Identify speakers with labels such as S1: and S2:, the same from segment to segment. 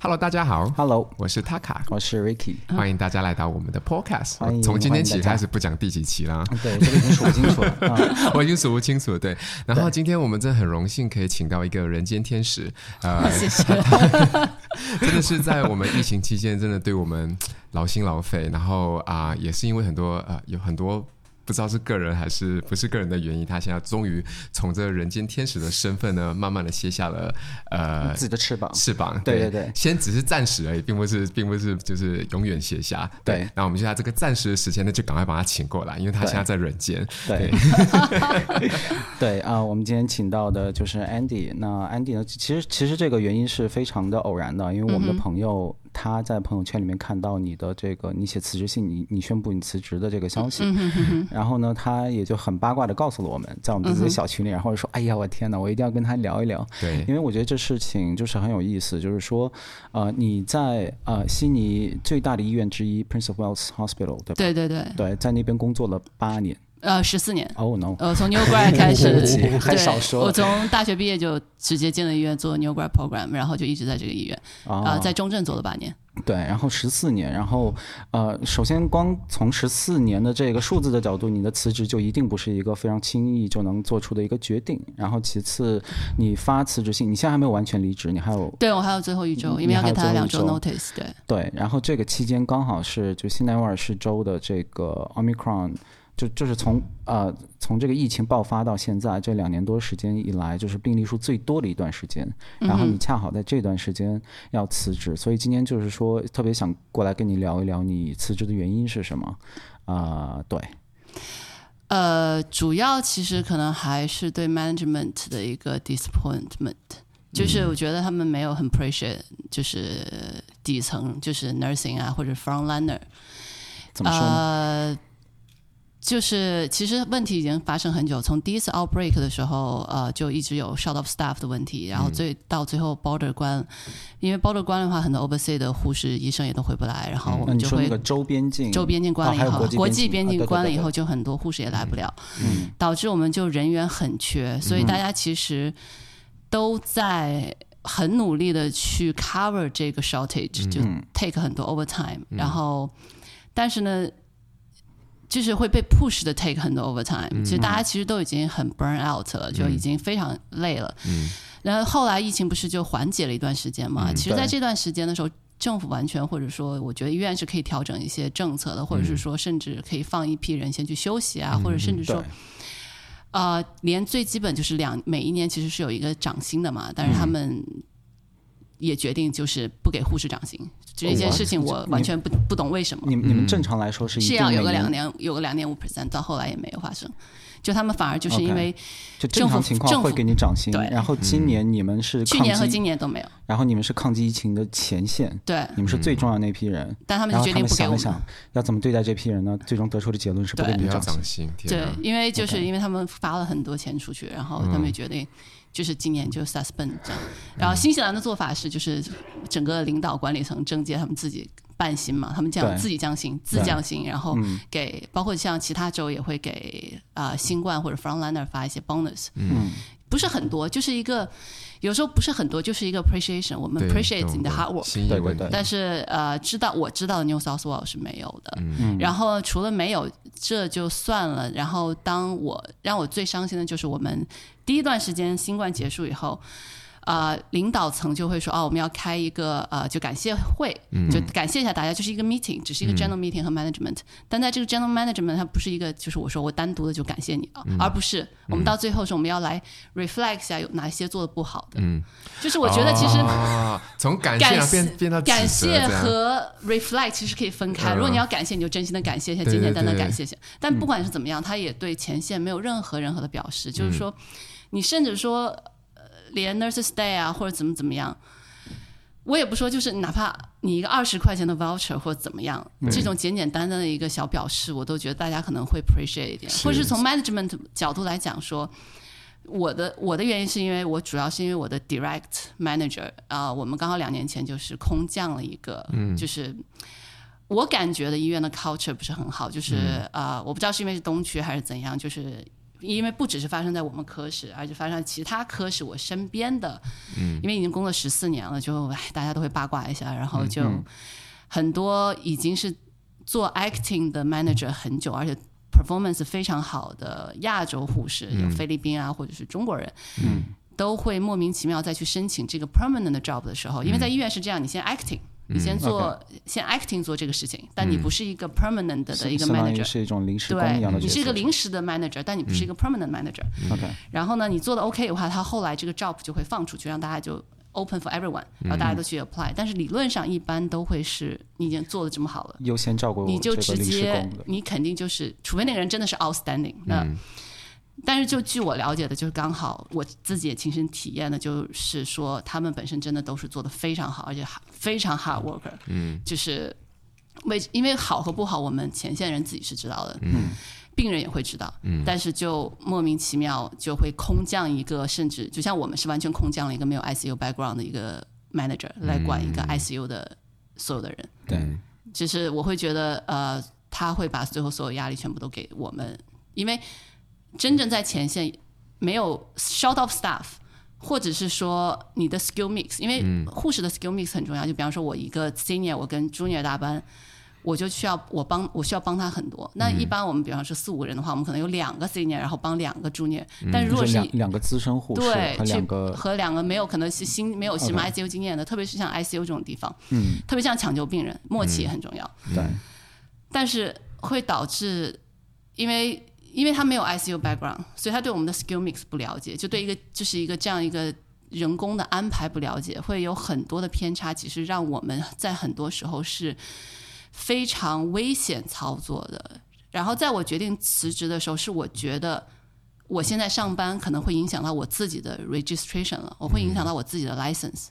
S1: Hello，大家好，
S2: Hello，
S1: 我是 Taka，
S2: 我是 Ricky。
S1: 欢迎大家来到我们的 Podcast
S2: 啊欢。迎
S1: 从今天起
S2: 欢迎大家
S1: 开始不讲第几期啦，
S2: 对，这个已经数清楚了。啊、
S1: 我已经数不清楚了。对，然后
S2: 对
S1: 今天我们真的很荣幸可以请到一个人间天使， 呃，
S3: 谢谢。
S1: 真的是在我们疫情期间，真的对我们劳心劳肺，然后啊、也是因为很多呃，有很多。不知道是个人还是不是个人的原因，他现在终于从这人间天使的身份呢，慢慢的歇下了呃
S2: 自己的翅膀，
S1: 翅膀，
S2: 对对对
S1: 先只是暂时而已，并不是，并不是就是永远写下。
S2: 对
S1: 那我们现在这个暂时的时间呢，就赶快把他请过来，因为他
S2: 对
S1: 现在在人间。
S2: 对， 对啊、我们今天请到的就是 Andy。那 Andy 呢，其实其实这个原因是非常的偶然的，因为我们的朋友、他在朋友圈里面看到你的这个你写辞职信，你你宣布你辞职的这个消息，然后呢，他也就很八卦的告诉了我们，在我们自己的小群里，然后就说：“哎呀，我天哪，我一定要跟他聊一聊。”
S1: 对
S2: 因为我觉得这事情就是很有意思，就是说，呃，你在呃悉尼最大的医院之一 Prince of Wales Hospital，对吧？
S3: 对对对，
S2: 对，在那边工作了八年。
S3: 呃，十四年，
S2: Oh no！
S3: 呃，从 New Grad 开始，对，
S2: 还少说
S3: 我从大学毕业就直接进了医院做 New Grad Program，然后就一直在这个医院，啊、在中正做了八年。
S2: 对，然后十四年，然后呃，首先光从十四年的这个数字的角度，你的辞职就一定不是一个非常轻易就能做出的一个决定。然后其次，你发辞职信，你现在还没有完全离职，你还有
S3: 对我还有最后一周，
S2: 嗯
S3: 因为要给
S2: 你还
S3: 他
S2: 有
S3: 两
S2: 最
S3: 周
S2: 后一
S3: notice，对，
S2: 对，然后这个期间刚好是就新南威尔士州的这个 Omicron，就就是从呃从这个疫情爆发到现在这两年多时间以来，就是病例数最多的一段时间。
S3: 嗯
S2: 然后你恰好在这段时间要辞职，所以今天就是说特别想过来跟你聊一聊你辞职的原因是什么。啊、对，
S3: 呃，主要其实可能还是对 management 的一个 disappointment，就是我觉得他们没有很 appreciate，就是底层就是 nursing 啊或者 frontliner，
S2: 怎么说呢？嗯
S3: 呃，就是其实问题已经发生很久，从第一次 outbreak 的时候，呃，就一直有 short of staff 的问题，然后
S2: 嗯
S3: 最、到最后 border 关，因为 border 关的话，很多 oversea 的护士、医生也都回不来，然后我
S2: 那
S3: 们
S2: 嗯你
S3: 就
S2: 说那
S3: 会
S2: 个州边境，
S3: 周边境关
S2: 哦
S3: 了以
S2: 还有
S3: 后，
S2: 国际
S3: 国
S2: 边
S3: 际
S2: 境
S3: 边
S2: 啊
S3: 境
S2: 对对
S3: 关了
S2: 对
S3: 以
S2: 对
S3: 后，就很多护士也来不了，
S2: 嗯
S3: 导致我们就人员很缺，所以大家其实都在很努力的去 cover 这个 shortage，、就
S2: 嗯
S3: take 很多 overtime，、然后但是呢。就是会被 push 的 take 很多 overtime，、其
S2: 嗯
S3: 实大家其实都已经很 burn out 了，就已经非常累了。
S2: 嗯
S3: 然后后来疫情不是就缓解了一段时间嘛？其实，在
S2: 对
S3: 这段时间的时候，政府完全或者说，我觉得医院是可以调整一些政策的，或者
S2: 嗯
S3: 是说，甚至可以放一批人先去休息啊，或者甚至说
S2: 对，
S3: 呃，连最基本就是两每一年其实是有一个涨薪的嘛，但是他们也决定就是不给护士涨薪，这件事情我完全不不懂为什么。
S2: 哦你们你们正常来说是一
S3: 嗯是
S2: 定
S3: 要有
S2: 每
S3: 个
S2: 年
S3: 两年，有个两点五 percent，到后来也没有发生，就他们反而就是因
S2: OK
S3: 为
S2: 就正常
S3: 政府
S2: 情
S3: 政
S2: 况会
S3: 府
S2: 给你涨薪，
S3: 对
S2: 然后今年你们是
S3: 去
S2: 抗
S3: 年和
S2: 击
S3: 今年都没有，
S2: 然后你们是抗击疫情的前线，
S3: 对，
S2: 你们是最重要的那批人。
S3: 但他们
S2: 然后
S3: 就决
S2: 他
S3: 定
S2: 们
S3: 不给
S2: 想
S3: 我
S2: 了
S3: 们。
S2: 想，要怎么对待这批人呢？最终得出的结论是不
S3: 对
S2: 给
S1: 不
S2: 你
S1: 要
S2: 涨薪
S1: 涨。薪，天啊
S3: 对
S1: 哪！，
S3: 因为就是因为他们发了很多钱出去，然后他们
S1: 嗯
S3: 也决定就是今年就 suspend 这样。然后新西兰的做法是，就是整个领导管理层政界他们自己办薪嘛，他们降
S2: 对
S3: 自己降薪，自降薪，然后给包括像其他州也会给啊、呃新冠或者 frontliner 发一些 bonus，嗯，不是很多，就是一个有时候不是很多，就是一个 appreciation，我们
S1: 对
S3: appreciate
S1: 懂
S3: 你的
S1: 懂
S3: hard work，
S1: 心意
S2: 对
S1: 问
S2: 对
S1: 题
S3: 但是呃，知道我知道 New South Wales 是没有的。然后除了没有，这就算了。然后当我让我最伤心的就是我们第一段时间新冠结束以后。呃，领导层就会说，哦，我们要开一个呃，就感谢会，就感谢一下大家，就是一个 meeting，只是一个 general meeting 和 management、但在这个 general management，它不是一个，就是我说我单独的就感谢你，啊，而不是我们到最后是我们要来 reflect 一下有哪些做的不好的。
S1: 嗯
S3: 就是我觉得其实、
S1: 啊从感谢
S3: 感
S1: 啊
S3: 谢
S1: 变变到指责
S3: 感谢
S1: 这样
S3: 和 reflect 其实可以分开。
S1: 嗯
S3: 如果你要感谢，你就真心的感谢一下，
S1: 对
S3: 简简单单
S1: 对对嗯
S3: 感谢一下。但不管是怎么样，他也对前线没有任何任何的表示，
S1: 嗯
S3: 就是说，你甚至说，呃连 nurses day 啊，或者怎么怎么样。我也不说，就是哪怕你一个二十块钱的 voucher 或者怎么样，这种简简单单的一个小表示，我都觉得大家可能会 appreciate 一点，
S1: 是
S3: 或者是从 management 角度来讲说，我的我的原因是因为我主要是因为我的 direct manager 啊、我们刚好两年前就是空降了一个，就是我嗯感觉的医院的 culture 不是很好，就是啊、呃我不知道是因为是东区还是怎样，就是因为不只是发生在我们科室，而且发生在其他科室我身边的，嗯，因为已经工作十四年了，就唉大家都会八卦一下，然后就
S2: 嗯
S3: 很多已经是做 acting 的 manager 很久，而且 performance 非常好的亚洲护士，
S2: 嗯
S3: 有菲律宾啊或者是中国人，嗯，都会莫名其妙再去申请这个 permanent 的 job 的时候，因为在医院是这样，你先 acting。你先
S2: 嗯
S3: 做、先 acting 做这个事情，但你不是一个 permanent 的一个
S2: 相当
S3: manager，
S2: 于是一种临时工一样的
S3: 对，
S2: 角色。
S3: 你
S2: 嗯
S3: 是一个临时的 manager，但你不是一个 permanent manager。
S2: OK，
S3: 然后呢，你做的 OK 的话，他后来这个 job 就会放出去，让大家就 open for everyone，然后大家
S2: 嗯
S3: 都去 apply。但是理论上一般都会是你已经做的这么好了，
S2: 优先照顾
S3: 你就
S2: 这
S3: 直
S2: 个临时
S3: 接
S2: 工的，
S3: 你肯定就是，除非那个人真的是 outstanding，那。但是就据我了解的，就是刚好我自己也亲身体验的，就是说他们本身真的都是做的非常好，而且非常 hard worker，嗯，就是为因为好和不好，我们前线人自己是知道的，嗯，病人也会知道，嗯，但是就莫名其妙就会空降一个，甚至就像我们是完全空降了一个没有 ICU background 的一个 manager 来管一个 ICU 的所有的人，
S2: 对，
S3: 就是我会觉得，呃，他会把最后所有压力全部都给我们，因为真正在前线没有 short of staff，或者是说你的 skill mix，因
S2: 嗯
S3: 为护士的 skill mix 很重要。就比方说，我一个 senior，我跟 junior 搭班，我就需要我帮我需要帮他很多。那
S2: 嗯
S3: 一般我们比方说四五个人的话，我们可能有两个 senior，然后帮两个 junior，但如
S2: 嗯就
S3: 果
S2: 是
S3: 是
S2: 两两个资深护士
S3: 对，
S2: 和
S3: 去
S2: 两个
S3: 和两个没有可能是新没有什么 ICU 经验的，特别是像 ICU 这种地方，嗯，特别像抢救病人，默契
S2: 嗯
S3: 也很重要，
S2: 对
S3: 但是会导致，因为因为他没有 ICU background，所以他对我们的 skill mix 不了解，就对一个就是一个这样一个人工的安排不了解，会有很多的偏差，其实让我们在很多时候是非常危险操作的。然后在我决定辞职的时候，是我觉得我现在上班可能会影响到我自己的 registration 了，我会影响到我自己的 license。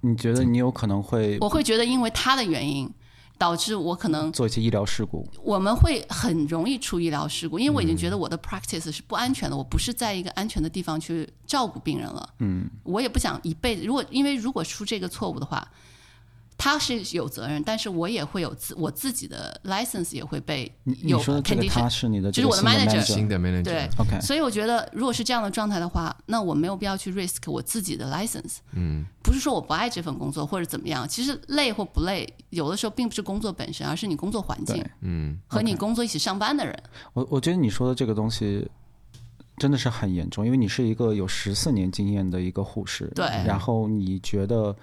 S2: 你觉得你有可能会
S3: 我会觉得因为他的原因，导致我可能
S2: 做一些医疗事故？
S3: 我们会很容易出医疗事故，因为我已经觉
S2: 嗯
S3: 得我的 practice 是不安全的，我不是在一个安全的地方去照顾病人了。嗯，我也不想一辈子，如果因为如果出这个错误的话，他是有责任，但是我也会有自我自己的 license 也会被
S2: 你你
S3: 有
S2: 说的这个
S3: condition，
S2: 他哎是你的这
S3: 就是
S2: 个
S3: 我的
S2: 新
S3: manager
S1: 新的 manager，
S3: 对
S2: OK
S3: 所以我觉得，如果是这样的状态的话，那我没有必要去 risk 我自己的 license。嗯，不是说我不爱这份工作或者怎么样，其实累或不累，有的时候并不是工作本身，而是你工作环境
S2: 对，
S3: 嗯，和你工作一起上班的人。
S2: 我我觉得你说的这个东西真的是很严重，因为你是一个有十四年经验的一个护士，
S3: 对
S2: 然后你觉得。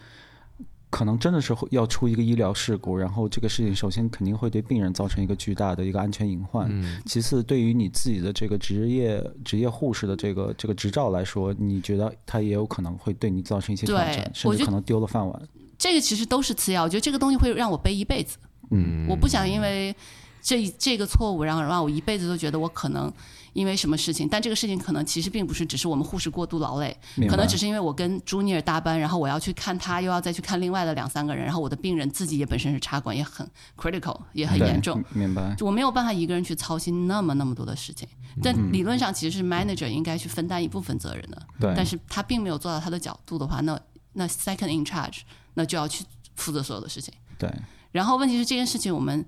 S2: 可能真的是会要出一个医疗事故，然后这个事情首先肯定会对病人造成一个巨大的一个安全隐患。其次，对于你自己的这个职业职业护士的这个这个执照来说，你觉得它也有可能会对你造成一些挑
S3: 对
S2: 战，甚
S3: 我
S2: 至
S3: 觉
S2: 可能丢了饭碗。
S3: 这个其实都是次要，我觉得这个东西会让我背一辈子。嗯，我不想因为这这个错误，然后让我一辈子都觉得我可能因为什么事情，但这个事情可能其实并不是只是我们护士过度劳累，
S2: 明白
S3: 可能只是因为我跟 junior 搭班，然后我要去看他，又要再去看另外的两三个人，然后我的病人自己也本身是插管，也很 critical，也很
S2: 对嗯
S3: 严重。，
S2: 明白？
S3: 我没有办法一个人去操心那么那么多的事情，但理论上其实是 manager 应该去分担一部分责任的，
S2: 对
S3: 但是他并没有做到他的角度的话，那那 second in charge 那就要去负责所有的事情。
S2: 对，
S3: 然后问题是这件事情我们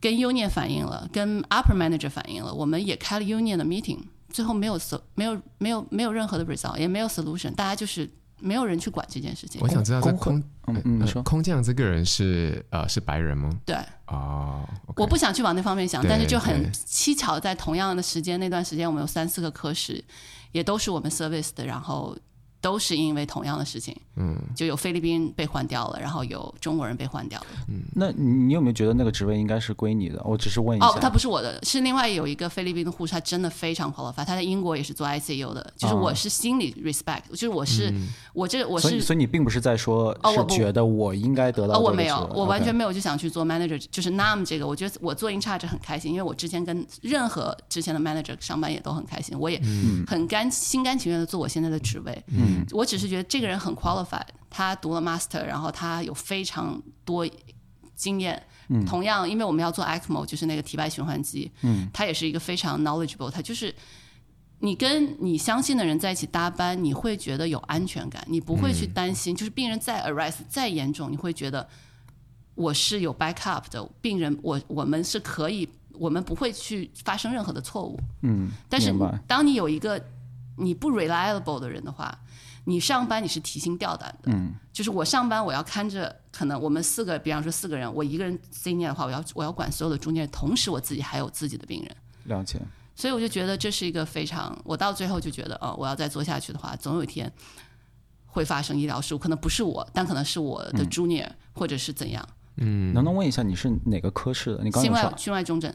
S3: 跟 union 反映了，跟 upper manager 反映了，我们也开了 union 的 meeting，最后没有 so 没有没有没有任何的 result，也没有 solution，大家就是没有人去管这件事情
S1: 我。想知道在
S2: 工会
S1: 空
S2: 嗯嗯，你
S1: 呃
S2: 说。
S1: 空降这个人是呃是白人吗？
S3: 对，
S1: 哦，OK，
S3: 我不想去往那方面想，
S1: 对
S3: 但是就很
S1: 对
S3: 蹊跷，在同样的时间那段时间，我们有三四个科室，也都是我们 service 的，然后都是因为同样的事情，嗯，就有菲律宾被换掉了，然后有中国人被换掉了。
S2: 那你你有没有觉得那个职位应该是归你的？我只是问一下。
S3: 哦，他不是我的，是另外有一个菲律宾的护士，他真的非常 qualified，他在英国也是做 ICU 的，就是我是心里 respect，、就是我是、我这我
S2: 所以
S3: 是
S2: 所以你并不是在说
S3: 哦我
S2: 是
S3: 不
S2: 觉得我应该得到
S3: 哦，
S2: 这个
S3: 我没有
S2: 职，位
S3: 我完全
S2: OK
S3: 没有就想去做 manager，就是 NAM 这个，我觉得我做 in charge 很开心，因为我之前跟任何之前的 manager 上班也都很开心，我也
S2: 嗯
S3: 很甘心甘情愿的做我现在的职位。嗯，我只是觉得这个人很 qualified，他读了 master，然后他有非常多经验。
S2: 嗯
S3: 同样，因为我们要做 ECMO，就是那个体外循环机，嗯，他也是一个非常 knowledgeable，他就是你跟你相信的人在一起搭班，你会觉得有安全感，你不会去担心，就是病人再 arise 再严重，你会觉得我是有 backup 的，病人我我们是可以我们不会去发生任何的错误。
S2: 嗯，
S3: 但是
S2: 明白
S3: 当你有一个你不 reliable 的人的话，你上班你是提心吊胆的。
S2: 嗯，
S3: 就是我上班我要看着，可能我们四个，比方说四个人，我一个人 senior 的话，我要我要管所有的中间人，同时我自己还有自己的病人。
S2: 了解。
S3: 所以我就觉得这是一个非常，我到最后就觉得，哦，我要再做下去的话，总有一天会发生医疗事故，可能不是我，但可能是我的 junior、或者是怎样。
S2: 能不能问一下你是哪个科室的？你刚
S3: 心
S2: 刚有
S3: 外
S2: 说
S3: 心外重症，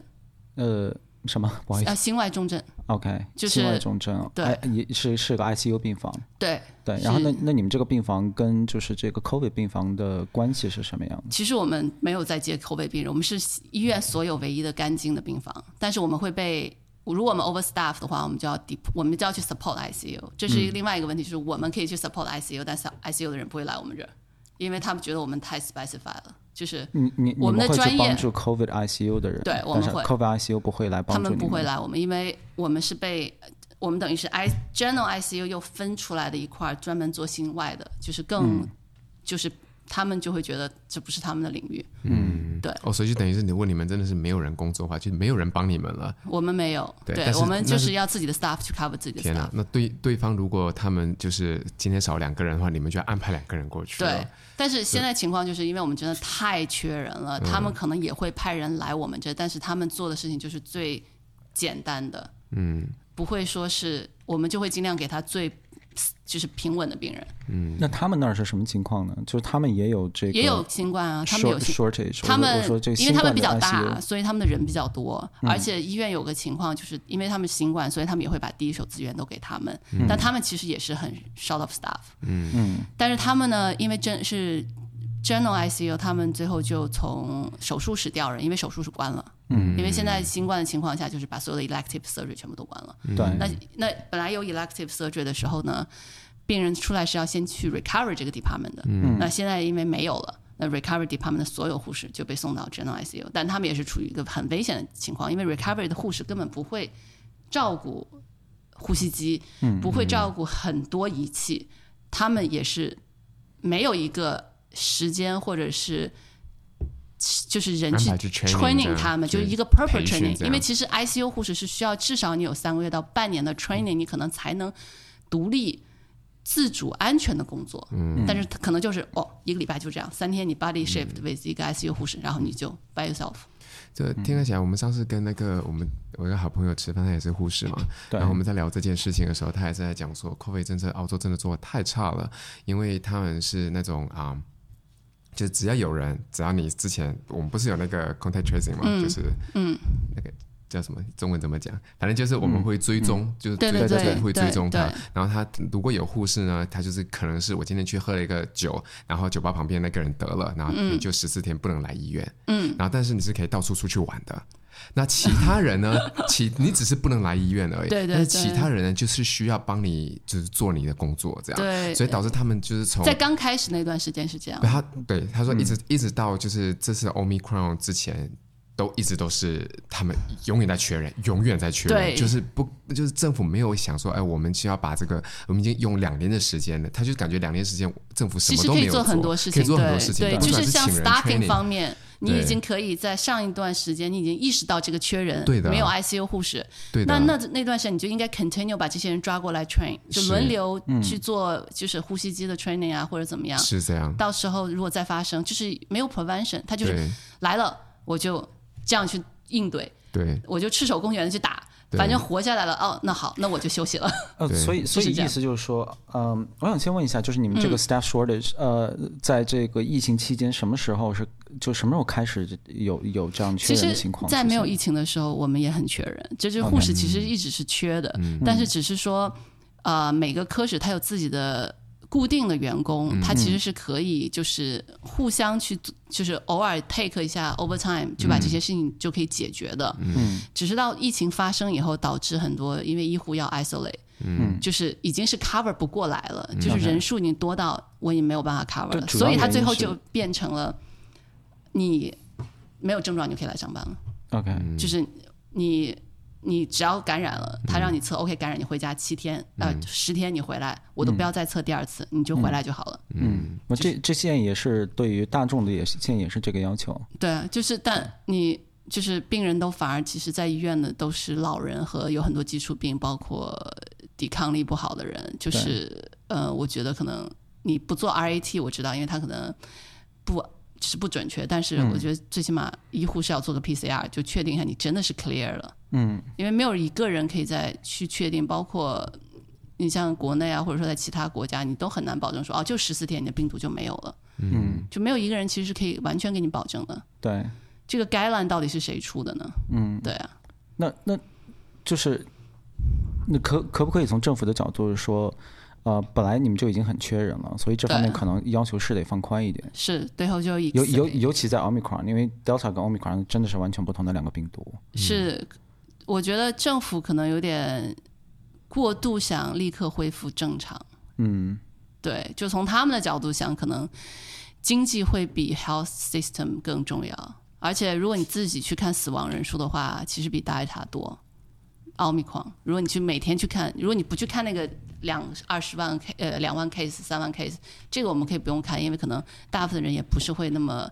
S2: 呃什么？不好意思
S3: 呃，心外重症，
S2: ，OK，
S3: 就是
S2: 心外重症，
S3: 对
S2: 哎，你是是个 ICU 病房，
S3: 对，
S2: 对。
S3: 是
S2: 然后那那你们这个病房跟就是这个 COVID 病房的关系是什么样的？
S3: 其实我们没有在接 COVID 病人，我们是医院所有唯一的干净的病房，但是我们会被。如果我们 overstaff 的话，我们就要 dep，我们就要去 support ICU，这是一个另外一个问题，就是我们可以去 support ICU，但是 ICU 的人不会来我们这儿，因为他们觉得我们太 specify 了，就是
S2: 你你
S3: 我
S2: 你
S3: 们的
S2: 会
S3: 专
S2: 去
S3: 业
S2: 帮助 COVID ICU 的人，
S3: 对我
S2: 但
S3: 们
S2: 是
S3: 会
S2: COVID ICU 不会来帮
S3: 他
S2: 助你
S3: 们不会
S2: 们
S3: 来我们，因为我们是被我们等于是 I general ICU 又分出来的一块儿专门做心外的，就是更、就是他们就会觉得这不是他们的领域，
S1: 哦，所以就等于是你问你们真的是没有人工作的话，就没有人帮你们了。
S3: 我们没有，
S1: 对但是
S3: 我们就
S1: 但是
S3: 是要自己的 staff 去 cover 自己的
S1: 天
S3: staff
S1: 哪，。那对对方如果他们就是今天少两个人的话，你们就要安排两个人过去了。
S3: 对，但是现在情况就是因为我们真的太缺人了，他们可能也会派人来我们这，但是他们做的事情就是最简单的，嗯，不会说是我们就会尽量给他最就是平稳的病人，
S2: 那他们那儿是什么情况呢？就是他们也有这个
S3: 也有新冠啊，他们有
S2: short
S3: 新
S2: shortage，
S3: 他
S2: 我
S3: 们
S2: 说这个
S3: 因为
S2: 新
S3: 他
S2: 冠
S3: 们比
S2: 的嗯
S3: 较大，
S2: ICU，
S3: 所以他们的人比较多，而且医院有个情况，就是因为他们新冠，所以他们也会把第一手资源都给他们，但他们其实也是很 short of staff。
S1: 嗯
S2: 嗯，
S3: 但是他们呢，因为真是 general ICU，他们最后就从手术室调人，因为手术室关了。
S2: 嗯，
S3: 因为现在新冠的情况下，就是把所有的 elective surgery 全部都关了。那
S2: 对，
S3: 那本来有 elective surgery 的时候呢，病人出来是要先去 recover 这个 department 的。
S2: 嗯
S3: 那现在因为没有了，那 recover department 的所有护士就被送到 general ICU，但他们也是处于一个很危险的情况，因为 recover 的护士根本不会照顾呼吸机，不会照顾很多仪器，他们也是没有一个时间或者是。就是人去
S1: 安排去 training 这
S3: training
S1: 样
S3: 他们，
S1: 去
S3: 就是一个 proper
S1: 培训
S3: training，
S1: 这样嗯
S3: 因为其实 ICU 护士是需要至少你有三个月到半年的 training，你可能才能独立自主安全的工作。嗯，但是他可能就是哦，一个礼拜就这样，三天你 body shift
S1: 嗯
S3: with 一个 ICU 护士，然后你就 by yourself。
S1: 这听得起来，我们上次跟那个我们我一个好朋友吃饭，他也是护士嘛，
S2: 对
S1: 然后我们在聊这件事情的时候，他也是在讲说，COVID 政策澳洲真的做的太差了，因为他们是那种啊、就只要有人，只要你之前我们不是有那个 contact tracing 嘛，就是嗯那个。叫什么？中文怎么讲？反正就是我们会追踪，就是
S3: 对
S1: 追
S3: 对对
S1: 会追
S3: 对
S1: 踪他
S3: 对。
S1: 然后他如果有护士呢，他就是可能是我今天去喝了一个酒，然后酒吧旁边那个人得了，然后
S3: 嗯
S1: 你就十四天不能来医院。嗯。然后但是你是可以到处出去玩的。那其他人 呢？其你只是不能来医院而已。
S3: 对对
S1: 但是
S3: 对
S1: 其他人呢，就是需要帮你，就是做你的工作这样。
S3: 对
S1: 所以导致他们就是从
S3: 在嗯刚开始那段时间是这样
S1: 哦对，他对他说一直、一直到就是这次 Omicron 之前。都一直都是他们永远在缺人，永远在缺人，
S3: 对
S1: 就是不就是政府没有想说，哎，我们需要把这个，我们已经用两年的时间了，他就感觉两年时间政府什
S3: 其
S1: 么
S3: 实
S1: 都没
S3: 可以
S1: 有
S3: 做很多事情，
S1: 可以做很多事情，
S3: 对，
S1: 不
S3: 就
S1: 管
S3: 是像
S1: 请人
S3: staffing
S1: training
S3: 方面，你
S1: 对
S3: 已经可以在上一段时间，你已经意识到这个缺人，
S1: 对的
S3: 没有 ICU 护士，
S1: 对的
S3: 那那那段时间你就应该 continue 把这些人抓过来 train，就是轮流去做就是呼吸机的 training 啊，或者怎么样。
S1: 是这样，
S3: 到时候如果再发生，就是没有 prevention，他就是
S1: 对
S3: 来了我就这样去应对，
S1: 对
S3: 我就赤手空拳的去打，
S1: 对
S3: 反正活下来了，哦，那好，那我就休息了。
S2: 呃，
S1: 对
S2: 所以所以
S3: 是这
S2: 意
S3: 样嗯
S2: 思就是说，嗯，我想先问一下，就是你们这个 staff shortage，呃，在这个疫情期间，什么时候是就什么时候开始有有这样缺
S3: 其
S2: 人
S3: 实
S2: 的情，况出现？
S3: 在没有疫情的时候，我们也很缺人，这就是护士其实一直是缺的，但是只是说，呃，每个科室它有自己的固定的员工，他其实是可以就是互相去，就是偶尔 take 一下 overtime，就把这些事情就可以解决的。
S2: 嗯，
S3: 只是到疫情发生以后，导致很多因为医护要 isolate，
S2: 嗯
S3: 就是已经是 cover 不过来了，就是人数已经多到我已经没有办法 cover
S2: 对
S3: 了，
S2: 主要
S3: 所以他
S2: 原因
S3: 最后
S2: 是
S3: 就变成了你没有症状你就可以来上班了，
S2: OK，
S3: 就是你。你只要感染
S2: 嗯
S3: 了，他让你测、OK，感染你回家七天，呃，十天你回来，我都不要再测第二次，你就回来就好了。
S2: 嗯，我这这现在也是对于大众的也是现在也是这个要求。
S3: 对，就是但你就是病人都反而其实在医院的都是老人和有很多基础病，包括抵抗力不好的人。就是呃，我觉得可能你不做 RAT，我知道，因为他可能不是不准确，但是我觉得最起码医护是要做个 PCR，、就确定一下你真的是 clear 了。
S2: 嗯，
S3: 因为没有一个人可以再去确定，包括你像国内啊，或者说在其他国家，你都很难保证说哦，就十四天你的病毒就没有了，
S2: 嗯，
S3: 就没有一个人其实是可以完全给你保证的。
S2: 对，
S3: 这个 guideline 到底是谁出的呢？
S2: 嗯，
S3: 对啊，
S2: 那那就是那可可不可以从政府的角度说，呃，本来你们就已经很缺人了，所以这方面
S3: 对
S2: 可能要求是得放宽一点。
S3: 是最后就一
S2: 尤尤尤其在 Omicron，因为 Delta 跟 Omicron 真的是完全不同的两个病毒。
S3: 是，我觉得政府可能有点过度想立刻恢复正常。
S2: 嗯
S3: 对，就从他们的角度想，可能经济会比 health system 更重要。而且，如果你自己去看死亡人数的话，其实比 Delta 多。奥密克戎，如果你去每天去看，如果你不去看那个两二十万 K 呃两万 case 三万 case，这个我们可以不用看，因为可能大部分人也不是会那么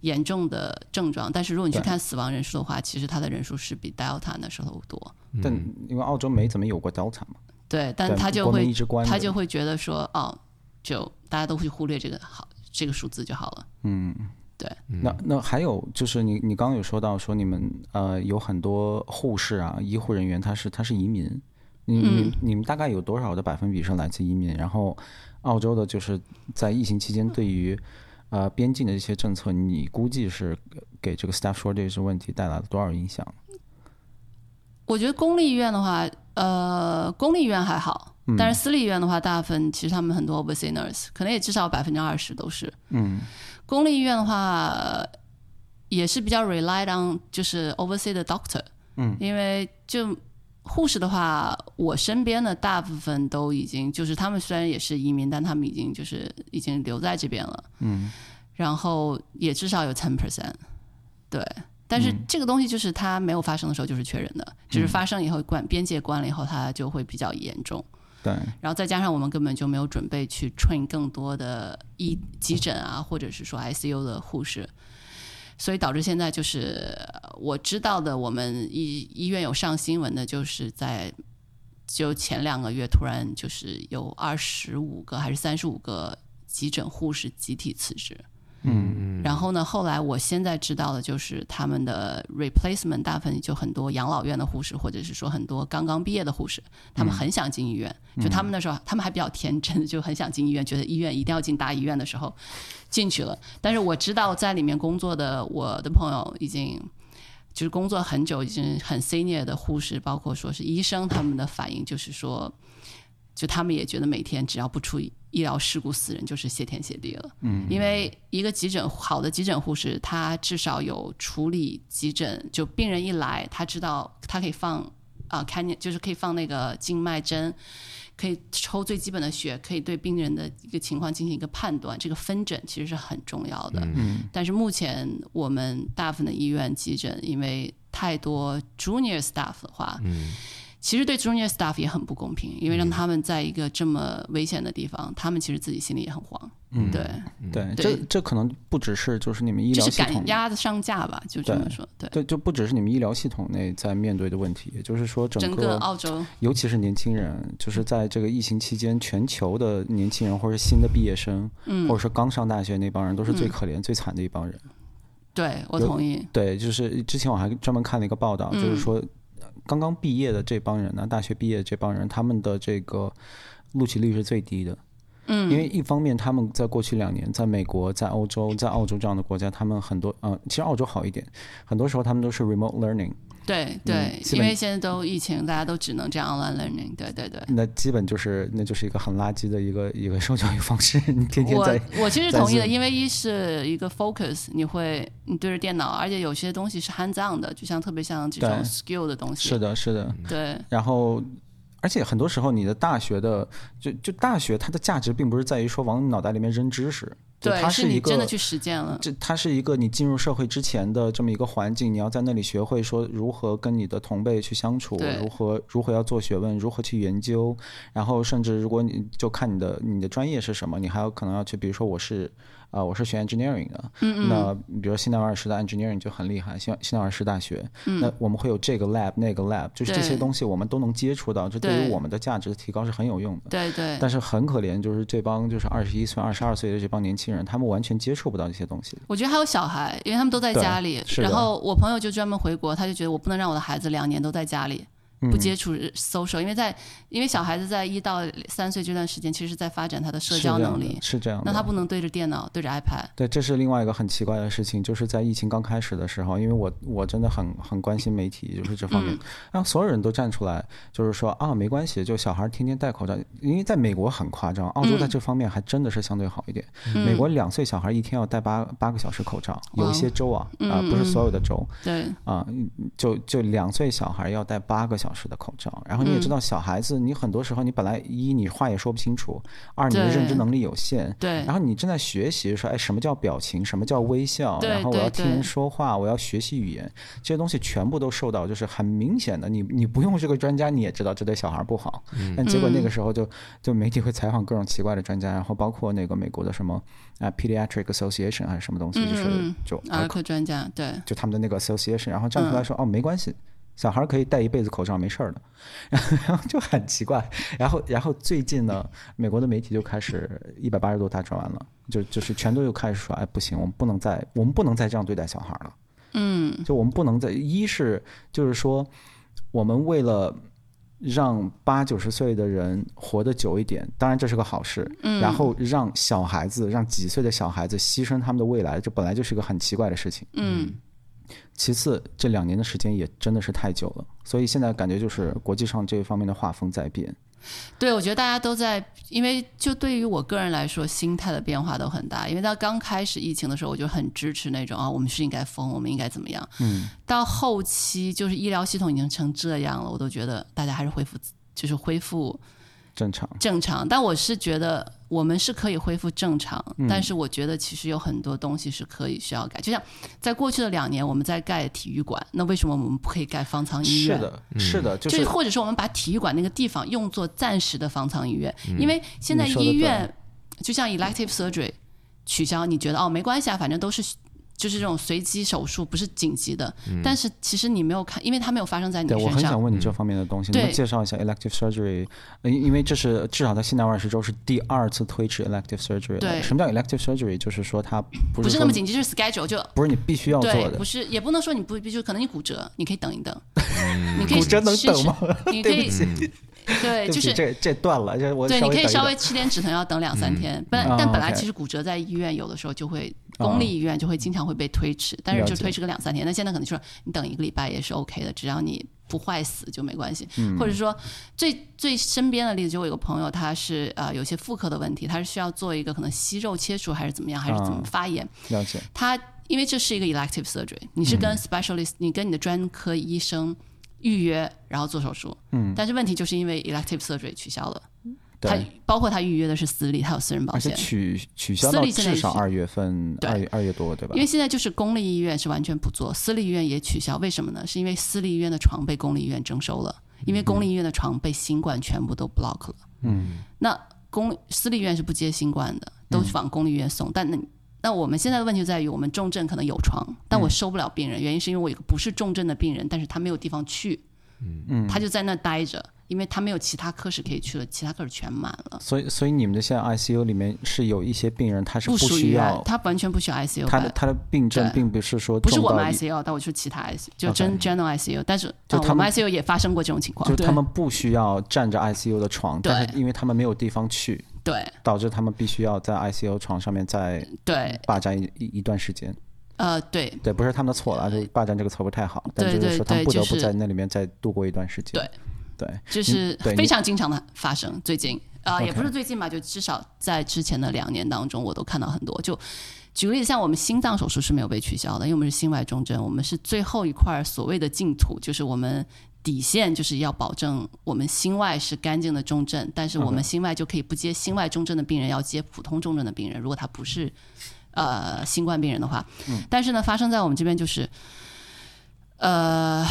S3: 严重的症状。但是如果你去
S2: 对
S3: 看死亡人数的话，其实它的人数是比 Delta 那时候多。
S2: 但因为澳洲没怎么有过 Delta 嘛，
S3: 对，但
S2: 对
S3: 他就
S2: 国门
S3: 会
S2: 一直关着
S3: 他就会觉得说，哦，就大家都会忽略这个好这个数字就好了。
S2: 那那还有就是你你刚刚有说到说你们呃有很多护士啊医护人员他是他是移民，你
S3: 嗯
S2: 你你们大概有多少的百分比是来自移民？然后澳洲的就是在疫情期间对于呃边境的一些政策，你估计是给这个 staff shortage 问题带来了多少影响？
S3: 我觉得公立医院的话，呃，公立医院还好，
S2: 嗯
S3: 但是私立医院的话，大部分其实他们很多 overseas nurse 可能也至少百分之二十都是。
S2: 嗯
S3: 公立医院的话，呃也是比较 relied on 就是 overseas 的 doctor，
S2: 嗯，
S3: 因为就护士的话，我身边的大部分都已经就是他们虽然也是移民，但他们已经就是已经留在这边了，
S2: 嗯，
S3: 然后也至少有 ten percent，对。但是这个东西就是它没有发生的时候就是缺人的，只是发生以后关边界关了以后，它就会比较严重。
S2: 对，
S3: 然后再加上我们根本就没有准备去 train 更多的医急诊啊，或者是说 ICU 的护士，所以导致现在就是呃我知道的，我们医医院有上新闻的，就是在就前两个月突然就是有二十五个还是三十五个急诊护士集体辞职。
S2: 嗯
S3: 然后呢，后来我现在知道的就是他们的 replacement 大部分就很多养老院的护士，或者是说很多刚刚毕业的护士，他
S2: 嗯
S3: 们很想进医院。就他们那时候，他们还比较天真，就很想进医院，觉得医院一定要进大医院的时候进去了。但是我知道在里面工作的我的朋友已经。就是工作很久，已经很 senior 的护士，包括说是医生，他们的反应就是说，就他们也觉得每天只要不出医疗事故死人就是谢天谢地了。嗯，因为一个急诊好的急诊护士，他至少有处理急诊，就病人一来，他知道他可以放啊，看、见就是可以放那个静脉针，可以抽最基本的血，可以对病人的一个情况进行一个判断。这个分诊其实是很重要的。
S2: 嗯
S3: 但是目前我们大部分的医院急诊，因为太多 junior staff 的话，
S1: 嗯
S3: 其实对 junior staff 也很不公平，因为
S2: 嗯
S3: 让他们在一个这么危险的地方，他们其实自己心里也很慌。
S2: 嗯，
S3: 对，
S2: 对，
S3: 对
S2: 这这可能不只是就是你们医
S3: 就
S2: 疗
S3: 是
S2: 系统
S3: 赶鸭子上架吧，就这么说。对，
S2: 对，就不只是你们医疗系统内在面对的问题，也就是说
S3: 整个澳洲
S2: 尤其是年轻人，就是在这个疫情期间，全球的年轻人或者新的毕业生，
S3: 嗯
S2: 或者说刚上大学那帮人，都是最可怜、最惨的一帮人。
S3: 对我
S2: 有
S3: 同意。
S2: 对，就是之前我还专门看了一个报道，
S3: 嗯
S2: 就是说刚刚毕业的这帮人呢，大学毕业这帮人，他们的这个录取率是最低的。
S3: 嗯，
S2: 因为一方面，他们在过去两年，在美国、在欧洲、在澳洲这样的国家，他们很多，呃，其实澳洲好一点，很多时候他们都是 remote learning，
S3: 对对，
S2: 基
S3: 因
S2: 本
S3: 为现在都疫情，大家都只能这样 online learning。对对对。
S2: 那基本就是那就是一个很垃圾的一个一个 受教育方式，你天天在
S3: 我我其实
S2: 在
S3: 同意的，
S2: Zoom
S3: 因为一是一个 focus，你会你对着电脑，而且有些东西是 hands on 的，就像特别像这种
S2: 对
S3: skill 的东西。嗯
S2: 是的，是的。
S3: 对
S2: 然后，而且很多时候你的大学的，就就大学它的价值并不是在于说往你脑袋里面扔知识，就
S3: 对，
S2: 它
S3: 是
S2: 一
S3: 你
S2: 个
S3: 真的去实践了。
S2: 这它是一个你进入社会之前的这么一个环境，你要在那里学会说如何跟你的同辈去相处
S3: 对，
S2: 如何如何要做学问，如何去研究，然后甚至如果你就看你的你的专业是什么，你还有可能要去，比如说我是啊、我是学 engineering 的，
S3: 嗯
S2: 那比如新南威尔士的 engineering 就很厉害，新新南威尔士大学，那我们会有这个 lab 那个 lab，就是这
S3: 嗯对
S2: 些东西我们都能接触到，这对于
S3: 对
S2: 我们的价值提高是很有用的。
S3: 对对
S2: 但是很可怜，就是这帮就是二十一岁、二十二岁的这帮年轻人，他们完全接触不到这些东西。
S3: 我觉得还有小孩，因为他们都在
S2: 对
S3: 家里。
S2: 是的
S3: 然后我朋友就专门回国，他就觉得我不能让我的孩子两年都在家里
S2: 嗯
S3: 不接触 social，、因为在因为小孩子在一到三岁这段时间，其实在发展他的社
S2: 是
S3: 交
S2: 这样
S3: 能
S2: 的
S3: 力，
S2: 是这样的。
S3: 那他不能对着电脑对着 iPad。
S2: 对，这是另外一个很奇怪的事情，就是在疫情刚开始的时候，因为我我真的很很关心媒体，就是这
S3: 嗯
S2: 方面，然后所有人都站出来，就是说啊，没关系，就小孩天天戴口罩，因为在美国很夸张，澳洲
S3: 嗯
S2: 在这方面还真的是相对好一点。美国两岁小孩一天要戴八八个小时口罩，有一些州啊，啊、不
S3: 嗯
S2: 是所有的州，
S3: 对，
S2: 啊，就就两岁小孩要戴八个小时的口罩，然后你也知
S3: 嗯
S2: 道，小孩子你很多时候你本来一你话也说不清楚，二你的认知
S3: 对
S2: 能力有限，
S3: 对
S2: 然后你正在学习说，哎，什么叫表情，什么叫微笑，
S3: 对
S2: 然后我要
S3: 对
S2: 听人
S3: 对
S2: 说话，我要学习语言，这些东西全部都受到就是很明显的，你你不用这个专家你也知道这对小孩不好，但结果那个时候就就媒体会采访各种奇怪的专家，然后包括那个美国的什么啊 Pediatric Association 还是什么东西，就是
S3: 嗯
S2: 就儿
S3: 儿科专家，对，
S2: 就他们的那个 association，然后站出来说、哦，没关系，小孩儿可以戴一辈子口罩，没事儿的， 然后就很奇怪。然后，然后最近呢，美国的媒体就开始一百八十度大转弯了，就就是全都又开始说，哎，不行，我们不能再，我们不能再这样对待小孩儿了。嗯，就我们不能再，一是就是说，我们为了。让八九十岁的人活得久一点，当然这是个好事。嗯，然后让小孩子，让几岁的小孩子牺牲他们的未来，这本来就是一个很奇怪的事情。
S3: 嗯，
S2: 其次，这两年的时间也真的是太久了，所以现在感觉就是国际上这一方面的画风在变。
S3: 对，我觉得大家都在，因为就对于我个人来说，心态的变化都很大。因为到刚开始疫情的时候，我就很支持那种啊，我们是应该封，我们应该怎么样。嗯，到后期就是医疗系统已经成这样了，我都觉得大家还是恢复，就是恢复
S2: 正常，
S3: 正常。但我是觉得我们是可以恢复正常，但是我觉得其实有很多东西是可以需要改。就像在过去的两年，我们在盖体育馆，那为什么我们不可以盖方舱医
S2: 是
S3: 院？
S2: 的，是的，就
S3: 就是或者说我们把体育馆那个地方用作暂时的方舱医院，因为现在
S2: 嗯你说得
S3: 医院就像 elective surgery 取消，你觉得哦没关系啊，反正都是就是这种随机手术，不是紧急的。但是其实你没有看，因为它没有发生在
S2: 嗯
S3: 你
S2: 对我
S3: 身
S2: 很想
S3: 上。
S2: 问你这方面的东西，能
S3: 对
S2: 不能介绍一下 elective surgery？呃因因为这是至少在西南威尔士州是第二次推迟 elective surgery 了。
S3: 对
S2: 什么叫 elective surgery？就是说它不
S3: 不
S2: 是
S3: 是
S2: 说
S3: 那么紧急，就是 schedule 就
S2: 不是你必须要做
S3: 对，
S2: 的
S3: 不。是也不能说你不必须，可能你骨折，你可以等一等，你可以
S2: 嗯骨折能
S3: 试
S2: 等吗？
S3: 试你可
S2: 对
S3: 以
S2: 不起，
S3: 对，
S2: 对不
S3: 哎就
S2: 起，
S3: 是
S2: 这这断了，这我
S3: 对，你可以
S2: 等一
S3: 稍
S2: 等
S3: 微吃点止疼药，等两三天。本
S2: 啊
S3: 来但本来
S2: OK
S3: 其实骨折在医院有的时候就会，公立医院就会经常会被推迟，但
S2: 哦了
S3: 是
S2: 解
S3: 就推迟个两三天。那现在可能说你等一个礼拜也是 OK 的，只要你不坏死就没关系。
S2: 嗯
S3: 或者说最最身边的例子，就我有个朋友，他是呃有些妇科的问题，他是需要做一个可能息肉切除还是怎么样，还是怎
S2: 哦
S3: 么发炎，
S2: 了解。
S3: 他因为这是一个 elective surgery，你是
S2: 嗯
S3: 跟 specialist，、你跟你的专科医生预约，然后做手术。嗯，但是问题就是因为 elective surgery 取消了，
S2: 对
S3: 他包括他预约的是私立，他有私人保
S2: 而且
S3: 险。
S2: 取取消
S3: 私
S2: 到
S3: 立现在
S2: 至少
S3: 是
S2: 二月份，
S3: 对
S2: 二月二月多，对吧
S3: 因？为现在就是公立医院是完全不做，私立医院也取消。为什么呢？是因为私立医院的床被公立医院征收了，
S2: 嗯
S3: 因为公立医院的床被新冠全部都 block 了。嗯，那公私立医院是不接新冠
S2: 嗯
S3: 的，都往公立医院送。但那那我们现在的问题就在于，我们重症可能有床，
S2: 嗯
S3: 但我收不了病人，原因是因为我有个不是重症的病人，但是他没有地方去，嗯，他就在那待着，因为他没有其他科室可以去了，其他科室全满了，
S2: 所以，所以你们的现在 ICU 里面是有一些病人他是不
S3: 属
S2: 需
S3: 于啊
S2: 要
S3: 他完全不需要 ICU
S2: 他
S3: 吧
S2: 的他的病症
S3: 对
S2: 并不是说
S3: 不是
S2: 重
S3: 我
S2: 到
S3: 们
S2: 一
S3: ICU，但我是其他 ICU，就真 general ICU，但是
S2: 就
S3: 呃
S2: 他
S3: 我
S2: 们
S3: 们 ICU 也发生过这种情况，
S2: 就是
S3: 对
S2: 他们不需要占着 ICU 的床，
S3: 对
S2: 但是因为他们没有地方去，
S3: 对
S2: 导致他们必须要在 ICU 床上面再
S3: 对
S2: 霸占一一一段时间。
S3: 呃对
S2: 对，不是他们的错了，就霸占这个词不太好，但
S3: 对
S2: 就是
S3: 对
S2: 说他们
S3: 对
S2: 不得
S3: 就
S2: 不
S3: 是
S2: 在那里面再度过一段时间。
S3: 对
S2: 对
S3: 就是
S2: 嗯对你
S3: 非常经常的发生，最近啊、呃
S2: OK
S3: 也不是最近吧，就至少在之前的两年当中，我都看到很多。就举个例子，像我们心脏手术是没有被取消的，因为我们是心外重症，我们是最后一块所谓的净土，就是我们底线就是要保证我们心外是干净的重症，但是我们心外就可以不接心外重症的病人，要接普通重症的病人，如果他不是呃新冠病人的话。
S2: 嗯
S3: 但是呢，发生在我们这边就是，呃。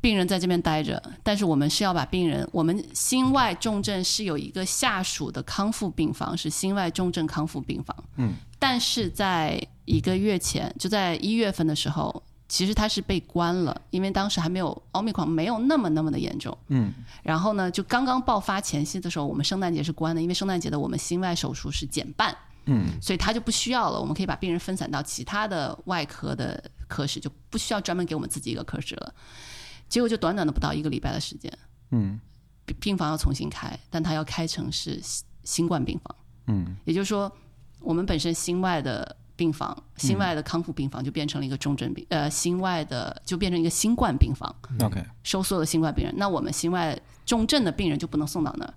S3: 病人在这边待着，但是我们是要把病人，我们心外重症是有一个下属的康复病房，是心外重症康复病房。嗯，但是在一个月前，就在一月份的时候，其实它是被关了，因为当时还没有奥密克戎没有那么那么的严重。
S2: 嗯，
S3: 然后呢，就刚刚爆发前夕的时候，我们圣诞节是关的，因为圣诞节的我们心外手术是减半。
S2: 嗯，
S3: 所以它就不需要了，我们可以把病人分散到其他的外科的科室，就不需要专门给我们自己一个科室了。结果就短短的不到一个礼拜的时间，
S2: 嗯
S3: 病病房要重新开，但它要开成是新新冠病房，
S2: 嗯
S3: 也就是说，我们本身心外的病房、
S2: 嗯
S3: 心外的康复病房就变成了一个重症病，呃，心外的就变成一个新冠病房，
S2: ，OK，
S3: 收缩的新冠病人。那我们心外重症的病人就不能送到那儿，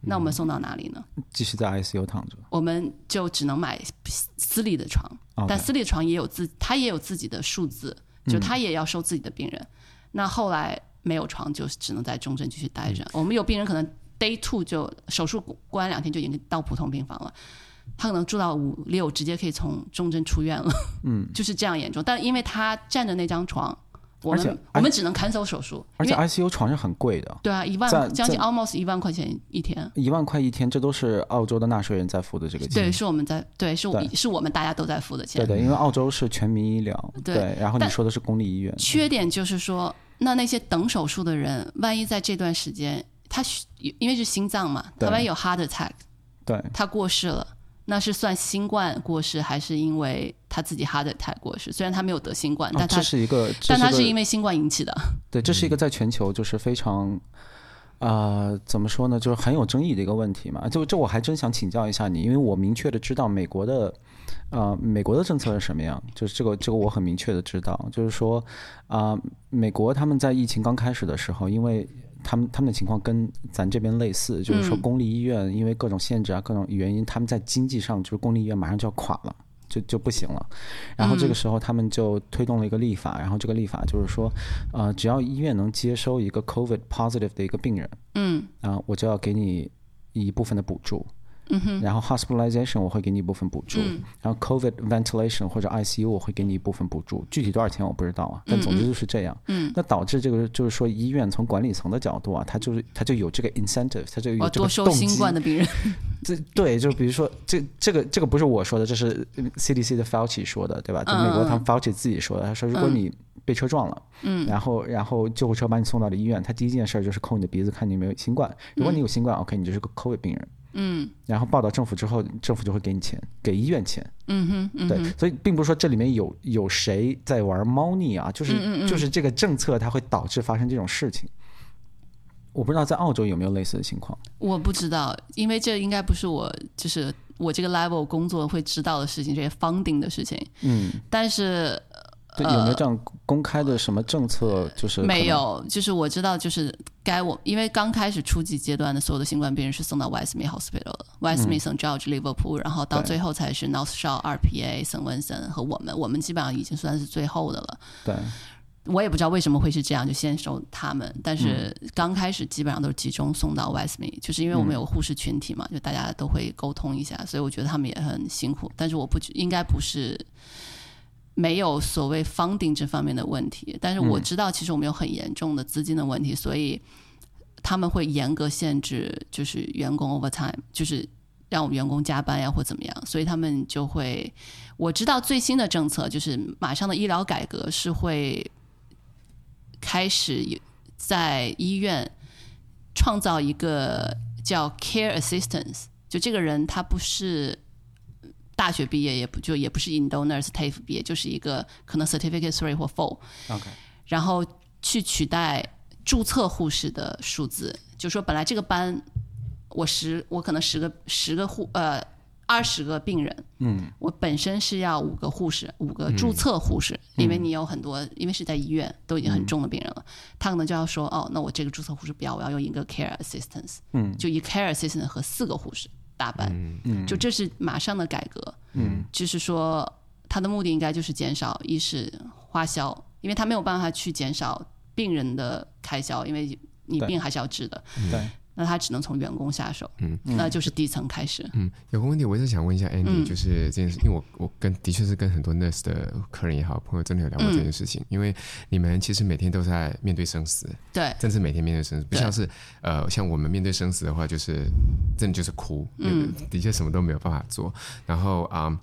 S3: 那
S2: 嗯
S3: 我们送到哪里呢？
S2: 继续在 ICU 躺着。
S3: 我们就只能买私私立的床，
S2: OK 嗯
S3: 但私立床也有自，他也有自己的数字，就他也要收自己的病人。那后来没有床，就只能在重症继续待
S2: 嗯
S3: 着。我们有病人可能 day two 就手术过完两天就已经到普通病房了，他可能住到五六，直接可以从重症出院了。嗯， 就是这样严重。但因为他占着那张床，我
S2: 而且哎
S3: 们我们只能 cancel 手术，
S2: 而
S3: 因
S2: 且
S3: 为
S2: ICU 床是很贵的，
S3: 对啊，一万
S2: 在
S3: 将近
S2: 在嗯
S3: almost 一万块钱一天。
S2: 一万块一天，这都是澳洲的纳税人在付的这个钱。
S3: 对，是我们在对，是我
S2: 对
S3: 是我们大家都在付的钱
S2: 对。对，因为澳洲是全民医疗，
S3: 对
S2: 然后你
S3: 但
S2: 说的是公立医院，
S3: 缺点就是说，那那些等手术的人，万一在这段时间他需因为是心脏嘛，
S2: 对
S3: 他万一有 heart attack，
S2: 对，
S3: 他过世了，那是算新冠过世，还是因为他自己 heart attack 过世？虽然他没有得新冠，
S2: 啊
S3: 但他、
S2: 这是一个，这
S3: 但他
S2: 是
S3: 是
S2: 一个
S3: 因为新冠引起的。
S2: 对，这是一个在全球就是非常，呃，怎么说呢，就是很有争议的一个问题嘛。就这我还真想请教一下你，因为我明确的知道美国的，呃，美国的政策是什么样，就是这个这个我很明确的知道，就是说，啊、美国他们在疫情刚开始的时候，因为他们他们的情况跟咱这边类似，就是说
S3: 嗯
S2: 公立医院因为各种限制啊、各种原因，他们在经济上就是公立医院马上就要垮了。就就不行了，然后这个时候他们就推动了一个立法，然后这个立法就是说，呃，只要医院能接收一个 COVID positive 的一个病人，
S3: 嗯
S2: 啊、我就要给你一部分的补助，
S3: 嗯哼，
S2: 然后 hospitalization 我会给你一部分补助，
S3: 嗯
S2: 然后 COVID ventilation 或者 ICU 我会给你一部分补助，具体多少钱我不知道啊，但总之就是这样。
S3: 嗯，
S2: 那导致这个就是说，医院从管理层的角度啊，它就是它就有这个 incentive，它就
S3: 我
S2: 有这
S3: 哦多
S2: 个
S3: 收
S2: 动
S3: 新
S2: 机。
S3: 冠的病人。
S2: 这对，就比如说这这个这个不是我说的，这是呃 CDC 的 Fauci 说的，对吧？就美国他们 Fauci 自己说的，他说如果你被车撞了，
S3: 嗯，
S2: 然后然后救护车把你送到了医院，他第一件事儿就是抠你的鼻子，看你有没有新冠。如果你有新冠，OK，你就是个 COVID 病人。
S3: 嗯
S2: 然后报到政府之后，政府就会给你钱，给医院钱。
S3: 嗯哼嗯
S2: 对，所以并不是说这里面有有谁在玩猫腻啊，就是
S3: 嗯
S2: 就是这个政策它会导致发生这种事情。我不知道在澳洲有没有类似的情况。
S3: 我不知道，因为这应该不是我就是我这个 level 工作会知道的事情，这些 funding 的事情。
S2: 嗯，
S3: 但是
S2: 对，有没有这样公开的什么政策？就是可能
S3: 呃没，有，就是我知道，就是该我，因为刚开始初级阶段的所有的新冠病人是送到 Westmead Hospital 了，Westmead St George Liverpool，然后到
S2: 嗯对
S3: 最后才是 North Shore RPA St Vincent 和我们，我们基本上已经算是最后的了。
S2: 对，
S3: 我也不知道为什么会是这样，就先收他们，但是刚开始基本上都是集中送到 Westmead，就是因为我们有护士群体嘛，就大家都会沟通一下，所以我觉得他们也很辛苦，但是我不觉应该不是没有所谓 funding 这方面的问题，但是我知道其实我们有很严重的资金的问题，所以他们会严格限制就是员工 overtime，就是让我们员工加班呀或怎么样，所以他们就会我知道最新的政策就是马上的医疗改革是会开始有在医院创造一个叫 care assistance，就这个人他不是大学毕业，也不就也不是 indo nurse TAFE 毕业，就是一个可能 certificate three 或 four，
S2: OK，
S3: 然后去取代注册护士的数字，就说本来这个班我十我可能十个十个护呃二十个病人，
S2: 嗯，
S3: 我本身是要五个护士，五个注册护士，因为
S2: 嗯
S3: 你有很多，因为是在医院都已经很重的病人了，他可能就要说，哦，那我这个注册护士不要，我要用一个 care assistant，
S2: 嗯，
S3: 就一 care assistant 和四个护士搭班，
S2: 嗯
S3: 就这是马上的改革，
S2: 嗯，
S3: 就是说它的目的应该就是减少一是花销，因为他没有办法去减少病人的开销，因为你
S2: 对
S3: 病还是要治的，
S1: 嗯
S2: 对，
S3: 那他只能从员工下手，嗯，那就是低层开始，
S1: 嗯，有个问题，我是想问一下 Andy，、
S3: 嗯
S1: 就是这件事，因为我我跟的确是跟很多 nurse 的客人也好，朋友真的有聊过这
S3: 嗯
S1: 件事情，因为你们其实每天都在面对生死，
S3: 对，
S1: 真是每天面对生死，不
S3: 对
S1: 像是呃，像我们面对生死的话，就是真的就是哭，
S3: 嗯，
S1: 的确什么都没有办法做。然后啊、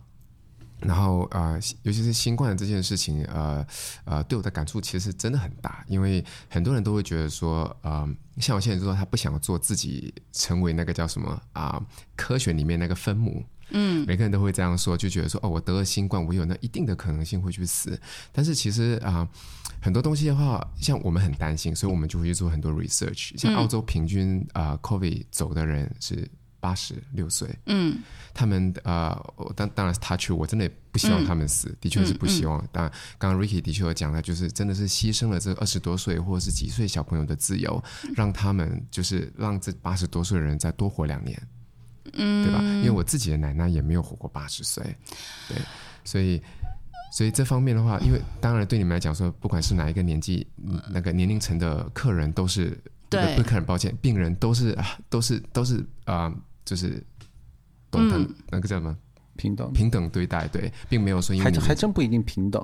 S1: 然后呃，尤其是新冠这件事情，呃呃，对我的感触其实真的很大，因为很多人都会觉得说，呃，像我现在说他不想做自己成为那个叫什么啊、科学里面那个分母，
S3: 嗯，
S1: 每个人都会这样说，就觉得说哦，我得了新冠，我有那一定的可能性会去死。但是其实啊、很多东西的话，像我们很担心，所以我们就会去做很多 research。像澳洲平均啊、呃、COVID 走的人是八十六岁，
S3: 嗯
S1: 他们呃，我当当然是他去，我真的也不希望他们死，的确是不希望。当然，刚刚 Ricky 的确有讲了，就是真的是牺牲了这二十多岁或者是几岁小朋友的自由，让他们就是让这八十多岁的人再多活两年，
S3: 嗯，
S1: 对吧？因为我自己的奶奶也没有活过八十岁，对，所以。所以这方面的话，因为当然对你们来讲说，不管是哪一个年纪、嗯那个年龄层的客人，都是
S3: 对
S1: 不客人，抱歉，病人都是啊，都是都是啊、就是懂得、
S3: 嗯
S1: 那个叫什么
S2: 平等，
S1: 平等对待，对，并没有说因为
S2: 还
S1: 你
S2: 真还真不一定平等，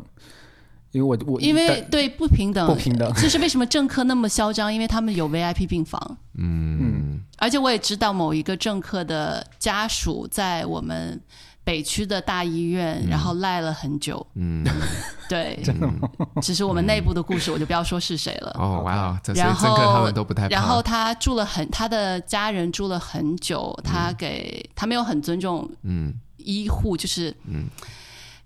S2: 因为我我
S3: 因为对不平
S2: 但
S3: 等
S2: 不，平等，
S3: 这是为什么政客那么嚣张？因为他们有 VIP 病房。
S1: 嗯
S3: 而且我也知道某一个政客的家属在我们北区的大医院，然后赖了很久。
S1: 嗯，
S3: 对，真的吗？只是我们内部的故事，我就不要说是谁了。
S1: 哦哇哦，这所
S3: 然
S1: 以
S3: 后
S1: 政客他们都不太怕，
S3: 然后他住了很，他的家人住了很久，他给他没有很尊重
S1: 嗯
S3: 医护，就是
S1: 嗯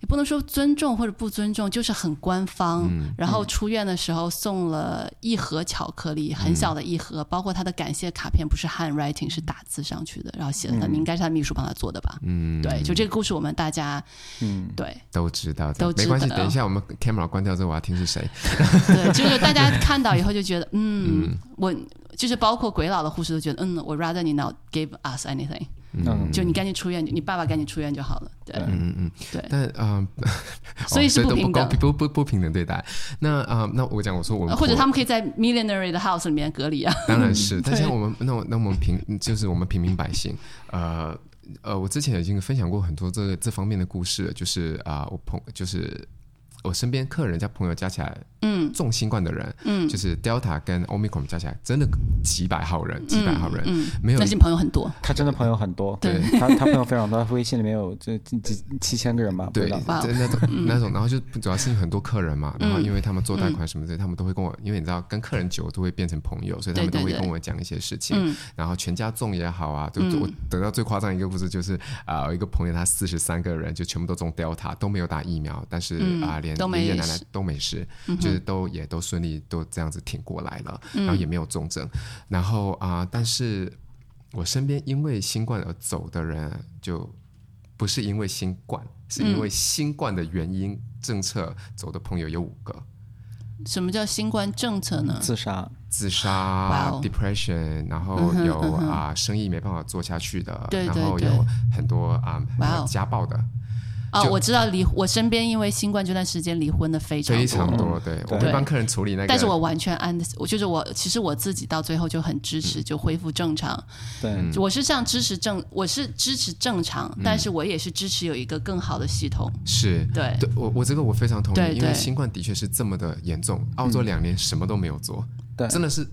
S3: 也不能说尊重或者不尊重，就是很官方。
S1: 嗯
S3: 然后出院的时候送了一盒巧克力，很小的一盒，
S1: 嗯
S3: 包括他的感谢卡片，不是 handwriting 是打字上去的，然后写的很，应该是他秘书帮他做的吧？
S1: 嗯，
S3: 对，就这个故事我们大家
S2: 嗯，
S3: 对
S1: 都知道的，
S3: 都知道
S1: 没关系，等一下我们 camera 关掉之后，我要听是谁，
S3: 对，就是大家看到以后就觉得，嗯，我就是包括鬼佬的护士都觉得，嗯，我 rather 你 not give us anything，
S2: 嗯
S3: 就你赶紧出院，你爸爸赶紧出院就好了，对
S1: 嗯嗯，
S3: 对，
S1: 但啊，呃
S3: 所以
S1: 哦
S3: 是
S1: 都
S3: 不
S1: 不
S3: 平
S1: 公
S3: 等
S1: 平，不不不平等对待。那啊、呃那我讲我说我们
S3: 或者
S1: 活
S3: 他们可以在 millionaire 的 house 里面隔离啊，
S1: 当然是，但
S3: 对
S1: 像我们那我那我们平就是我们平民百姓，呃呃，我之前已经分享过很多这个这方面的故事了，就是啊、我朋就是我身边客人加朋友加起来，
S3: 嗯，
S1: 中新冠的人，
S3: 嗯
S1: 就是 Delta 跟 Omicron 加起来真的几百号人，几百号人，
S3: 嗯，
S1: 没有
S3: 但是你朋友很多，
S2: 他真的朋友很多，
S1: 对
S2: 他他朋友非常多，他微信里面有这几几七千个人吧，不
S1: 对，
S2: 知道
S3: 哇哦嗯
S1: 对那种那种，然后就主要是很多客人嘛，然后因为他们做贷款什么之类，他们都会跟我，因为你知道跟客人久都会变成朋友，所以他们
S3: 对
S1: 都
S3: 对
S1: 会
S3: 对
S1: 跟我讲一些事情。
S3: 嗯
S1: 然后全家中也好啊，就
S3: 嗯
S1: 我得到最夸张一个故事就是啊、呃有一个朋友他四十三个人就全部都中 Delta 都没有打疫苗，但是啊、
S3: 嗯
S1: 连
S3: 都没
S1: 爷爷奶奶
S3: 事
S1: 都没事，
S3: 嗯哼
S1: 就是都也都顺利都这样子挺过来了，然
S3: 嗯
S1: 后也没有重症，然后啊、但是我身边因为新冠而走的人就不是因为新冠，是因
S3: 嗯
S1: 为新冠的原因政策走的朋友有五个。
S3: 什么叫新冠政策呢？
S2: 自杀，
S1: 自
S3: 哇
S1: 杀、
S3: 哦
S1: depression，然后
S3: 嗯哼
S1: 有
S3: 嗯哼
S1: 啊、生意没办法做下去的，
S3: 对对
S1: 然后
S3: 对
S1: 有很多啊、
S3: 哇哦
S1: 有家暴的，
S3: 啊，
S1: 就
S3: 我知道离我身边因为新冠这段时间离婚的非常
S1: 非
S3: 多，
S1: 常多。对，我会
S3: 对
S1: 帮客人处理那个，
S3: 但是我完全安，我就是我，其实我自己到最后就很支
S1: 嗯
S3: 持，就恢复正常。
S2: 对，
S3: 我是这样支持正，我是支持正常，
S1: 嗯
S3: 但是我也是支持有一个更好的系统。
S1: 是。
S3: 对，
S1: 对我，我这个我非常同
S3: 对
S1: 意，因为
S3: 对
S1: 新冠的确是这么的严重。澳洲两年什么都没有做，
S2: 对
S1: 真的是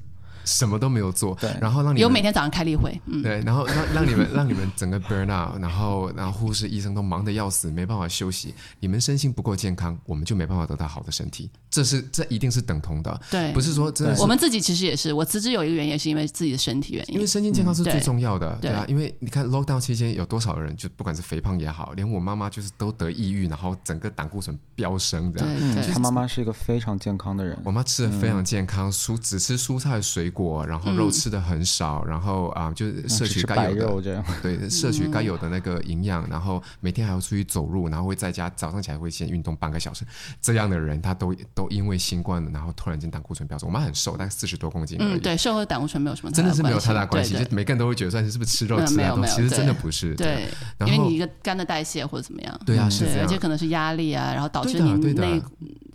S1: 什么都没有做
S2: 对，
S1: 然后让你
S3: 有
S1: 们
S3: 每天早上开例会，嗯，
S1: 对，然后让让你们 让你们整个 burn out，然后然后护士医生都忙得要死，没办法休息。你们身心不够健康，我们就没办法得到好的身体，这是这一定是等同的，
S3: 对
S1: 不。是说真的是
S3: 我们自己其实也是，我辞职有一个原因也是因为自己的身体原
S1: 因为
S3: 因。
S1: 身心健康是
S3: 嗯对
S1: 最重要的，
S3: 对
S1: 对啊，因为你看 lockdown 期间有多少人，就不管是肥胖也好，连我妈妈就是都得抑郁，然后整个胆固醇飙升这样。嗯
S3: 对嗯对
S2: 他妈妈是一个非常健康的人，
S1: 我妈吃的非常健
S3: 嗯
S1: 康，蔬只吃蔬菜水果，然后肉吃的很少，然后啊、就是摄
S2: 只
S1: 取
S2: 嗯吃
S1: 该
S2: 白
S1: 有的
S2: 肉这样，
S3: 嗯
S1: 对，摄取该有的那个营养，然后每天还要出去走路，然后会在家早上起来会先运动半个小时，这样的人他都都因为新冠，然后突然间胆固醇飙升。我妈很瘦，大概四十多公斤而
S3: 嗯，
S1: 已，
S3: 对，社会胆固醇没有什么太
S1: 真
S3: 大
S1: 的是没有太大关
S3: 呃关
S1: 系。
S3: 对
S1: 就每个人都会觉得说你是不是吃肉
S3: 嗯
S1: 吃
S3: 没
S1: 太
S3: 有
S1: 多，
S3: 没有
S1: 其实
S3: 对
S1: 真的不是。
S3: 对，
S1: 然
S3: 对因为
S1: 后
S3: 你一个肝的代谢或者怎么样，
S1: 对啊，是这
S3: 对，而且
S1: 样。
S3: 可能是压力啊，然后导致
S1: 对的
S3: 你
S1: 对的
S3: 内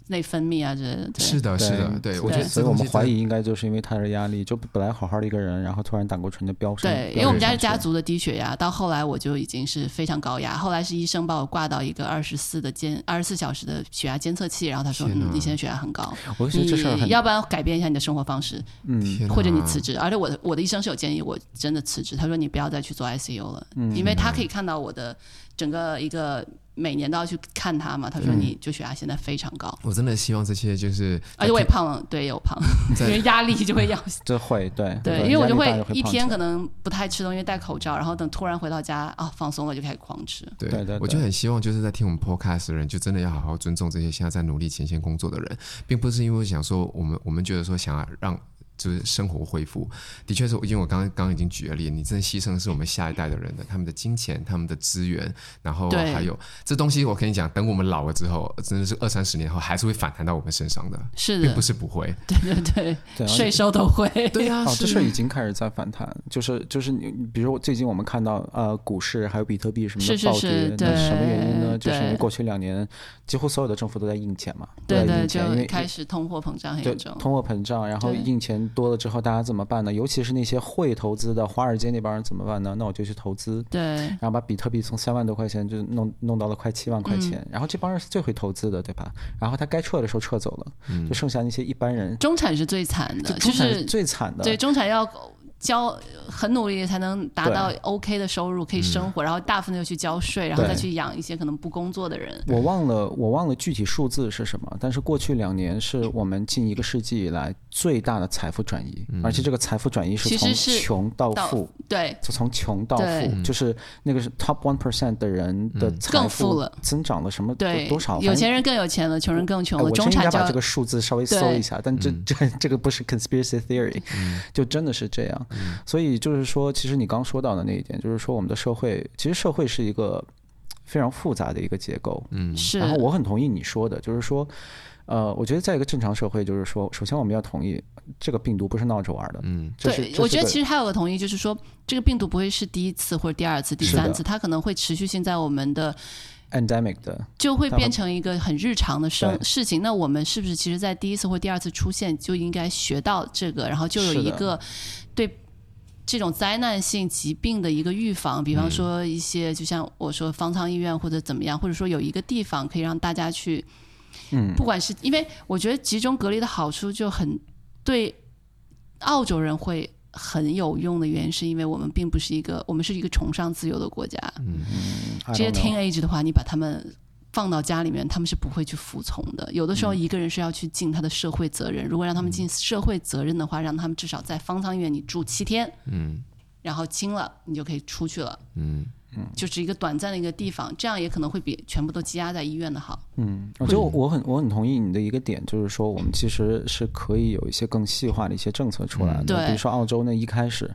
S3: 内分泌啊之类的。对
S1: 是的，是的，
S2: 对
S1: 对，我觉得
S3: 对
S1: 这
S2: 所以我
S1: 东
S2: 们
S1: 西
S2: 怀
S1: 真的
S2: 疑应该就是因为他的压力，就本来好好的一个人，然后突然胆固醇就飙升，飙
S3: 对，因为我们家
S2: 上
S3: 是家
S2: 去，
S3: 族的低血压，到后来我就已经是非常高压。后来是医生把我挂到一个二十四的监二十四小时的血压监测器，然后他说：“
S1: 天哪
S3: 嗯，你现在血压很高，
S2: 我就觉得这事儿
S3: 你
S2: 很
S3: 要不然改变一下你的生活方式，
S2: 嗯，
S1: 天
S3: 或者你
S1: 哪
S3: 辞职。”而且我的我的医生是有建议我
S2: 嗯
S3: 真的辞职，他说你不要再去做 ICU 了，因为他可以看到我的整个一个每年都要去看他嘛，他
S2: 嗯
S3: 说你就血压现在非常高，
S1: 我真的希望这些就是，
S3: 而且我也胖了，对，也有胖，因为压力就会要。
S2: 这会对
S3: 对，因为我就
S2: 压力大
S3: 一
S2: 胖
S3: 天
S2: 起来
S3: 可能不太吃东西，戴口罩，然后等突然回到家啊放松了就开始狂吃。
S1: 对
S2: 对对
S1: 我就很希望就是在听我们 podcast 的人，就真的要好好尊重这些现在在努力前线工作的人，并不是因为想说我们我们觉得说想要让。就是生活恢复，的确是，因为我刚刚刚已经举了例，你真的牺牲的是我们下一代的人的，他们的金钱、他们的资源，然后
S3: 对
S1: 还有这东西，我跟你讲，等我们老了之后，真的是二三十年后，还是会反弹到我们身上的，
S3: 是
S1: 并
S3: 的
S1: 不，是不会。
S3: 对对
S2: 对
S3: 对，
S2: 而且
S3: 税收都会。
S1: 对啊，
S2: 哦，这
S1: 是
S2: 是已经开始在反弹，就是就是你，你比如我最近我们看到呃，股市还有比特币什么
S3: 是
S2: 的
S3: 是
S2: 暴跌，
S3: 是
S2: 那什么原因呢？
S3: 对
S2: 就是因为
S3: 对
S2: 过去两年几乎所有的政府都在印钱嘛，
S3: 对
S2: 都在
S3: 对，
S2: 印钱，因
S3: 就
S2: 为
S3: 开始通货膨胀很
S2: 对，
S3: 严重。
S2: 通货膨胀，然后
S3: 对
S2: 印钱多了之后，大家怎么办呢？尤其是那些会投资的，华尔街那帮人怎么办呢？那我就去投资，
S3: 对
S2: 然后把比特币从三万多块钱就弄弄到了快七万块钱，
S3: 嗯
S2: 然后这帮人是最会投资的，对吧？然后他该撤的时候撤走了，就剩下那些一般人，
S3: 中产是最惨的，
S2: 中
S3: 呃就
S2: 产
S3: 是
S2: 是最惨的，
S3: 对中产要交很努力才能达
S2: 啊
S3: 到 OK 的收入，可以生活，然后大部分又去交税，然后
S2: 嗯对
S3: 再去养一些可能不工作的人。
S2: 我忘了，我忘了具体数字是什么，但是过去两年是我们近一个世纪以来最大的财富转移，而且这个财富转移是
S3: 其实
S2: 从
S3: 是
S2: 穷到
S3: 到
S2: 富，
S3: 对
S2: 就从穷到
S3: 对
S2: 富，就是那个是 top one percent 的人的财
S3: 更富
S2: 富
S3: 了
S2: 增长了什么多
S3: 对
S2: 多少？，反
S3: 有
S2: 正
S3: 钱人更有钱了，穷人更穷
S2: 哎
S3: 了，
S2: 我真
S3: 中
S2: 应
S3: 产
S2: 该
S3: 就
S2: 把
S3: 要
S2: 这个数字稍微搜
S3: 对
S2: 一下，但这这这个不是 conspiracy theory，就真的是这样。所以就是说，其实你刚说到的那一点，就是说我们的社会，其实社会是一个非常复杂的一个结构，
S1: 嗯
S3: 是
S2: 嗯然后我很同意你说的，就是说，呃，我觉得在一个正常社会，就是说，首先我们要同意这个病毒不是闹着玩的，嗯，这是
S3: 对，我觉得其
S2: 实
S3: 实还有个同意，就是说这个病毒不会是第一次或者第二次、第
S2: 是的
S3: 三次，它可能会持续性在我们的
S2: endemic 的，
S3: 就会
S2: 它会
S3: 变成一个很日常的生
S2: 对
S3: 事情。那我们是不是其实，在第一次或第二次出现就应该学到这个，然后就有
S2: 是的
S3: 一个对这种灾难性疾病的一个预
S2: 嗯
S3: 防？比方说一些，就像我说方舱医院或者怎么样，或者说有一个地方可以让大家去，
S2: 嗯
S3: 不管是因为我觉得集中隔离的好处就很对澳洲人会。很有用的原因是因为我们并不是一个，我们是一个崇尚自由的国家，
S2: 嗯 I
S3: 这些
S2: don't know
S3: teenage 的话，你把他们放到家里面，他们是不会去服从的。有的时候，
S2: 嗯
S3: 一个人是要去尽他的社会责任。如果让他们尽社会责任的话，让他们至少在方舱医院你住七天，
S1: 嗯
S3: 然后轻了你就可以出去了，
S1: 嗯，
S3: 就是一个短暂的一个地方，这样也可能会比全部都积压在医院的好。
S2: 嗯，我觉得我我很我很同意你的一个点，就是说我们其实是可以有一些更细化的一些政策出来的，
S3: 嗯对
S2: 比如说澳洲那一开始，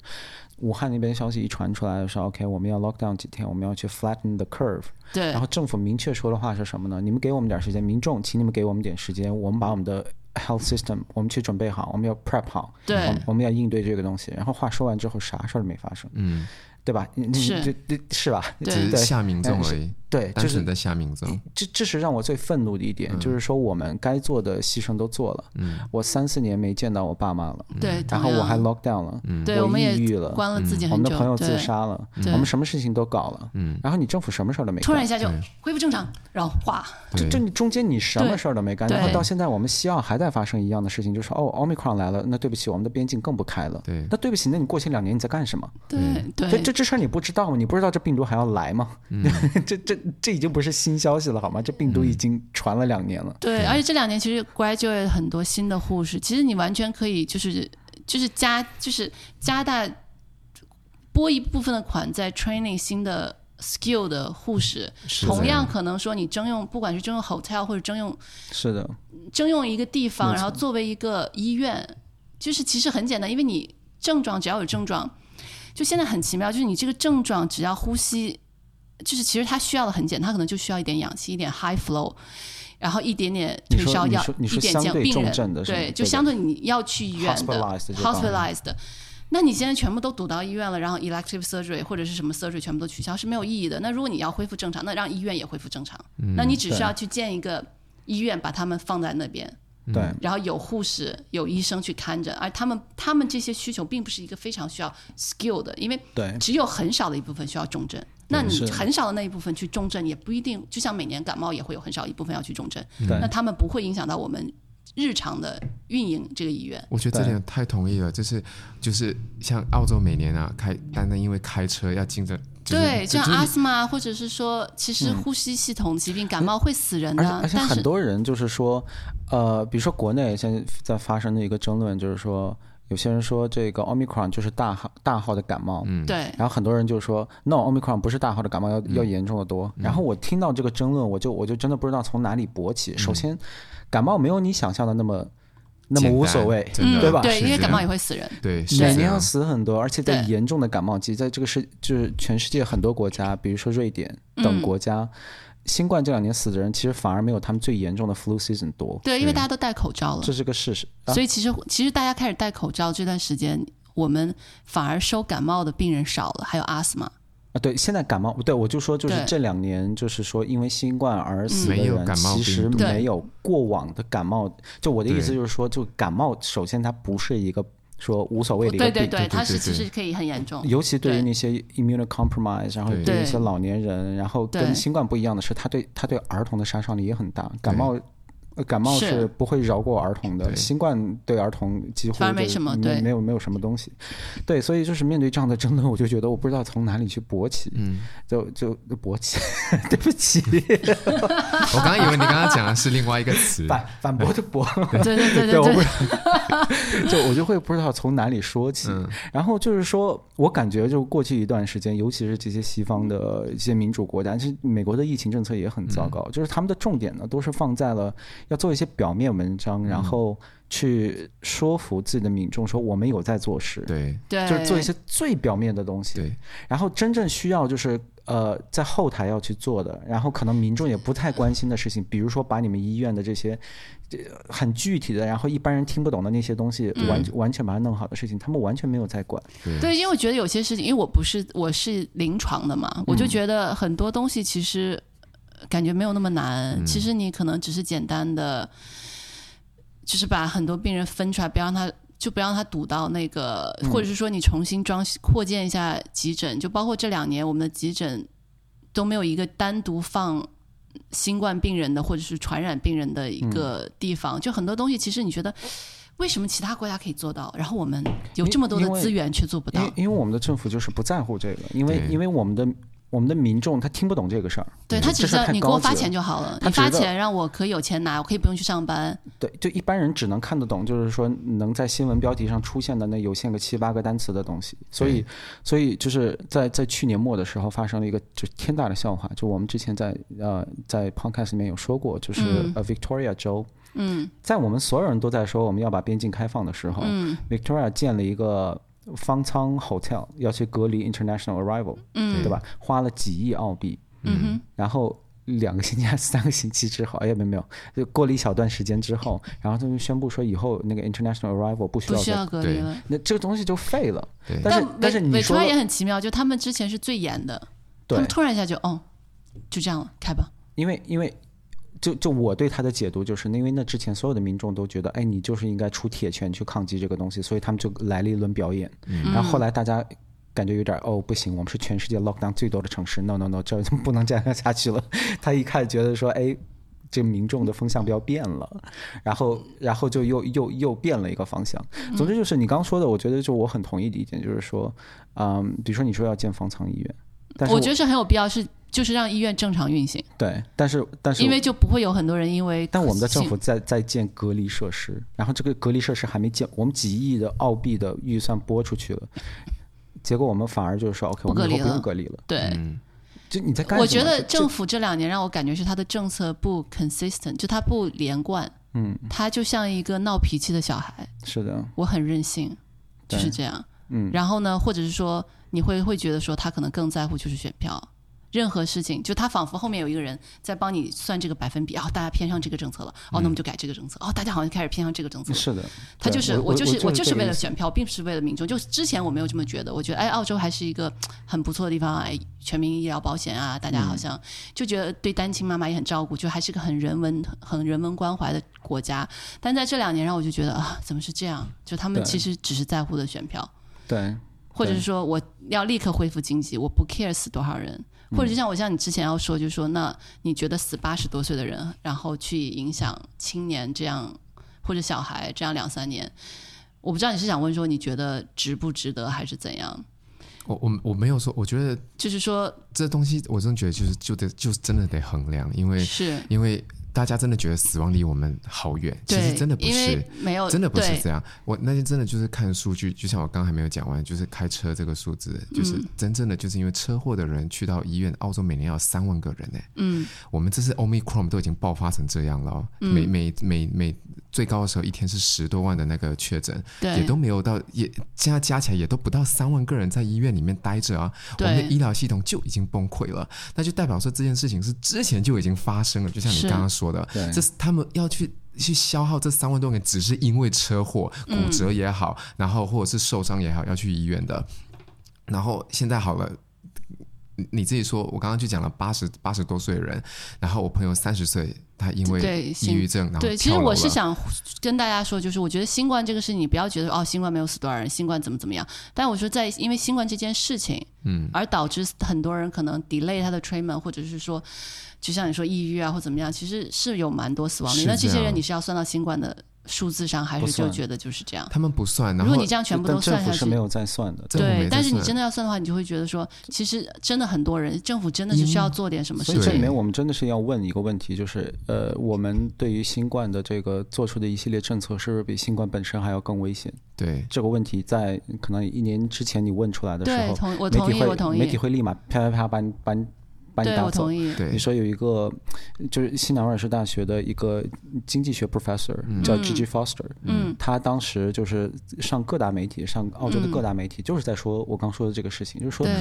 S2: 武汉那边消息一传出来的时候，OK，我们要 lock down 几天，我们要去 flatten the curve，
S3: 对
S2: 然后政府明确说的话是什么呢？你们给我们点时间，民众，请你们给我们点时间，我们把我们的 health system 我们去准备好，我们要 prep 好，我
S3: 对
S2: 们我们要应对这个东西。然后话说完之后，啥事儿都没发生，
S1: 嗯，
S2: 对吧？你你
S3: 是
S2: 这这是吧？
S3: 对
S1: 只是下民众
S2: 但是
S1: 而已，
S2: 对，就
S1: 单
S2: 是嗯
S1: 纯的下民众。
S2: 这这是让我最愤怒的一点，就是说我们该做的牺牲都做了。我三四年没见到我爸妈了，
S3: 对，
S2: 嗯然后我
S3: 同样
S2: 还 lock down 了，
S3: 对，我们
S2: 抑
S3: 也
S2: 郁了，嗯
S3: 关了自己
S2: 我
S3: 很
S2: 们
S3: 久，
S2: 的朋友
S3: 对
S2: 自杀了，
S3: 对
S2: 我们什么事情都搞了，然后你政府什么事儿都没
S3: 突
S2: 干
S3: 然一。下就恢复正常，然后哗，
S2: 就
S1: 对
S2: 就你中间你什么事儿都没干，
S3: 对
S2: 然后到现在我们西澳还在发生一样的事情，就说哦，omicron 来了，那对不起，我们的边境更不开了。
S1: 对
S2: 那对不起，那你过去两年你在干什么？
S3: 对
S2: 这
S3: 对
S2: 这这事儿你不知道吗？你不知道这病毒还要来吗？ 这这这已经不是新消息了好吗？这病毒已经传了两年了。
S3: 对，而且这两年其实 graduate 很多新的护士，其实你完全可以就是就是加就是加大拨一部分的款在 training 新的 skill 的护士，
S1: 是
S3: 同
S1: 这
S3: 样
S1: 样
S3: 可能说你征用，不管是征用 hotel 或者征用
S2: 是的，
S3: 征用一个地方，然后作为一个医院，就是其实很简单，因为你症状只要有症状，就现在很奇妙，就是你这个症状只要呼吸，就是其实它需要的很简单，它可能就需要一点氧气，一点 high flow，然后一点点退烧药
S2: 你说，你
S3: 一
S2: 说你说
S3: 点
S2: 相
S3: 降
S2: 对
S3: 病
S2: 重症
S3: 人，
S2: 的是吗
S3: 对，
S2: 对
S3: 就
S2: 的
S3: 相对你要去医院的
S2: Hospitalized 这种
S3: hospitalized 的。那你现在全部都堵到医院了，然后 elective surgery 或者是什么 surgery 全部都取消是没有意义的。那如果你要恢复正常，那让医院也恢复正常，
S2: 嗯
S3: 那你只需要去建一个医院，把他们放在那边，
S2: 对，
S3: 然后有护士、有医生去看诊，而他们他们这些需求并不是一个非常需要 skill 的，因为
S2: 对
S3: 只有很少的一部分需要重症。那你
S2: 嗯是的
S3: 很少的那一部分去重症也不一定，就像每年感冒也会有很少一部分要去重症，
S2: 对
S3: 那他们不会影响到我们日常的运营这个医院。
S1: 我觉得这点太同意了，就是就是像澳洲每年啊开单单因为开车要竞争就是
S3: 对，
S1: 就
S3: 像
S1: 就是
S3: 阿斯玛，或者是说，其实呼吸系统疾病、感冒会死人
S2: 而且
S3: 的，
S2: 而且
S3: 但
S2: 很
S3: 是
S2: 多人就是说，呃，比如说国内现在在发生的一个争论，就是说有些人说这个 omicron 就是大号大号的感冒，
S3: 对
S2: 然后很多人就说 no，omicron 不是大号的感冒，要
S1: 嗯
S2: 要严重的多。然后我听到这个争论，我就我就真的不知道从哪里驳
S1: 嗯
S2: 起。首先，感冒没有你想象的那么那么
S1: 简单
S2: 无所谓，
S1: 真的
S2: 对吧？
S3: 嗯对，
S1: 是
S3: 因为
S1: 这
S3: 感
S1: 样
S3: 冒也会死人，
S1: 对，是
S2: 每
S1: 这
S2: 年要
S1: 样，
S2: 死很多，而且在
S3: 对
S2: 严重的感冒季，在这个世就是全世界很多国
S1: 嗯
S2: 家，比如说瑞典等国家，新冠这两年死的人其实反而没有他们最严重的 flu season 多，
S3: 对，因为大家都戴口罩了
S2: 这，是个事实。啊
S3: 所以其实其实大家开始戴口罩这段时间，我们反而收感冒的病人少了，还有阿斯玛，
S2: 啊，对，现在感冒，对我就说，就是
S3: 对
S2: 这两年，就是说，因为新冠而死的
S1: 没有
S2: 人，
S1: 感冒
S2: 其实
S1: 病毒
S3: 对
S2: 没有过往的感冒。就我的意思
S1: 对
S2: 就是说，就感冒，首先它不是一个说无所谓的一个
S3: 对
S2: 病，
S3: 对，它是
S1: 对
S3: 其
S1: 对
S3: 实可以很严重，
S2: 尤其对于那些 immunocompromise，然后
S1: 对
S2: 对于一
S3: 对
S2: 些老年人，然后跟
S3: 对
S2: 新冠不一样的是，它对它对儿童的杀伤力也很大。感冒，呃感冒
S3: 是
S2: 是不会饶过儿童的，
S1: 对
S2: 新冠对儿童几乎
S3: 反而没
S2: 就
S3: 什么
S2: 没
S3: 对
S2: 没有没有什么东西。对，所以就是面对这样的争论，我就觉得我不知道从哪里去勃起，嗯，就就勃起， 对不起，
S1: 我刚刚以为你刚刚讲的是另外一个 词，
S2: 反反驳的驳。
S3: 对 对对
S2: 我
S3: 对
S2: 不知道，就我就会 不知道从哪里说起。
S1: 嗯
S2: 然后就是说，我感觉就过去一段时间，尤其是这些西方的一些民主国家，其实美国的疫情政策也很糟
S1: 嗯
S2: 糕，就是他们的重点呢都是放在了要做一些表面文章，
S1: 嗯
S2: 然后去说服自己的民众说我们有在做事，
S1: 对
S3: 对，
S2: 就是做一些最表面的东西。
S1: 对，
S2: 然后真正需要就是呃在后台要去做的，然后可能民众也不太关心的事情，比如说把你们医院的这些这很具体的，然后一般人听不懂的那些东西，
S3: 嗯
S2: 完、完全把它弄好的事情，他们完全没有在管。
S3: 对，因为我觉得有些事情，因为我不是我是临床的嘛，
S2: 嗯
S3: 我就觉得很多东西其实呃感觉没有那么难。
S2: 嗯
S3: 其实你可能只是简单的，就是把很多病人分出来，不要让他。就不让他堵到那个，
S2: 嗯
S3: 或者是说你重新装扩建一下急诊，就包括这两年我们的急诊都没有一个单独放新冠病人的或者是传染病人的一
S2: 嗯
S3: 个地方，就很多东西其实你觉得为什么其他国家可以做到，然后我们有这么多的
S2: 因为
S3: 资源却做不
S2: 因
S3: 到
S2: 为？因为我们的政府就是不在乎这个，因为
S1: 对
S2: 因为我们的我们的民众他听不懂这个事儿，
S3: 对他只
S2: 这
S3: 知
S2: 事儿
S3: 道
S2: 太
S3: 你给
S2: 高
S3: 我
S2: 级了
S3: 发钱就好了，
S2: 他
S3: 你发
S2: 觉得
S3: 钱让我可以有钱拿，我可以不用去上班。
S2: 对，就一般人只能看得懂，就是说能在新闻标题上出现的那有限个七八个单词的东西。所以，所以就是在在去年末的时候发生了一个就天大的笑话，就我们之前在呃在 podcast 里面有说过，就是
S3: 嗯
S2: 呃 Victoria 州，
S3: 嗯
S2: 在我们所有人都在说我们要把边境开放的时候、
S3: 嗯
S2: v i c t o r i a 建了一个方舱 hotel 要去隔离 international arrival，
S3: 嗯
S2: 对吧？花了几亿澳币，
S3: 嗯
S2: 然后两个星期还是三个星期之后，哎呀，没有没有，就过了一小段时间之 后，然后他们宣布说以后那个 international arrival 不
S3: 哼，
S2: 需
S3: 不
S2: 要
S3: 需
S2: 再，
S3: 要隔离
S1: 对
S3: 了。
S2: 那这个东西就废了
S1: 对。
S2: 但是
S3: 韦
S2: 但是你
S3: 韦
S2: 说
S3: 川也很奇妙，就他们之前是最严的，他
S2: 对
S3: 们，突然一下就哦，就这样了，开吧。
S2: 因为因为。就就我对他的解读，就是因为那之前所有的民众都觉得，哎，你就是应该出铁拳去抗击这个东西，所以他们就来了一轮表演。然后
S3: 嗯
S2: 后来大家感觉有点哦，不行，我们是全世界 lockdown 最多的城市，no no no，这不能这 样下去了。他一开始觉得说，哎，这民众的风向标变了，然后然后就又又又变了一个方向。
S3: 嗯
S2: 总之就是你刚说的，我觉得就我很同意的一点就是说，嗯，比如说你说要建方舱医院，但是
S3: 我觉得是很有必要，是就是让医院正常运行，
S2: 对，但是但是
S3: 因为就不会有很多人因为
S2: 但我们的政
S3: 信
S2: 府在在建隔离设施，然后这个隔离设施还没建，我们几亿的澳币的预算拨出去了，结果我们反而就是说，OK，
S3: 不
S2: 我们以
S3: 隔
S2: 后
S3: 离
S2: 不
S3: 了
S2: 用隔离了。
S3: 对。
S2: 就你嗯在干什么？
S3: 我觉得
S2: 就
S3: 政府这两年让我感觉是他的政策不 consistent，就他不连贯，嗯，他就像一个闹脾气的小孩，
S2: 是的，
S3: 我很任性，
S2: 嗯对
S3: 就是这样。
S2: 嗯
S3: 然后呢，或者是说你会会觉得说他可能更在乎就是选票，任何事情就他仿佛后面有一个人在帮你算这个百分比，哦，大家偏向这个政策了，
S2: 嗯
S3: 哦，那我们就改这个政策，哦，大家好像开始偏向这个政策了。
S2: 是的，
S3: 他
S2: 对
S3: 就是
S2: 我
S3: 就
S2: 我
S3: 是
S2: 我
S3: 就是
S2: 这个
S3: 为
S2: 意
S3: 了
S2: 思
S3: 选票，并不是为了民众。就是之前我没有这么觉得，我觉得哎，澳洲还是一个很不错的地方，哎，全民医疗保险啊，大
S2: 嗯
S3: 家好像就觉得对单亲妈妈也很照顾，就还是个很人文、很人文关怀的国家。但在这两年让我就觉得啊，怎么是这样？就他们
S2: 对
S3: 其实只是在乎的选票，
S2: 对
S3: 或者是说我要立刻恢复经济，我不 care 死多少人。或者
S1: 嗯
S3: 就像我像你之前要说，就是说，那你觉得死八十多岁的人，然后去影响青年这样或者小孩这样两三年，我不知道你是想问说你觉得值不值得还是怎样？
S1: 我我我没有说，我觉得
S3: 就是说
S1: 这东西我真觉得就是就得就真的得衡量，因为
S3: 是
S1: 因为大家真的觉得死亡离我们好远，其实
S3: 对
S1: 真的不
S3: 因为
S1: 是。
S3: 没有
S1: 真的不是
S3: 哦对
S1: 这样，我那天真的就是看数据，就像我刚刚还没有讲完，就是开车这个数字，
S3: 嗯
S1: 就是真正的就是因为车祸的人去到医院，澳洲每年要三万个人呢、
S3: 嗯
S1: 我们这次 Omicron 都已经爆发成这样了哦、每每每每最高的时候一天是十多万的那个确诊，
S3: 对
S1: 也都没有到，也现在加起来也都不到三万个人在医院里面待着啊，我
S3: 对
S1: 们的医疗系统就已经崩溃了，那就代表说这件事情是之前就已经发生了，就像你
S3: 是
S1: 刚刚说的，
S2: 对
S1: 这是他们要去。去消耗这三万多个人，只是因为车祸、骨折也好，
S3: 嗯
S1: 然后或者是受伤也好，要去医院的。然后现在好了，你你自己说，我刚刚就讲了八十八十多岁的人，然后我朋友三十岁，他因
S3: 对
S1: 为抑
S3: 心
S1: 郁症，然后
S3: 对，其实
S1: 跳楼
S3: 我是
S1: 了
S3: 想跟大家说，就是我觉得新冠这个事情，你不要觉得哦，新冠没有死多少人，新冠怎么怎么样。但我说在因为新冠这件事情，嗯，而导致很多人可能 delay 他的 treatment，或者是说，就像你说抑郁啊或怎么样，其实是有蛮多死亡率。
S1: 是
S3: 那这
S1: 这
S3: 些
S1: 样
S3: 人你是要算到新冠的数字上，还
S2: 不
S3: 是就
S2: 算
S3: 觉得就是这样？
S1: 他们不算，然
S3: 如果
S1: 后
S3: 你这样全部
S2: 但
S3: 都
S2: 政
S3: 算
S2: 府
S3: 下
S2: 是
S3: 去
S2: 没，有在算的，
S1: 政府没
S3: 对
S1: 在，
S3: 但是你
S1: 算
S3: 真的要算的话，你就会觉得说，其实真的很多人，政府真的是需要做点什么
S2: 嗯所
S3: 事
S2: 以
S3: 情。
S2: 这
S1: 对
S2: 里面我们真的是要问一个问题，就是呃，我们对于新冠的这个做出的一系列政策，是不是比新冠本身还要更危险？
S1: 对
S2: 这个问题在可能一年之前你问出来的时
S3: 对，
S2: 候，
S3: 同我
S2: 媒
S3: 同
S2: 体
S3: 意，我同
S2: 会媒体
S3: 意，
S2: 会立马啪啪啪把你把你把你
S3: 对
S2: 打
S3: 我
S2: 走
S3: 同。意，
S1: 对
S2: 你，说有一个就是西南威尔士大学的一个经济学 professor 叫 Gigi Foster，
S3: 嗯
S2: 他当时就是上各大媒体，上澳洲的各大媒体，就是在说我刚说的这个事情，就是说
S3: 对。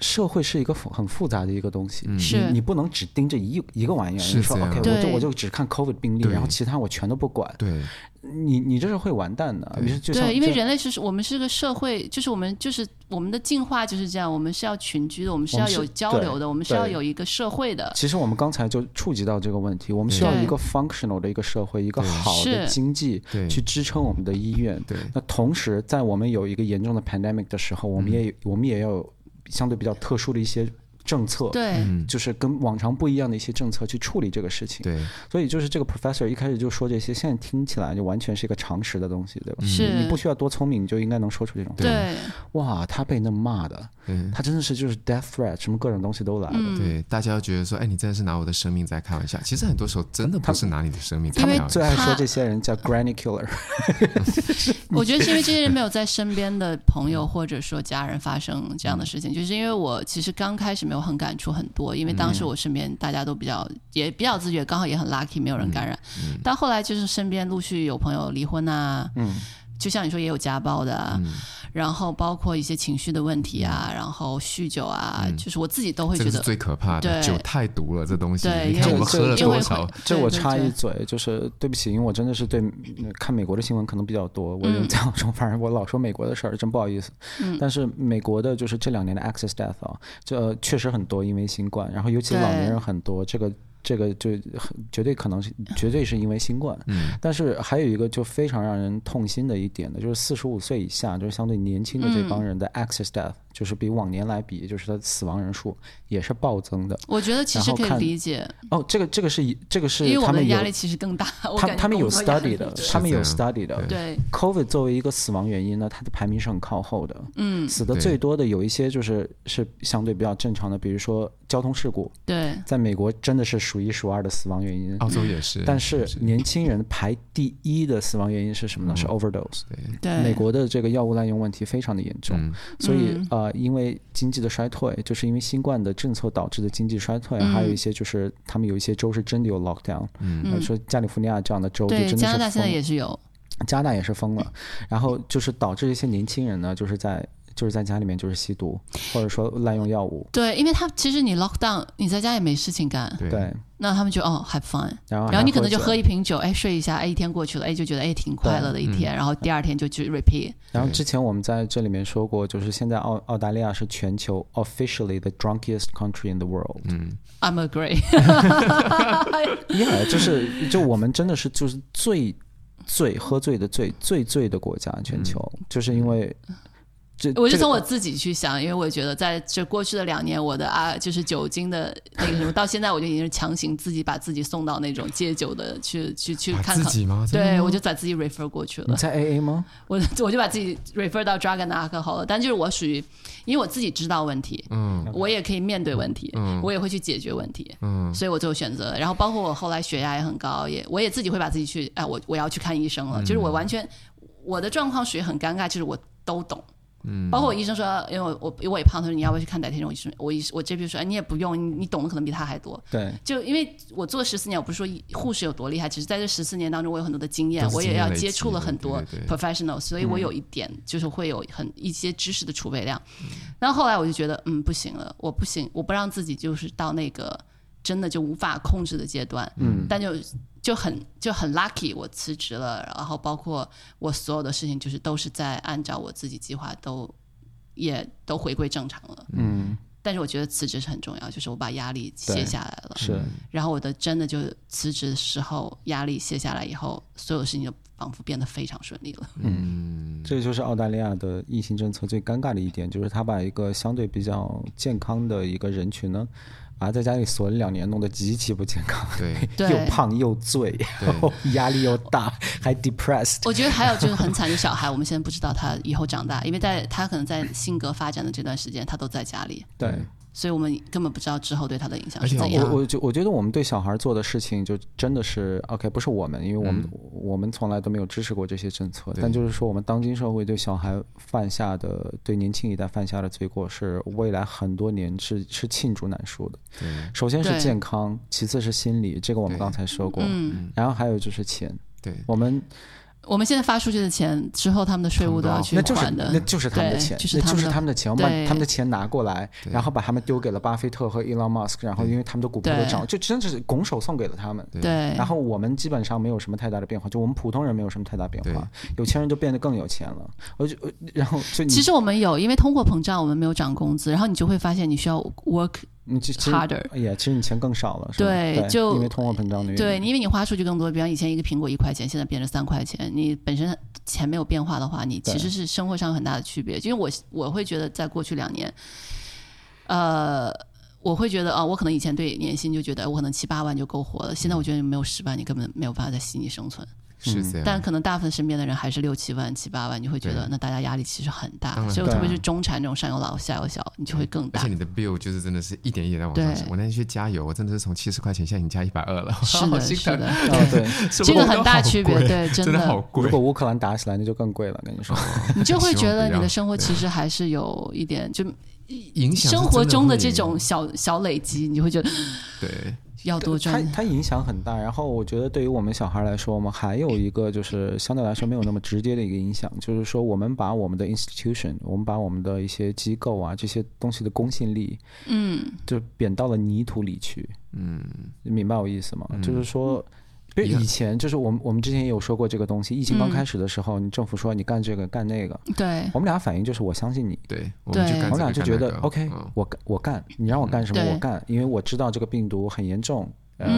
S2: 社会是一个复很复杂的一个东西，
S3: 是
S2: 你你不能只盯着一一个玩意儿，
S1: 是
S2: 你说
S1: 这样
S2: OK，我
S3: 对
S2: 就我就只看 COVID 病例，
S1: 对
S2: 然后其他我全都不管，
S1: 对
S2: 你你这是会完蛋的。你是就像
S3: 对，因为
S2: 这
S3: 人类是我们是个社会，就是我们就是我们的进化就是这样，我们是要群居的，我们是
S2: 我
S3: 要
S2: 们是
S3: 有交流的，我们是要
S2: 对
S3: 有一个社会的。
S2: 其实我们刚才就触及到这个问题，我们需要
S3: 对
S2: 一个 functional 的一个社会，一个
S1: 对
S2: 好的
S3: 是
S2: 经济
S1: 对
S2: 去支撑我们的医院。
S1: 对
S2: 那同时，在我们有一个严重的 pandemic 的时候，我们也我们也要有相对比较特殊的一些政策，
S3: 对，
S2: 就是跟往常不一样的一些政策去处理这个事情。
S1: 对
S2: 所以就是这个 professor 一开始就说这些，现在听起来就完全是一个常识的东西，对吧？
S3: 是
S2: 你不需要多聪明，你就应该能说出这种话。
S3: 对，
S2: 哇，他被那么骂的，
S1: 对
S2: 他真的是就是 death threat，什么各种东西都来了。
S3: 嗯
S1: 对，大家都觉得说，哎，你真的是拿我的生命在开玩笑。其实很多时候真的不是拿你的生命在
S3: 因为
S1: 开玩笑
S2: 最。爱
S3: 他啊
S2: 说这些人叫 granny killer，
S3: 我觉得是因为这些人没有在身边的朋
S2: 嗯
S3: 友或者说家人发生这样的事情，就是因为我其实刚开始没有很感触很多，因为当
S2: 嗯
S3: 时我身边大家都比较也比较自觉，刚好也很 lucky 没有
S2: 嗯
S3: 人感染。到后来就是身边陆续有朋友离婚啊，
S2: 嗯
S3: 就像你说也有家暴的啊，然后包括一些情绪的问题
S2: 嗯
S3: 啊，然后酗酒啊，就是我自己都会
S1: 这
S3: 觉
S1: 个是
S3: 得
S1: 最可怕的，
S3: 对
S1: 酒太毒了，这东西。
S3: 对，
S1: 你
S3: 因
S1: 看
S3: 为
S1: 我们
S2: 这
S1: 喝了
S3: 因为
S1: 多
S3: 会
S1: 少？
S2: 这
S3: 对
S2: 我
S3: 对
S2: 插
S3: 对
S2: 一嘴，就是对不起，因为我真的是对嗯看美国的新闻可能比较多，我
S3: 嗯
S2: 人在澳洲，反正我老说美国的事儿，真不好意思。 但是美国的就是这两年的 access death 啊，这呃确实很多，因为新冠，然后尤其
S3: 对
S2: 老年人很多，这个。这个就很绝对可能是，绝对是因为新冠。嗯，但是还有一个就非常让人痛心的一点呢，就是四十五岁以下，就是相对年轻的
S3: 嗯
S2: 这帮人的 access death，、就是比往年来比，就是他死亡人数也是暴增的。
S3: 我觉得其
S2: 然
S3: 实
S2: 后
S3: 可以
S2: 看
S3: 理解，
S2: 哦，这个这个是一这个
S3: 因为
S2: 是
S3: 我
S2: 他
S3: 们的
S2: 们有
S3: 压力其实更大。我
S2: 他
S3: 感觉
S2: 他们有
S3: 工作压
S2: study
S3: 力
S2: 的
S3: 对，
S2: 他们有
S1: 是这
S2: study 的。
S3: 对
S2: COVID 作为一个死亡原因呢，它的排名是很靠后的。
S3: 嗯，
S2: 死的
S1: 对
S2: 最多的有一些就是是相对比较正常的，比如说交通事故，
S3: 对
S2: 在美国真的是数一数二的死亡原因。
S1: 澳洲也哦是，
S2: 但是年轻人排第一的死亡原因是什么呢？是 overdose。
S3: 对，
S2: 美国的这个药物滥用问题非常的严重，所以
S3: 嗯
S2: 呃，因为经济的衰退，就是因为新冠的政策导致的经济衰退，
S3: 嗯
S2: 还有一些就是他们有一些州是真的有 lockdown，、
S1: 嗯
S2: 呃说加利福尼亚这样的州就真
S3: 对
S2: 的是
S3: 加拿大现在
S2: 封
S3: 也是有，
S2: 加拿大也是疯了，然后就是导致一些年轻人呢，就是在就是在家里面就是吸毒，或者说滥用药物，
S3: 对，因为他其实你 lockdown，你在家也没事情干，
S1: 对
S2: 对，
S3: 那他们就哦 have fun，
S2: 然后
S1: 啊
S3: 然后你可能
S2: 还
S3: 就
S2: 酒
S3: 喝，一瓶酒，哎睡一下，哎一天过去了，哎就觉得哎挺快乐的一
S1: 嗯
S3: 天，然后第二天就去 repeat，
S2: 然后之前我们在这里面说过，就是现在澳澳大利亚是全球 officially the drunkest country in the world，
S3: I'm agree，
S2: yeah，就是就我们真的是就是最最喝醉的最最醉的国家，全球、就是因为这
S3: 嗯我
S2: 这
S3: 是
S2: 个
S3: 从我自己去想，因为我觉得在这过去的两年，我的啊，就是酒精的那个什么，到现在我就已经是强行自己把自己送到那种戒酒的去去去
S1: 把
S3: 看
S1: 啊自
S3: 看。
S1: 己吗？真的
S3: 对，
S1: 吗
S3: 我就把自己 refer 过去了
S2: 你。在 AA 吗？
S3: 我 我就把自己 refer 到 drug and alcohol 了，但就是我属于，因为我自己知道问题，
S1: 嗯
S3: 我也可以面对问题，
S1: 嗯
S3: 我也会去解决问题，
S1: 嗯
S3: 所以我就选择。然后包括我后来血压也很高，也我也自己会把自己去，哎，我我要去看医生
S1: 嗯
S3: 了。就是我完全我的状况属于很尴尬，就是我都懂。
S1: 嗯
S3: 包括我医生说，因为我我我也胖，他说你要不要去看代谢症？我医生我医我这边说，哎，你也不用，你你懂的可能比他还多。
S2: 对，
S3: 就因为我做十四年，我不是说医护士有多厉害，只是在这十四年当中，我有很多的经验
S1: 都，是
S3: 我
S1: 经
S3: 也
S1: 验
S3: 要
S1: 累积
S3: 接触了
S1: 的
S3: 很
S1: 对
S3: 多
S1: 对对嗯
S3: professional，所以我有一点就是会有很一些知识的储备量。
S1: 嗯
S3: 然后后来我就觉得，嗯，不行了，我不行，我不让自己就是到那个真的就无法控制的阶段。嗯，但就就很就很 lucky，我辞职了，然后包括我所有的事情就是都是在按照我自己计划都也都回归正常了。
S2: 嗯，
S3: 但是我觉得辞职是很重要，就是我把压力
S2: 对
S3: 卸下来了。
S2: 是
S3: 然后我的真的就辞职的时候，压力卸下来以后，所有事情就仿佛变得非常顺利了。
S1: 嗯
S2: 这就是澳大利亚的疫情政策最尴尬的一点，就是他把一个相对比较健康的一个人群呢，啊，在家里锁了两年，弄得极其不健康，
S1: 对
S3: 对
S2: 又胖又醉，然后压力又大，还 depressed。
S3: 我觉得还有就是很惨的小孩，我们现在不知道他以后长大，因为在他可能在性格发展的这段时间，他都在家里，
S2: 对，
S3: 所以我们根本不知道之后对他的影响
S1: 而
S3: 是
S1: 且
S3: 怎
S1: 对
S3: 样
S1: 啊
S2: 我。我就我觉得我们对小孩做的事情，就真的是 OK，不是我们，因为我们、
S1: 嗯
S2: 我们从来都没有支持过这些政策，但就是说，我们当今社会对小孩犯下的，对年轻一代犯下的罪过，是未来很多年是是罄竹难书的。
S1: 对
S2: 首先是
S3: 对
S2: 健康，其次是心理，这个我们
S1: 对
S2: 刚才说过，
S3: 嗯
S2: 然后还有就是钱，
S1: 对，
S2: 我们
S3: 我们现在发出去的钱之后，他们的税务都要去
S2: 那就是
S3: 还的，
S2: 那就是他们的钱，
S3: 对就是
S2: 那
S3: 他
S2: 就
S3: 们
S2: 是
S3: 的
S2: 他们的钱，我们把
S3: 对
S2: 他们的钱拿过来，
S1: 对
S2: 然后把他们丢给了巴菲特和 Elon Musk，然后因为他们的股票都涨，就真的是拱手送给了他们。
S3: 对
S2: 然后我们基本上没有什么太大的变化，就我们普通人没有什么太大变化，有钱人就变得更有钱了。我就我然后就你
S3: 其实我们有，因为通货膨胀，我们没有涨工资，然后你就会发现你需要 work
S2: 你就其实
S3: harder
S2: 哎呀，其实你钱更少了，是吧
S3: 对
S2: 对，
S3: 就
S2: 因为通货膨胀
S1: 嗯
S2: 的原因。
S3: 对，因为你花出去更多，比方以前一个苹果一块钱，现在变成三块钱，你本身钱没有变化的话，你
S2: 对
S3: 其实是生活上很大的区别。因为我我会觉得，在过去两年，呃，我会觉得啊、我可能以前对年薪就觉得我可能七八万就够活了，现在我觉得你没有十万，你根本没有办法在悉尼生存。
S1: 是
S2: 嗯
S1: 这样。
S3: 但可能大部分身边的人还是六七万、七八万，你会觉得
S1: 对
S3: 那大家压力其实很
S1: 当
S3: 大，
S1: 然嗯
S3: 所以
S2: 对
S3: 特
S2: 啊
S3: 别是中产这种上有老下有小，你就会更
S1: 而
S3: 大
S1: 且。你的 bill 就是真的是一点一点在往上
S3: 对
S1: 升。我那天去加油，我真的是从七十块钱现在已经加一百二了，
S3: 是
S1: 好
S3: 的，
S1: 心
S3: 是
S1: 疼。
S3: 的，
S2: 哦对，
S1: 什么
S3: 这个
S1: 都
S3: 很大
S1: 好
S3: 区 别，
S1: 贵，
S3: 对，
S1: 真的好贵
S2: 如果。乌克兰打起来，那就更贵了，跟你说。
S3: 你就会
S1: 希望
S3: 觉
S1: 不
S3: 得你
S1: 要
S3: 的生活
S1: 对啊
S3: 其实还是有一点，就
S1: 影响是
S3: 生活
S1: 真
S3: 中的
S1: 会
S3: 这种小小累积，你会觉得
S1: 对
S3: 要多
S2: 它
S3: 赚。
S2: 它影响很大。然后我觉得对于我们小孩来说，我们还有一个就是相对来说没有那么直接的一个影响，就是说我们把我们的 institution，我们把我们的一些机构啊这些东西的公信力，嗯，就贬到了泥土里去。嗯，明白我意思吗？就是说。嗯
S3: 嗯
S2: 因为
S1: 一样
S2: 以前就是我们我们之前也有说过这个东西，疫情
S3: 嗯
S2: 刚开始的时候，你政府说你干这个干那个，
S3: 对
S2: 我们俩反应就是我相信你，
S1: 对，我们
S3: 对
S1: 就干
S2: 我们俩
S1: 这个
S2: 就觉
S1: 干
S2: 得
S1: 那个
S2: OK，
S1: 嗯
S2: 我干我干，你让我干什么
S3: 对嗯
S2: 我干，因为我知道这个病毒很严重。呃，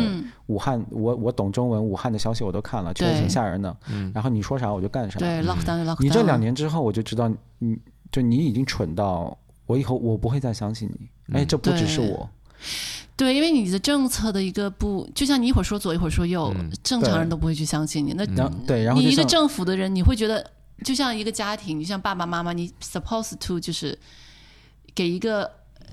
S2: 武汉，我我懂中文，武汉的消息我都看了，确实挺
S3: 对嗯
S2: 吓人的。然后你说啥我就干啥。
S3: 对，lockdown
S1: 嗯
S3: 哦就 lockdown。
S2: 你这两年之后，我就知道你，你就你已经蠢到我以后我不会再相信你。哎，这不只是
S3: 嗯对
S2: 我，
S3: 对，因为你的政策的一个不，就像你一会儿说左，一会儿说右，
S1: 嗯
S3: 正常人都不会去相信你。那
S2: 然后对，然后
S3: 嗯你
S2: 就
S3: 一个
S2: 像
S3: 政府的人，你会觉得就像一个家庭，你像爸爸妈妈，你 supposed to 就是给一个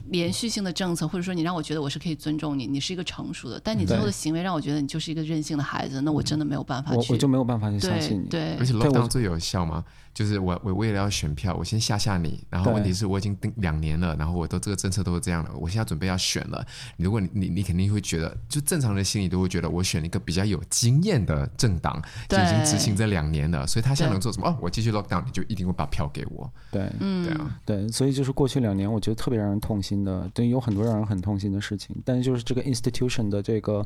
S3: 连续性的政策，或者说你让我觉得我是可以尊重你，你是一个成熟的，但你最后的行为让我觉得你就是一个任性的孩子，那我真的没有办法
S2: 我
S3: 去
S2: 我就没有办法去相
S3: 对
S2: 信你。
S3: 对
S1: 而且
S2: 对我
S1: lockdown 最有效嘛，就是我我为了要选票，我先吓吓你，然后
S2: 对
S1: 问题是我已经定两年了，然后我都这个政策都是这样的，我现在准备要选了，如果你你你肯定会觉得，就正常人心里都会觉得我选一个比较有经验的政党，就
S3: 对
S1: 已经执行这两年了，所以他现在
S3: 对
S1: 能做什么？哦，我继续 lockdown，你就一定会把票给我，
S2: 对，
S3: 嗯
S1: 对啊，
S2: 对，所以就是过去两年，我觉得特别让人痛心的，对，有很多让人很痛心的事情。但是就是这个 institution 的这个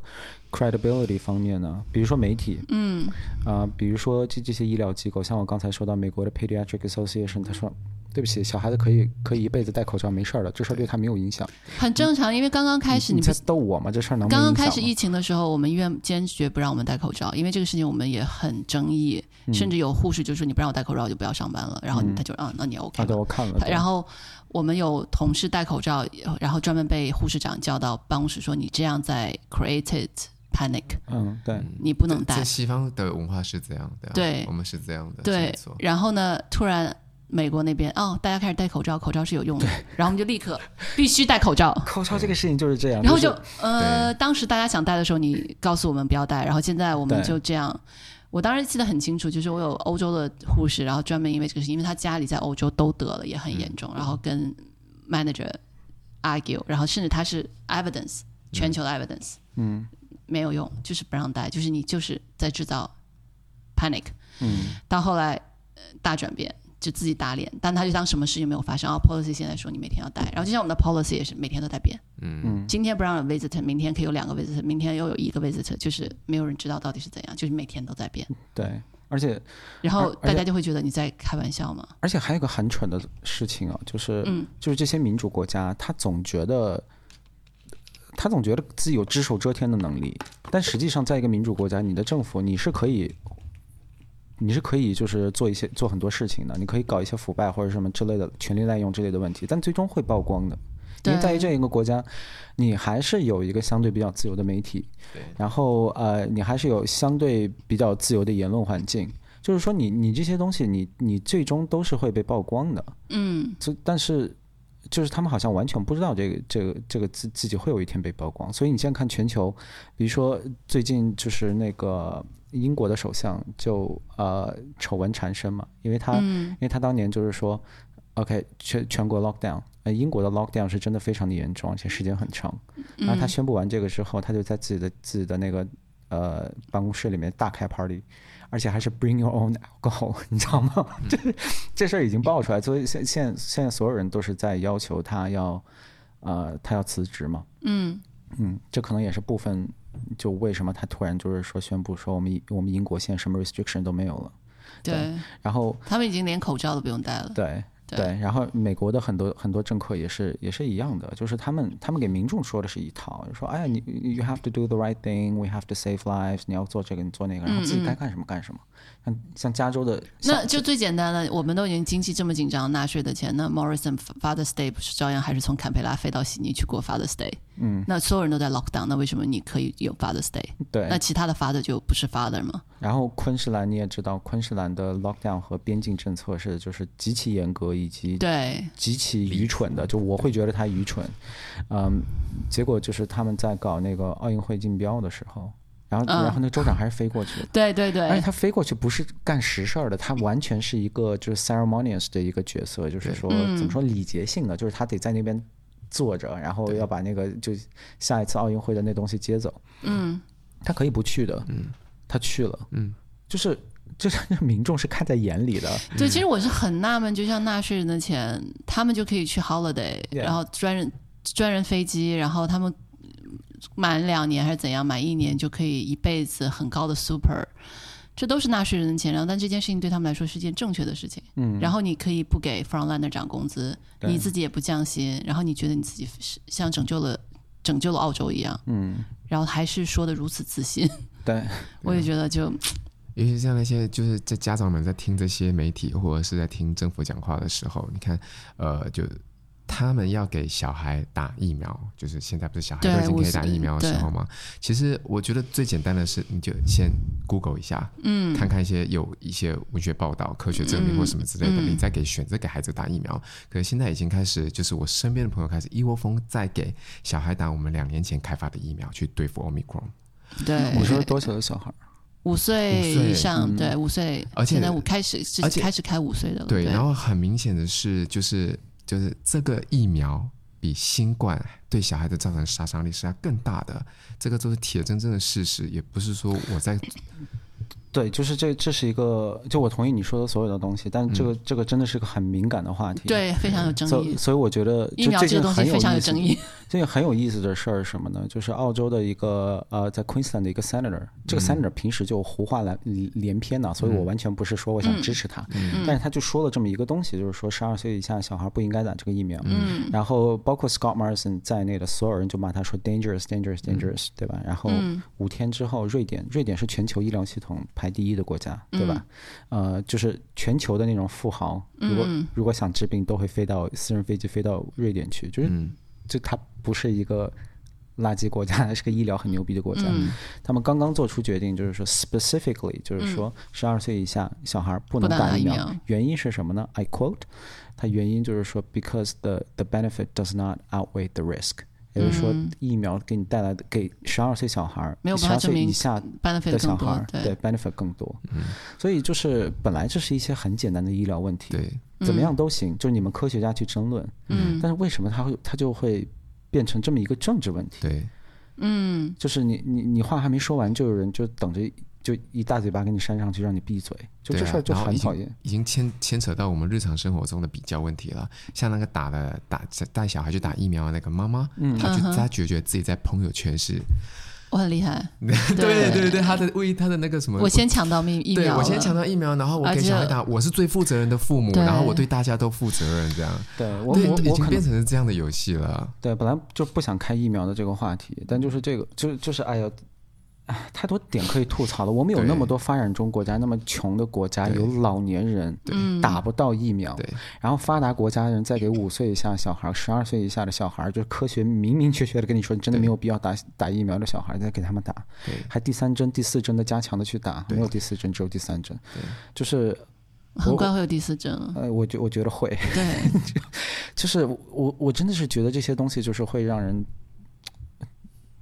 S2: credibility 方面呢，比如说媒体，嗯，啊、比如说这这些医疗机构，像我刚才说到美国的 Pediatric Association，他说对不起，小孩子可以可以一辈子戴口罩没事儿的，这事儿对他没有影响。
S3: 很正常，因为刚刚开始
S2: 你
S3: 你不
S2: 在逗我吗？这事儿能没
S3: 刚刚
S2: 影响
S3: 开始
S2: 吗
S3: 疫情的时候，我们医院坚决不让我们戴口罩，因为这个事情我们也很争议，甚至有护士就说你不让我戴口罩，我就不要上班了。然后他就啊，那你 OK
S2: 啊，对
S3: 了。
S2: 我看了，
S3: 他然
S2: 后
S3: 后我们有同事戴口罩，然后专门被护士长叫到办公室说你这样在 created panic，
S2: 嗯，对，
S3: 你不能戴
S1: 在。西方的文化是这样的、啊，
S3: 对
S1: 我们是这样的，是没
S3: 对
S1: 错，。
S3: 然后呢，突然美国那边哦，大家开始戴口罩，口罩是有用的，然后我们就立刻必须戴口罩。
S2: 口罩这个事情就是这样，
S3: 然后
S2: 是
S3: 就呃，当时大家想戴的时候，你告诉我们不要戴，然后现在我们
S2: 对
S3: 就这样。我当时记得很清楚，就是我有欧洲的护士，然后专门因为这个事情，因为他家里在欧洲都得了，也
S2: 嗯
S3: 很严重，然后跟 manager argue，然后甚至他是 evidence 全球的 evidence，
S2: 嗯
S3: 没有用，就是不让戴，就是你就是在制造 panic。
S2: 嗯
S3: 到后来、呃大转变，就自己打脸，但他就当什么事情没有发生啊。policy 现在说你每天要戴，然后就像我们的 policy 也是每天都在变，
S2: 嗯
S3: 今天不让 visit，明天可以有两个 visit，明天又有一个 visit，就是没有人知道到底是怎样，就是每天都在变，
S2: 对，而且
S3: 然
S2: 而
S3: 后
S2: 而且
S3: 大家就会觉得你在开玩笑嘛。
S2: 而且还有个很蠢的事情啊，就是、
S3: 嗯
S2: 就是这些民主国家，他总觉得他总觉得自己有只手遮天的能力，但实际上，在一个民主国家，你的政府你是可以。你是可以就是做一些做很多事情的，你可以搞一些腐败或者什么之类的权力滥用之类的问题，但最终会曝光的。因为在于这样一个国家，你还是有一个相对比较自由的媒体，然后呃，你还是有相对比较自由的言论环境。就是说你，你这些东西你，你最终都是会被曝光的。
S3: 嗯，
S2: 就但是，就是他们好像完全不知道这个这个这个自自己会有一天被曝光。所以你现在看全球，比如说最近就是那个英国的首相就呃丑闻缠身嘛，因为他、
S3: 嗯
S2: 因为他当年就是说，OK 全全国 lockdown，呃英国的 lockdown 是真的非常的严重，而且时间很长。然啊
S3: 嗯
S2: 后他宣布完这个之后，他就在自己的自己的那个呃办公室里面大开 party，而且还是 bring your own alcohol，你 知道吗？这这事儿已经爆出来，所以现现现在所有人都是在要求他要呃他要辞职嘛。嗯嗯，这可能也是部分就为什么他突然就是说宣布说我们我们英国现在什么 restriction 都没有了，
S3: 对
S2: 然后
S3: 他们已经连口罩都不用戴了。
S2: 对
S3: 对
S2: 然后美国的很多很多政客也是也是一样的，就是他们他们给民众说的是一套，就说哎呀你 you have to do the right thing，we have to save lives，你要做这个你做那个，然后自己该干什么干什么。像像加州的，
S3: 嗯那
S2: 像
S3: 就最简单了，我们都已经经济这么紧张，纳税的钱，那 Morrison Father's Day 不是照样还是从堪培拉飞到悉尼去过 Father's Day？嗯，那所有人都在 lockdown，那为什么你可以有 Father's Day？
S2: 对
S3: 那其他的 father 就不是 father 吗？
S2: 然后昆士兰你也知道，昆士兰的 lockdown 和边境政策是就是极其严格以及
S3: 对，
S2: 极其愚蠢的，就我会觉得他愚蠢。嗯，结果就是他们在搞那个奥运会竞标的时候，然后、
S3: 嗯
S2: 然后那州长还是飞过去了。
S3: 对对对，
S2: 而且他飞过去不是干实事儿的，他完全是一个就是 ceremonious 的一个角色，就是说
S3: 嗯
S2: 怎么说礼节性的，就是他得在那边坐着，然后要把那个就下一次奥运会的那东西接走。
S3: 嗯，
S2: 他可以不去的，嗯，他去了，嗯，就是就是让民众是看在眼里的，
S3: 对，
S2: 嗯
S3: 其实我是很纳闷，就像纳税人的钱，他们就可以去 holiday，、
S2: Yeah
S3: 然后专人专人飞机，然后他们满两年还是怎样，满一年就可以一辈子很高的 super，这都是纳税人的钱。然后，但这件事情对他们来说是件正确的事情。嗯，然后你可以不给 frontliner 涨工资，
S2: 对
S3: 你自己也不降薪，然后你觉得你自己是像拯救了拯救了澳洲一样，
S2: 嗯，
S3: 然后还是说的如此自信，
S2: 对，
S3: 我也觉得就
S1: 尤其像那些就是在家长们在听这些媒体或者是在听政府讲话的时候，你看，呃，就他们要给小孩打疫苗，就是现在不是小孩
S3: 对
S1: 都已经可
S3: 五
S1: 以
S3: 十
S1: 打疫苗的时候吗？其实我觉得最简单的是，你就先 Google 一下，嗯，看看一些有一些文学报道、科学证明或什么之类的，你再给选择给孩子打疫苗。可是现在已经开始，就是我身边的朋友开始一窝蜂在给小孩打我们两年前开发的疫苗去对付 Omicron。
S3: 对。
S2: 嗯我说多久的小孩儿？
S3: 五岁
S1: 五岁嗯
S3: 以上，对五岁，
S1: 而且
S3: 现在五开始是
S1: 而且
S3: 开始开五岁的了，
S1: 对，然后很明显的是，就是就是这个疫苗比新冠对小孩子造成杀 伤力是要更大的，这个都是铁铮铮的事实，也不是说我在
S2: 对，就是这，这是一个，就我同意你说的所有的东西，但这个、这个真的是个很敏感的话题。
S3: 嗯对，非常有争
S2: 所
S3: 议
S2: 以。所以我觉得
S3: 疫
S2: 就
S3: 苗
S2: 这
S3: 这
S2: 件
S3: 个东西
S2: 很
S3: 非常
S2: 意
S3: 有
S2: 思
S3: 争议。
S2: 这个很有意思的事儿是什么呢？就是澳洲的一个呃，在 Queensland 的一个 senator，这个 senator 平时就胡话来连篇呢，所以我完全不是说我想支持他，
S3: 嗯
S2: 但是他就说了这么一个东西，就是说十二岁以下小孩不应该打这个疫苗。嗯，然后包括 Scott Morrison 在内的所有人就骂他说 dangerous dangerous
S3: 嗯
S2: dangerous，、对吧？然后五天之后，瑞典瑞典是全球医疗系统排第一的国家，
S3: 嗯
S2: 对吧？呃，就是全球的那种富豪，
S3: 嗯
S2: 如果、如果想治病，都会飞到私人飞机飞到瑞典去，就是就它不是一个垃圾国家， 它是个医疗很牛逼的国家。
S3: 嗯
S2: 他们刚刚做出决定，就是说 specifically，就是说十二岁以下小孩不能
S3: 嗯不能打
S2: 打疫
S3: 疫
S2: 苗，
S3: 苗
S2: 原因是什么呢？I quote，它原因就是说 because the the benefit does not outweigh the risk。也就是说，疫苗给你带来的，给十二岁小孩儿、
S3: 嗯没有
S2: 十
S3: 办
S2: 二
S3: 法证
S2: 岁
S3: 明
S2: 以下
S3: benefit
S2: 的小
S3: 更
S2: 孩
S3: 多
S2: 儿，，
S3: 对，
S2: benefit 更多。
S1: 嗯
S2: 所以就是本来这是一些很简单的医疗问题，
S1: 对，
S3: 嗯
S2: 怎么样都行，就是你们科学家去争论。嗯，但是为什么它会它就会变成这么一个政治问题？
S1: 对，
S3: 嗯
S2: 就是你你你话还没说完，就有人就等着就一大嘴巴给你扇上去，让你闭嘴，就这
S1: 对啊
S2: 事儿就
S1: 然后
S2: 很
S1: 已经
S2: 讨厌。
S1: 已经牵牵扯到我们日常生活中的比较问题了。像那个打了打带小孩去打疫苗的那个妈妈，
S3: 嗯
S1: 她就她觉觉自己在朋友圈是，
S3: 我很厉害。
S1: 对对对，她的为她的那个什么，
S3: 我先抢到疫疫
S1: 对
S3: 苗了，
S1: 我先抢到疫苗，然后我
S3: 而
S1: 给
S3: 且
S1: 小孩打，我是最负责任的父母，
S3: 对
S1: 然后我对大家都负责任，这样，
S2: 对我
S1: 对，
S2: 我
S1: 已
S2: 我
S1: 经
S2: 可
S1: 变
S2: 能
S1: 成是这样的游戏了。
S2: 对本来就不想开疫苗的这个话题，但就是这个就就是哎呀。哎，太多点可以吐槽了。我们有
S1: 对
S2: 那么多发展中国家，那么穷的国家，
S1: 对
S2: 有老年人打不到疫苗，
S1: 对
S2: 然后发达国家人再给五岁以下小孩、十二岁以下的小孩，就是科学明明确确的跟你说，你真的没有必要打打疫苗的小孩，再给他们打，还第三针、第四针的加强的去打，没有第四针，只有第三针，就是
S3: 很快会有第四 针了。
S2: 呃，我觉我觉得会，
S3: 对，
S2: 就是我我我真的是觉得这些东西就是会让人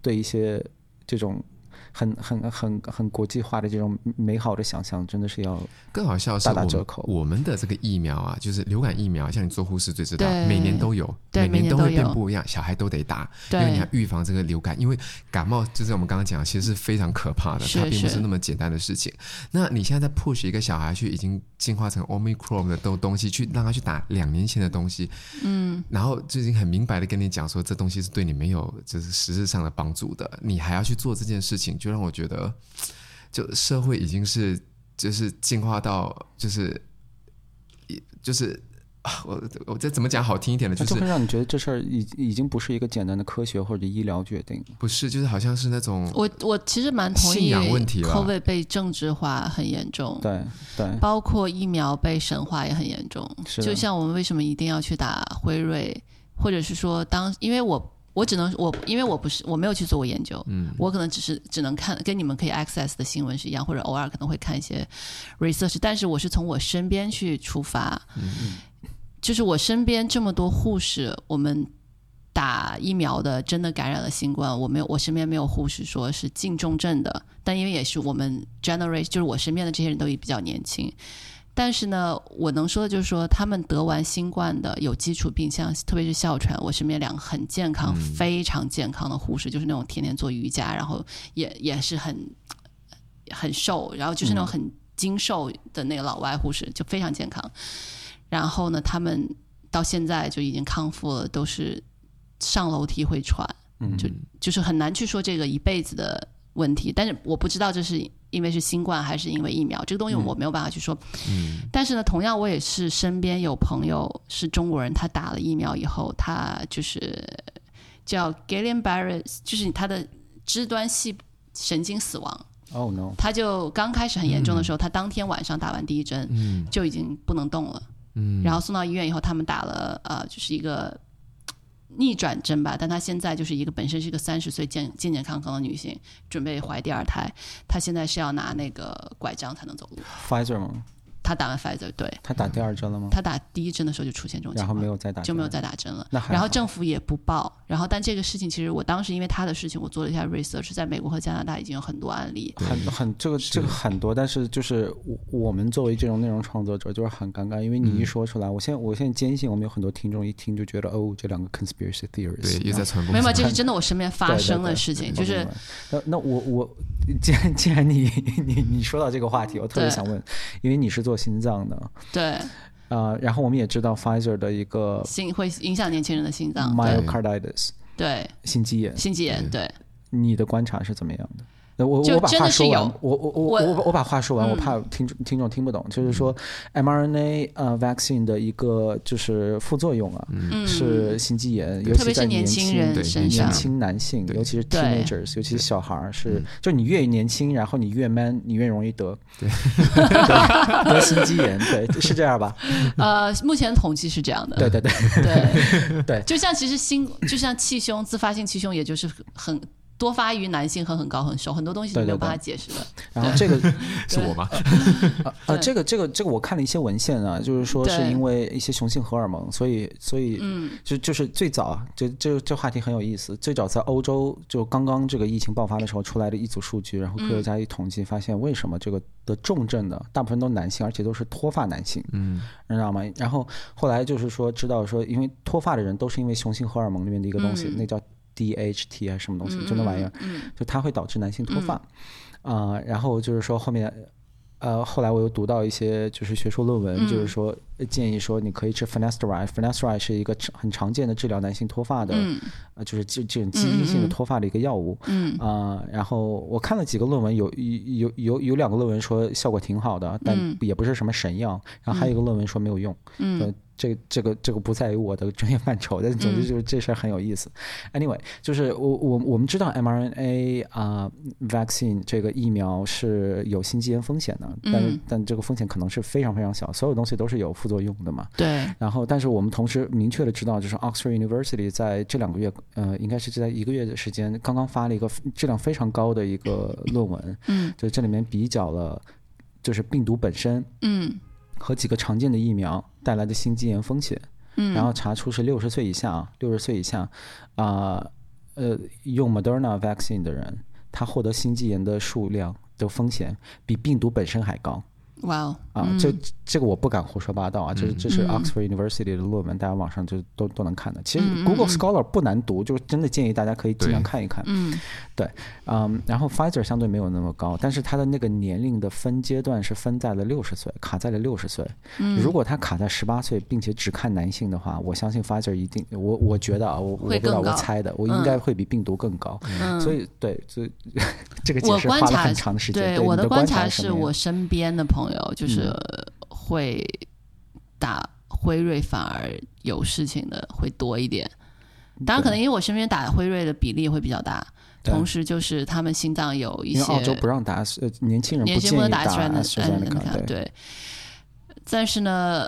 S2: 对一些这种很很很很国际化的这种美好的想象，真的是要
S1: 更好笑的是我
S2: 大打
S1: 们
S2: 折扣
S1: 我们的这个疫苗啊，就是流感疫苗，像你做护士最知道，
S3: 对
S1: 每年都有，
S3: 对
S1: 每
S3: 每年
S1: 都
S3: 都
S1: 会变
S3: 有
S1: 不一样，小孩都得打，因
S3: 对
S1: 为你要预防这个流感，因为感冒就是我们刚刚讲的，其实是非常可怕的，
S3: 是
S1: 它并不是
S3: 是
S1: 那么简单的事情。那你现在在 push 一个小孩去已经进化成 omicron 的东东西，去让他去打两年前的东西，嗯，然后就已经很明白的跟你讲说，这东西是对你没有就是实质上的帮助的，你还要去做这件事情，就让我觉得。就社会已经是就是进化到就是一就是啊我我这怎么讲好听一点的，
S2: 那
S1: 就
S2: 就是会让你觉得这事儿已已经不是一个简单的科学或者医疗决定。
S1: 不是就是好像是那种
S3: 我我其实蛮同
S1: 信
S3: 意
S1: 仰问题吧
S3: ，COVID 被政治化很严重，
S2: 对对，
S3: 包括疫苗被神化也很严重。
S2: 是的
S3: 就像我们为什么一定要去打辉瑞，或者是说当因为我。我只能我，因为我不是我没有去做过研究，嗯，我可能只是只能看跟你们可以 access 的新闻是一样，或者偶尔可能会看一些 research，但是我是从我身边去出发，就是我身边这么多护士，我们打疫苗的真的感染了新冠，我没有，我身边没有护士说是近重症的，但因为也是我们 generation，就是我身边的这些人都也比较年轻。但是呢，我能说的就是说，他们得完新冠的有基础病，像特别是哮喘，我身边两个很健康、非常健康的护士，就是那种天天做瑜伽，然后也也是很很瘦，然后就是那种很精瘦的那个老外护士，就非常健康。然后呢，他们到现在就已经康复了，都是上楼梯会喘，
S2: 嗯
S3: 就就是很难去说这个一辈子的问题。但是我不知道这是因为是新冠还是因为疫苗，这个东西我没有办法去说。但是呢，同样我也是身边有朋友是中国人，他打了疫苗以后，他就是叫 Guillain-Barré，就是他的肢端系神经死亡。
S2: Oh no！
S3: 他就刚开始很严重的时候，他当天晚上打完第一针，
S1: 嗯
S3: 就已经不能动了。
S2: 嗯
S3: 然后送到医院以后，他们打了呃，就是一个逆转针吧，但她现在就是一个本身是一个三十岁健健健康康的女性，准备怀第二胎，她现在是要拿那个拐杖才能走路。
S2: Pfizer 吗？
S3: 他打完 Pfizer 对，
S2: 他打第二针了吗？
S3: 他打第一针的时候就出现这种情
S2: 然
S3: 况，
S2: 后没有再打，
S3: 啊就没有。再打针了
S2: 那还。好
S3: 然后政府也不报。然后，但这个事情其实我当时因为他的事情，我做了一下 research，在美国和加拿大已经有很多案例。
S2: 很很这个这个很多，但是就是我我们作为这种内容创作者，就是很尴尬，因为你一说出来，我现在我现在坚信我们有很多听众一听就觉得哦，这两个 conspiracy 啊
S1: 对，
S2: theories，
S1: 又在传播。
S3: 没有，这是真的，我身边发生的事情，
S2: 嗯对对对
S3: 就是
S2: 那那我我既然 既然你你你说到这个话题，我特别
S3: 对
S2: 想问，因为你是做心脏的
S3: 对
S2: 啊、呃然后我们也知道 Pfizer 的一个
S3: 心会影响年轻人的心脏，对
S2: myocarditis
S3: 对，
S2: 心肌炎，
S3: 心肌炎，对
S2: 你的观察是怎么样的？呃我
S3: 就
S2: 我把
S3: 真
S2: 话
S3: 的是
S2: 说完
S3: 有，
S2: 我我我
S3: 我嗯
S2: 我我把话说完，我怕听众听众听不懂。就是说，mRNA 呃 vaccine 的一个就是副作用啊，
S3: 嗯
S2: 是心肌炎，尤
S3: 特
S2: 其
S3: 别
S2: 在
S3: 是年轻
S2: 轻
S3: 人
S1: 对
S3: 身
S1: 年
S3: 上
S2: 年。轻男性，
S1: 对
S2: 尤其是
S3: 嗯对
S2: teenagers，尤其是小孩儿，是就你越年轻，然后你越 man，你越容易得对 得心肌炎，对，是这样吧？
S3: 呃，目前统计是这样的，
S2: 对对对，
S3: 对
S2: 对
S3: 就像其实心，就像气胸，自发性气胸，也就是很多发于男性和很高很瘦，很多东西你
S2: 对
S3: 没有
S2: 对
S3: 办
S2: 对
S3: 法解释的。
S2: 然后这个
S1: 是我吗？
S2: 呃，
S3: 对
S2: 这个这个这个，我看了一些文献啊，就是说是
S3: 对
S2: 因为一些雄性荷尔蒙，所以所以嗯，就就是最早啊，这这这话题很有意思。最早在欧洲就刚刚这个疫情爆发的时候出来的一组数据，然后科学家一统计发现，为什么这个得重症的大部分都男性，而且都是脱发男性，嗯，你知道吗？然后后来就是说知道说，因为脱发的人都是因为雄性荷尔蒙里面的一个东西，那叫 DHT 还是什么东西，
S3: 嗯
S2: 就那玩意儿，就它会导致男性脱发。啊、然后就是说后面，呃，后来我又读到一些就是学术论文，就是说呃建议说你可以吃 finasteride，finasteride 是一个常很常见的治疗男性脱发的，
S3: 嗯
S2: 呃，就是这这种基因性的脱发的一个药物。嗯啊、然后我看了几个论文，有有有有有两个论文说效果挺好的，但也不是什么神药，然后还有一个论文说没有用。嗯。这这个这个不在于我的专业范畴，但总之就是这事儿很有意思。Anyway，就是我我我们知道 mRNA 啊、vaccine 这个疫苗是有心肌炎风险的，但、
S3: 嗯
S2: 但这个风险可能是非常非常小，所有东西都是有副作用的嘛。
S3: 对，
S2: 然后，但是我们同时明确的知道，就是 Oxford University 在这两个月，呃，应该是在一个月的时间，刚刚发了一个质量非常高的一个论文，
S3: 嗯
S2: 就这里面比较了，就是病毒本身
S3: 嗯
S2: 和几个常见的疫苗带来的心肌炎风险，
S3: 嗯，
S2: 然后查出是六十岁以下啊，六十岁以下，啊、呃，用 Moderna vaccine 的人，他获得心肌炎的数量的风险比病毒本身还高。
S3: 哇哦，
S2: 啊，这这个我不敢胡说八道啊，这是这是
S3: 嗯
S2: Oxford University 的论文，大家网上就都都能看的。其
S3: 嗯
S2: 实 Google Scholar 不难读，就是真的建议大家可以尽量看一看。
S3: 嗯
S2: 嗯，然后 Pfizer 相对没有那么高，但是它的那个年龄的分阶段是分在了六十岁，卡在了六十岁。
S3: 嗯
S2: 如果它卡在十八岁，并且只看男性的话，我相信 Pfizer 一定，我我觉得啊，我我不
S3: 会
S2: 知道
S3: 更
S2: 我
S3: 高嗯
S2: 猜的，我应该会比病毒更高。所以对，所以 这个解
S3: 我
S2: 释
S3: 观
S2: 花了
S3: 察
S2: 很长的时间。
S3: 对
S2: 对
S3: 我
S2: 你的
S3: 观
S2: 察嗯
S3: 察
S2: 什
S3: 是
S2: 么呀
S3: 我身边的朋友就是会打辉瑞反而有事情的会多一点，当然可能因为我身边打辉瑞的比例会比较大，
S2: 嗯对
S3: 同时就是他们心脏有一
S2: 因为
S3: 些
S2: 澳洲不让打，呃，年轻人
S3: 年
S2: 不
S3: 轻
S2: 建
S3: 不能
S2: 议
S3: 打
S2: AstraZeneca，
S3: AstraZeneca，
S2: 对，
S3: 嗯对。但是呢，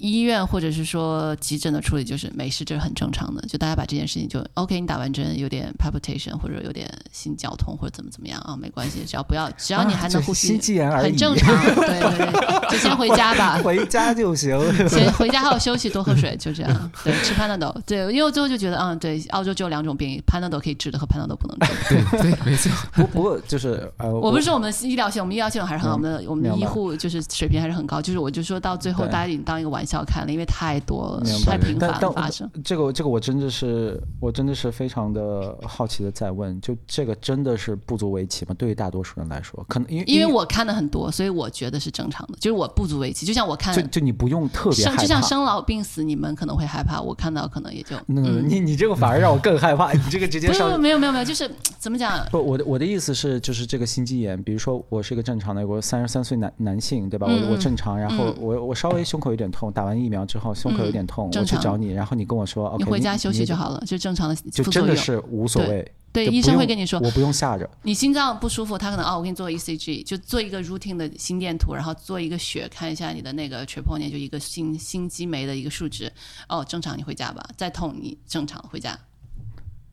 S3: 医院或者是说急诊的处理就是没事，这是很正常的。就大家把这件事情就 OK，你打完针有点 palpitation 或者有点心绞痛或者怎么怎么样啊，没关系，只要不要，只要你还能呼
S2: 啊这
S3: 吸
S2: 心，肌炎而已。
S3: 很正常。对对对，就先回家吧
S2: 回家就行。
S3: 先回家好好休息，多喝水，就这样。对，吃 Panadol。对，因为我最后就觉得，嗯，对，澳洲只有两种病，Panadol 可以治的和 Panadol 不能治。
S1: 对对， 没错。
S2: 不不过就是呃，
S3: 我不是说我们医疗系统，我们医疗系统还是很好，我们的我们
S2: 嗯
S3: 的
S2: 明
S3: 医
S2: 白
S3: 护就是水平还是很高。就是我就说到最后，
S2: 对
S3: 大家已经当一个玩笑看了，因为太多了
S2: 明，
S3: 太
S2: 白
S3: 频繁
S2: 但
S3: 了
S2: 但
S3: 发生。
S2: 这个这个我真的是我真的是非常的好奇的在问，就这个真的是不足为奇吗？对于大多数人来说，可能因为
S3: 因为我看的很多，所以我觉得是正常的，就是我不足为奇。就像我看
S2: 就就你不用特别
S3: 生，
S2: 害
S3: 就像
S2: 怕。
S3: 生老病死，你们可能会害怕，我看到可能也就
S2: 嗯，你你这个反而让我更害怕，你这个直接
S3: 不
S2: 上
S3: 是没有没有没有，就是怎么讲？
S2: 不，我的我的意思是，就是这个心肌炎，比如说我是一个正常的，我三十三岁男男性，对吧？
S3: 嗯
S2: 我我正常，然后我我稍微胸口有点痛，打完疫苗之后胸口有点痛，
S3: 嗯正
S2: 我去
S3: 常
S2: 找你，然后你跟我说，OK，
S3: 你回家休息就
S2: 好，
S3: 好了，就正常的
S2: 就
S3: 副
S2: 真
S3: 作
S2: 的
S3: 用。
S2: 是无所谓。
S3: 对
S2: 就
S3: 医
S2: 不
S3: 生会
S2: 用
S3: 跟你说
S2: 我不用吓着。
S3: 你心脏不舒服，他可能哦，我给你做 ECG，就做一个 routine 的心电图，然后做一个血，看一下你的那个 troponin，就一个心心肌酶的一个数值。哦，正常，你回家吧。再痛你正常回家。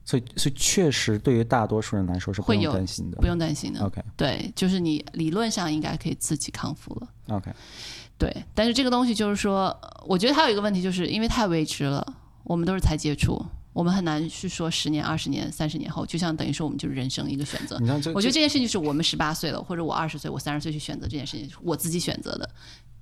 S2: 所以所以确实对于大多数人来说是不
S3: 会
S2: 用
S3: 有
S2: 担心的
S3: 不。用嗯担心的。
S2: OK
S3: 对，就是你理论上应该可以自己康复了。
S2: OK，
S3: 对，但是这个东西就是说，呃我觉得还有一个问题，就是因为太未知了，我们都是才接触，我们很难去说十年、二十年、三十年后，就像等于说我们就是人生一个选择
S2: 你。像这
S3: 我觉得这件事情就是我们十八岁了，或者我二十岁、我三十岁去选择这件事情，是我自己选择的。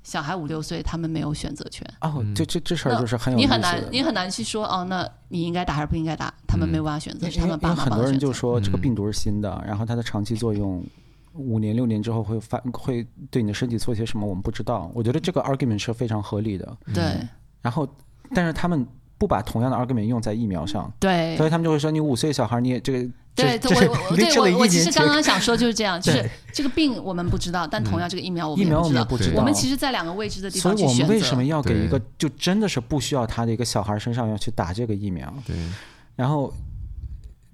S3: 小孩五六岁，他们没有选择权。
S2: 哦，就这这事儿
S3: 那
S2: 就是很有意
S3: 你
S2: 思
S3: 很
S2: 的
S3: 难，。你很难去说哦，那你应该打还是不应该打？他们没有办法选择，
S2: 因
S3: 是他
S2: 因为
S3: 们爸
S2: 嗯因为
S3: 妈
S2: 很
S3: 帮
S2: 多
S3: 他
S2: 人
S3: 选择
S2: 就。说这个病毒是新的，然后它的长期作用，五年六年之后会发会对你的身体做些什么，我们不知道。我觉得这个 argument 是非常合理的。
S3: 对
S2: 然后，但是他们不把同样的 argument 用在疫苗上，
S3: 对
S2: 所以他们就会说你五岁小孩儿你也这个
S3: 对，
S2: 这这
S3: 我我
S2: 你
S3: 对
S2: 这个一
S3: 我我其
S2: 年
S3: 实
S2: 级
S3: 刚刚想说就是这样，就
S2: 对嗯
S3: 是这个病我们不知道，但同样这个疫苗我
S2: 疫
S3: 们也
S2: 苗
S3: 不
S2: 我
S3: 知
S2: 们也
S3: 道。
S2: 不
S1: 对
S2: 知道，
S3: 我们其实，在两个未知的地
S2: 所
S3: 方
S2: 以
S3: 去
S2: 我
S3: 选
S2: 们
S3: 择。
S2: 为什么要给一个
S1: 对
S2: 就真的是不需要他的一个小孩身上要去打这个疫苗？
S1: 对，
S2: 然后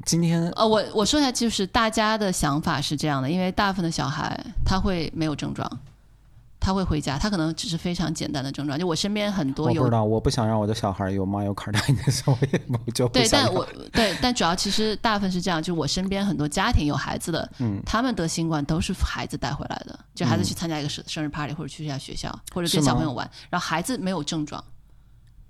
S2: 今天
S3: 呃，我我说一下，就是大家的想法是这样的，因为大部分的小孩他会没有症状，他会回家，他可能只是非常简单的症状。就我身边很
S2: 我
S3: 多
S2: 不知
S3: 有
S2: 道，我不想让我的小孩有 myocarditis，我也我就不
S3: 对，
S2: 想
S3: 但
S2: 要
S3: 我对，但主要其实大部分是这样，就我身边很多家庭有孩子的，
S2: 嗯
S3: 他们得新冠都是孩子带回来的，就孩子去参加一个生生日 party 或者去一下学校或者
S2: 是
S3: 跟
S2: 吗
S3: 小朋友玩，然后孩子没有症状，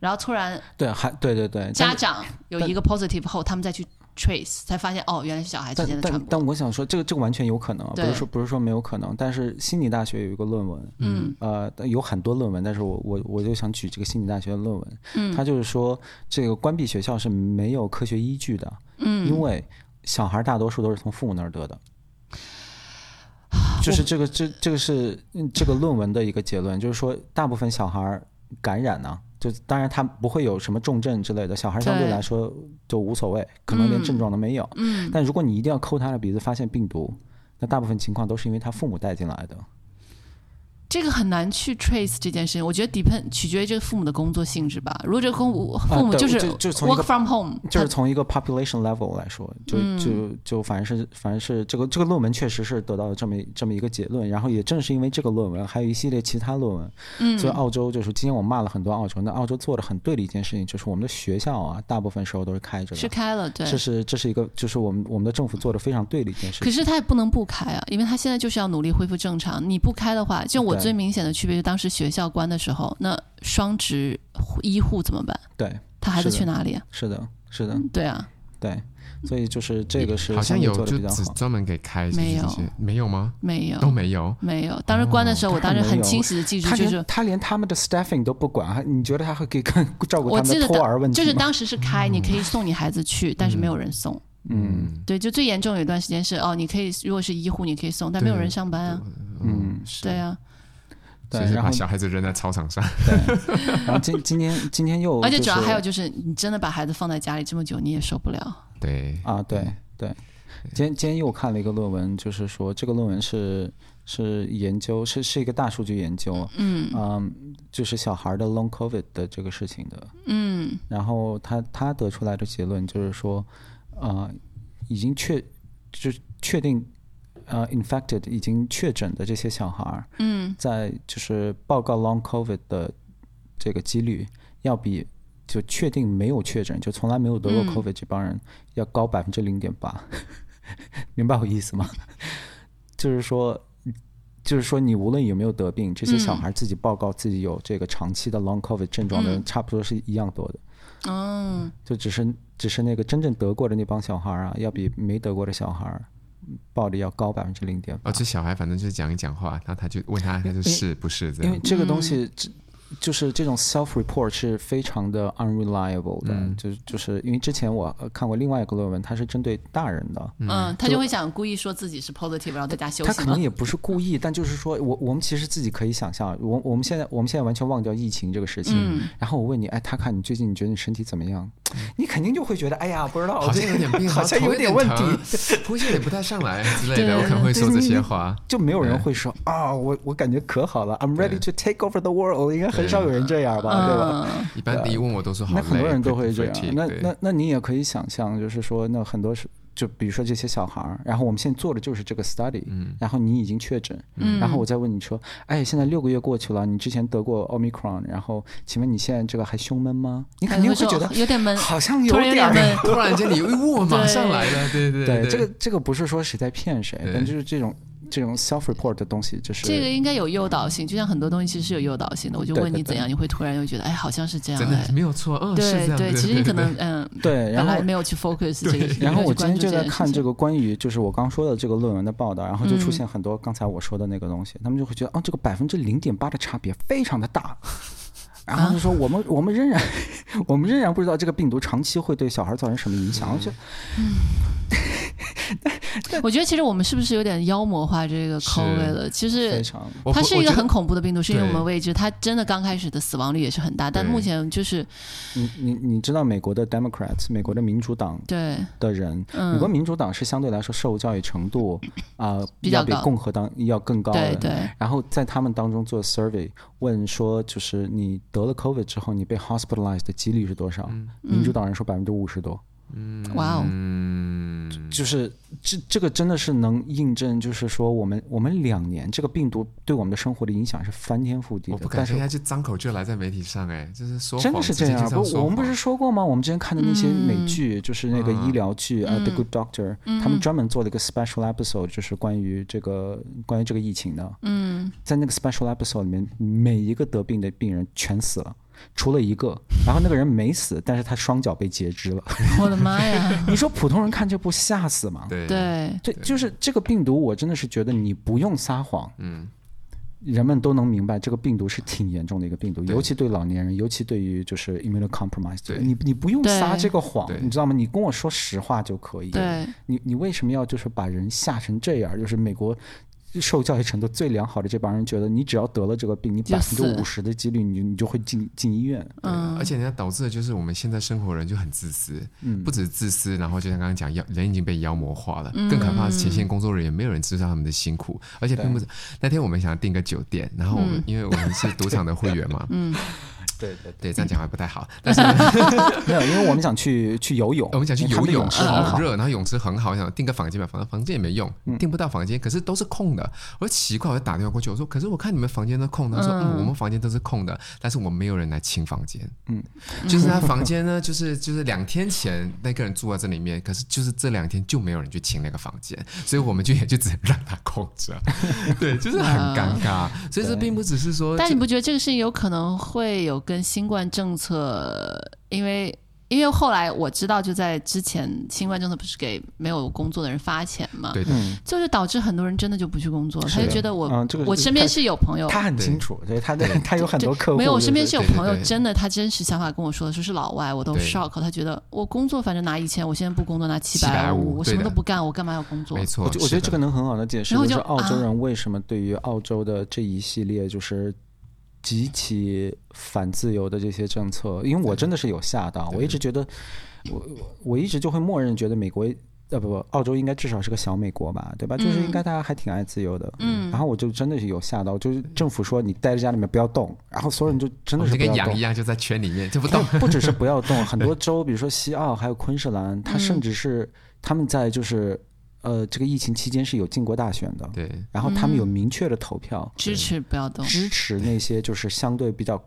S3: 然后突然
S2: 对还对对对，
S3: 家
S2: 但
S3: 长有
S2: 但
S3: 一个 positive 后，他们再去 trace 才发现哦，原来是小孩之间
S2: 但
S3: 的传
S2: 但
S3: 播。
S2: 但我想说，这个这个完全有可能啊，不是
S3: 对
S2: 说不是说没有可能，但是悉尼大学有一个论文，
S3: 嗯
S2: 呃，有很多论文，但是我我我就想举这个悉尼大学的论文，嗯，他就是说这个关闭学校是没有科学依据的，嗯，因为小孩大多数都是从父母那儿得的。就是这个，这这个是嗯这个论文的一个结论，就是说大部分小孩儿感染呢、就当然他不会有什么重症之类的，小孩相对
S3: 对
S2: 来说就无所谓，可能连症状都没有。嗯。但如果你一定要抠他的鼻子发现病毒，那大部分情况都是因为他父母带进来的。
S3: 这个很难去 trace 这件事情，我觉得 depend 取决于这个父母的工作性质吧。如果这个父母父母
S2: 啊对
S3: 是
S2: 就就从一个
S3: work from home，
S2: 就是从一个 population level 来说，就
S3: 嗯
S2: 就就反正是反正是这个这个论文确实是得到了这么一这么一个结论，然后也正是因为这个论文，还有一系列其他论文，嗯，所以澳洲就是今天我骂了很多澳洲，那澳洲做的很对的一件事情就是我们的学校啊，大部分时候都是开着
S3: 他
S2: 的，
S3: 是开了，对
S2: 这。是这是一个就是我们我们的政府做的非常对的一件事
S3: 可
S2: 情。
S3: 是他也不能不开啊，因为他现在就是要努力恢复正常。你不开的话，就我
S2: 对
S3: 最明显的区别，就当时学校关的时候，那双职医护怎么办？
S2: 对，
S3: 他孩子
S2: 是的嗯
S3: 去哪里啊？
S2: 是的，是的，
S3: 对啊，
S2: 对，所以就是这个是
S1: 好像
S2: 相对
S1: 有
S2: 做的
S1: 就
S2: 比较
S1: 只
S2: 好。
S1: 专门给开就是
S3: 没有
S1: 这些，没有吗？
S3: 没有
S1: 都没有，
S3: 没有。当时关的时候，我当时
S2: 没
S3: 很
S2: 有
S3: 清晰的记住，
S2: 哦他
S3: 就是
S2: 连他连他们的 staffing 都不管，还你觉得他会给看 照顾
S3: 我
S2: 他
S3: 记
S2: 们的
S3: 得
S2: 托儿
S3: 当
S2: 问题
S3: 就是
S2: 吗
S3: 当时是开，你可以送你孩子去，但是没有人送。
S2: 嗯
S3: 对，就最严重有一段时间是哦，你可以如果是医护你可以送，但没有
S1: 对
S3: 人上班啊，
S2: 嗯，
S3: 对啊，
S2: 对
S1: 就是
S2: 然后
S1: 把小孩子扔在操 场上，
S2: 然后今今天今天又、
S3: 而
S2: 就是，
S3: 且主要还有就是你真的把孩子放在家里这么久，你也受不了。
S1: 对，
S2: 啊，对对，今天今天又看了一个论文，就是说这个论文是是研究是是一个大数据研究，嗯就是小孩的 long covid 的这个事情的，嗯，然后他他得出来的结论就是说，呃，已经确就是确定。呃、i n f e c t e d 已经确诊的这些小孩儿，嗯，在就是报告 long covid 的这个几率，要比就确定没有确诊，就从来没有得过 covid 这帮人，要高百分之零点八， 明白我意思吗？ 就是说，就是说，你无论有没有得病，这些小孩自己报告自己有这个长期的 long covid 症状的人，差不多是一样多的。
S3: 嗯，
S2: 就只是只是那个真正得过的那帮小孩啊，要比没得过的小孩儿报的要高百分之零点八
S1: 哦，。这小孩反正就是讲一讲话，然后他就问他，他就
S2: 因为
S1: 是不是这
S2: 因为
S1: 样，
S2: 这个东西，这就是这种 self report 是非常的 unreliable 的，
S1: 嗯
S2: 就是就是因为之前我呃看过另外一个论文，它是针对大人的，
S3: 嗯，他就会想故意说自己是 positive，然后在家休
S2: 他
S3: 息
S2: 可
S3: 嘛
S2: 能。也不是故意，但就是说我我们其实自己可以想象，我我们现在我们现在完全忘掉疫情这个事情。然后我问你，哎，他看你最近你觉得你身体怎么样？你肯定就会觉得，哎呀，不知道，
S1: 嗯好像有点病，啊
S2: 好像
S1: 头
S2: 有点问题。
S1: 疼， 呼吸也不太上来之类
S3: 对
S1: 的，我可能会说这些话。
S2: 就没有人会说啊、我我感觉可好了，I'm ready to take over the world，应该很少有人这样吧，对
S3: 嗯
S2: 吧？
S1: 一般第一问我都说好
S2: 那
S1: 累，
S2: 很多人都会这
S1: pretty fatigue，。
S2: 样那
S1: 对
S2: 那那你也可以想象，就是说，那很多是就比如说这些小孩儿，然后我们现在做的就是这个 study，然
S1: 嗯
S2: 后你已经确诊，然后我再问你说，哎，现在六个月过去了，你之前得过 omicron，然后请问你现在这个还胸闷吗？你肯定会觉得
S3: 有点闷，
S2: 好像
S3: 哦突然有
S2: 点儿。
S3: 闷。
S1: 哎突然间你我马上来了，对 对
S2: 对，
S1: 对，
S2: 这个这个不是说谁在骗谁，
S1: 对
S2: 但就是这种这种 self report 的东西，就是
S3: 这个应该有诱导性，就像很多东西其实是有诱导性的。我就
S2: 对
S3: 问
S2: 对
S3: 你怎
S2: 对
S3: 样，你会突然又觉得，哎，好像是这样。
S1: 真
S3: 哎
S1: 的没有错，
S2: 哦
S1: 嗯，是这
S3: 对
S1: 样
S3: 对，
S1: 对，
S3: 其实你可
S1: 对
S3: 能嗯，
S2: 对，然
S3: 本
S2: 后
S3: 来没有去 focus 这个事情，
S2: 然后我
S3: 没有去
S2: 今
S3: 关
S2: 天
S3: 注
S2: 就在
S3: 件
S2: 看
S3: 事
S2: 这
S3: 情嗯
S2: 个关于就是我刚说的这个论文的报道，然后就出现很多刚才我说的那个东西，他们就会觉得啊，这个百分之零点八的差别非常的 大，然后就
S3: 啊
S2: 说我们、我们仍然 我们仍然不知道这个病毒长期会对小孩造成什么影响，我
S3: 嗯
S2: 就
S3: 我觉得其实我们是不是有点妖魔化这个 COVID 了？其
S2: 非
S3: 实
S2: 常
S1: 我
S3: 它
S1: 不
S3: 是一个
S1: 我觉得
S3: 很恐怖的病毒，是因为我们
S1: 对
S3: 未知，它真的刚开始的死亡率也是很大，但
S1: 对
S3: 目前就是
S2: 你你你知道美国的 Democrats 美国的民主党
S3: 对
S2: 的人，美国民主党是相对来说受教育程度啊、呃
S3: 嗯比较
S2: 要比
S3: 高
S2: 共和党要更高的
S3: 对，对，
S2: 然后在他们当中做 survey，问说就是你得了 COVID 之后，你被 hospitalized 的几率是多少？民主党人说百分之五十多，
S3: 哇哦，
S1: 嗯，
S2: 就是这这个真的是能印证，就是说我们我们两年这个病毒对我们的生活的影响是翻天覆地
S1: 我
S2: 的。
S1: 不敢人
S2: 但是
S1: 家就张口就来在媒体上，哎，就是说
S2: 真的
S1: 谎
S2: 是
S1: 直
S2: 这
S1: 接
S2: 样，啊
S1: 就
S2: 不
S1: 样，说
S2: 我们不是
S1: 谎嗯
S2: 说过吗？我们之前看的那些美剧，就是那个医疗剧啊，《The Good Doctor》，他们专门做了一个 special episode，就是关于这个关于这个疫情的。嗯，在那个 special episode 里面，每一个得病的病人全死了。除了一个，然后那个人没死，但是他双脚被截肢了。
S1: 嗯
S3: 我的妈呀！
S2: 你说普通人看这部吓死吗？
S1: 对
S3: 对，
S2: 对，就是这个病毒，我真的是觉得你不用撒谎，嗯，人们都能明白这个病毒是挺严重的一个病毒，尤其对老年人，尤其对于就是 immunocompromised，
S1: 对
S2: 人你你不用
S3: 对
S2: 撒这个谎
S1: 对，
S2: 你知道吗？你跟我说实话就可以。
S3: 对，
S2: 你你为什么要就是把人吓成这样？就是美国。受教育程度最良好的这帮人觉得，你只要得了这个病，你
S3: 就
S2: 百分
S3: 死
S2: 之五十的几率你，你就会进进医院。
S1: 对啊
S3: 嗯
S1: 而且人家导致的就是我们现在生活人就很自私，
S2: 嗯
S1: 不只是自私，然后就像刚刚讲，妖人已经被妖魔化了，
S3: 嗯
S1: 更可怕的是前线工作人员没有人知道他们的辛苦，而且并不是那天我们想订个酒店，然后我
S3: 嗯
S1: 们、因为我们是赌场的会员 嘛，
S2: 对对
S1: 对，这样讲还不太好，但是
S2: 没有，因为我们想去去游泳，
S1: 我们想去游
S2: 哎因为他们的
S1: 泳，
S2: 池很好嗯
S1: 好，热，然后泳池很好，想订个房间吧，反正房间也没用，订不到房间，可是都是空的。我就奇怪，我就打电话过去，我说：“可是我看你们房间都空的。”他说：“嗯，我们房间都是空的，但是我们没有人来清房间。”嗯，就是他房间呢，就是就是两天前那个人住在这里面，可是就是这两天就没有人去清那个房间，所以我们就也就只能让他空着。对，就是很
S2: 嗯
S1: 尴尬。所以这并不只是说，
S3: 但你不觉得这个事情有可能会有跟新冠政策，因为因为后来我知道，就在之前新冠政策不是给没有工作的人发钱嘛，
S1: 对的
S2: 嗯，
S3: 就是导致很多人真的就不去工作，他就觉得我、
S2: 嗯这个
S3: 我
S2: 是
S3: 身边
S2: 他
S3: 是有朋友，
S2: 他很清楚，对他的 他有很多客户
S3: 哦没有，我身边
S2: 就是
S3: 有
S1: 对对
S3: 朋友
S1: 对
S3: 真的，他真实想法跟我说的，说是老外，我都
S1: 对
S3: shock，他觉得我工作反正拿一千，我现在不工作拿七
S1: 750
S3: 五，我什么
S1: 对的
S3: 都不干，我干嘛要工作
S1: 没？错，
S2: 我觉我觉得这
S1: 个
S2: 个能很哦好的解释，
S3: 然后
S2: 就是
S3: 就啊
S2: 澳洲人为什么对于澳洲的这一系列就是极其反自由的这些政策，因为我真的是有吓到，我一直觉得，我我我一直就会默认觉得美国。呃不不，澳洲应该至少是个小美国吧，
S3: 嗯
S2: 对吧？就是应该大家还挺爱自由的。嗯。然后我就真的是有吓到，
S3: 嗯
S2: 就是政府说你待在家里面不要动，然后所有人就真
S1: 我们
S2: 的是
S1: 就
S2: 不
S1: 跟
S2: 要动。哎
S1: 羊一样，就在圈里面就不动。
S2: 不不只是不要动， 很多州，比如说西澳还有昆士兰，它甚至是他们在就是呃这个疫情期间是有进过大选的，
S1: 对，
S2: 然后他们有明确的投票
S3: 支持不要动，
S2: 支持那些就是相对比较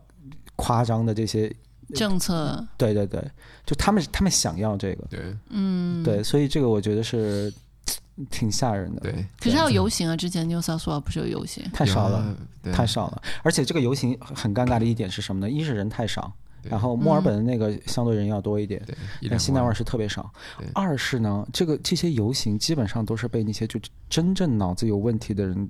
S2: 夸张的这些，
S3: 政策
S2: 对对对，就他们他们想要这个，
S1: 对，
S3: 嗯
S2: 对，所以这个我觉得是嘖挺吓人的，
S1: 对，
S3: 可是还有游行啊，之前 New South Wales 不是有游行？
S2: 太少了。
S1: 啊对，
S2: 太少了。而且这个游行很尴尬的一点是什么呢？一是人太少，然后墨尔本的那个相对人要多一点，
S1: 对一
S2: 但
S1: 两
S2: 西南
S1: 万
S2: 尔是特别少
S1: 对。
S2: 二是呢，这个这些游行基本上都是被那些就真正脑子有问题的人。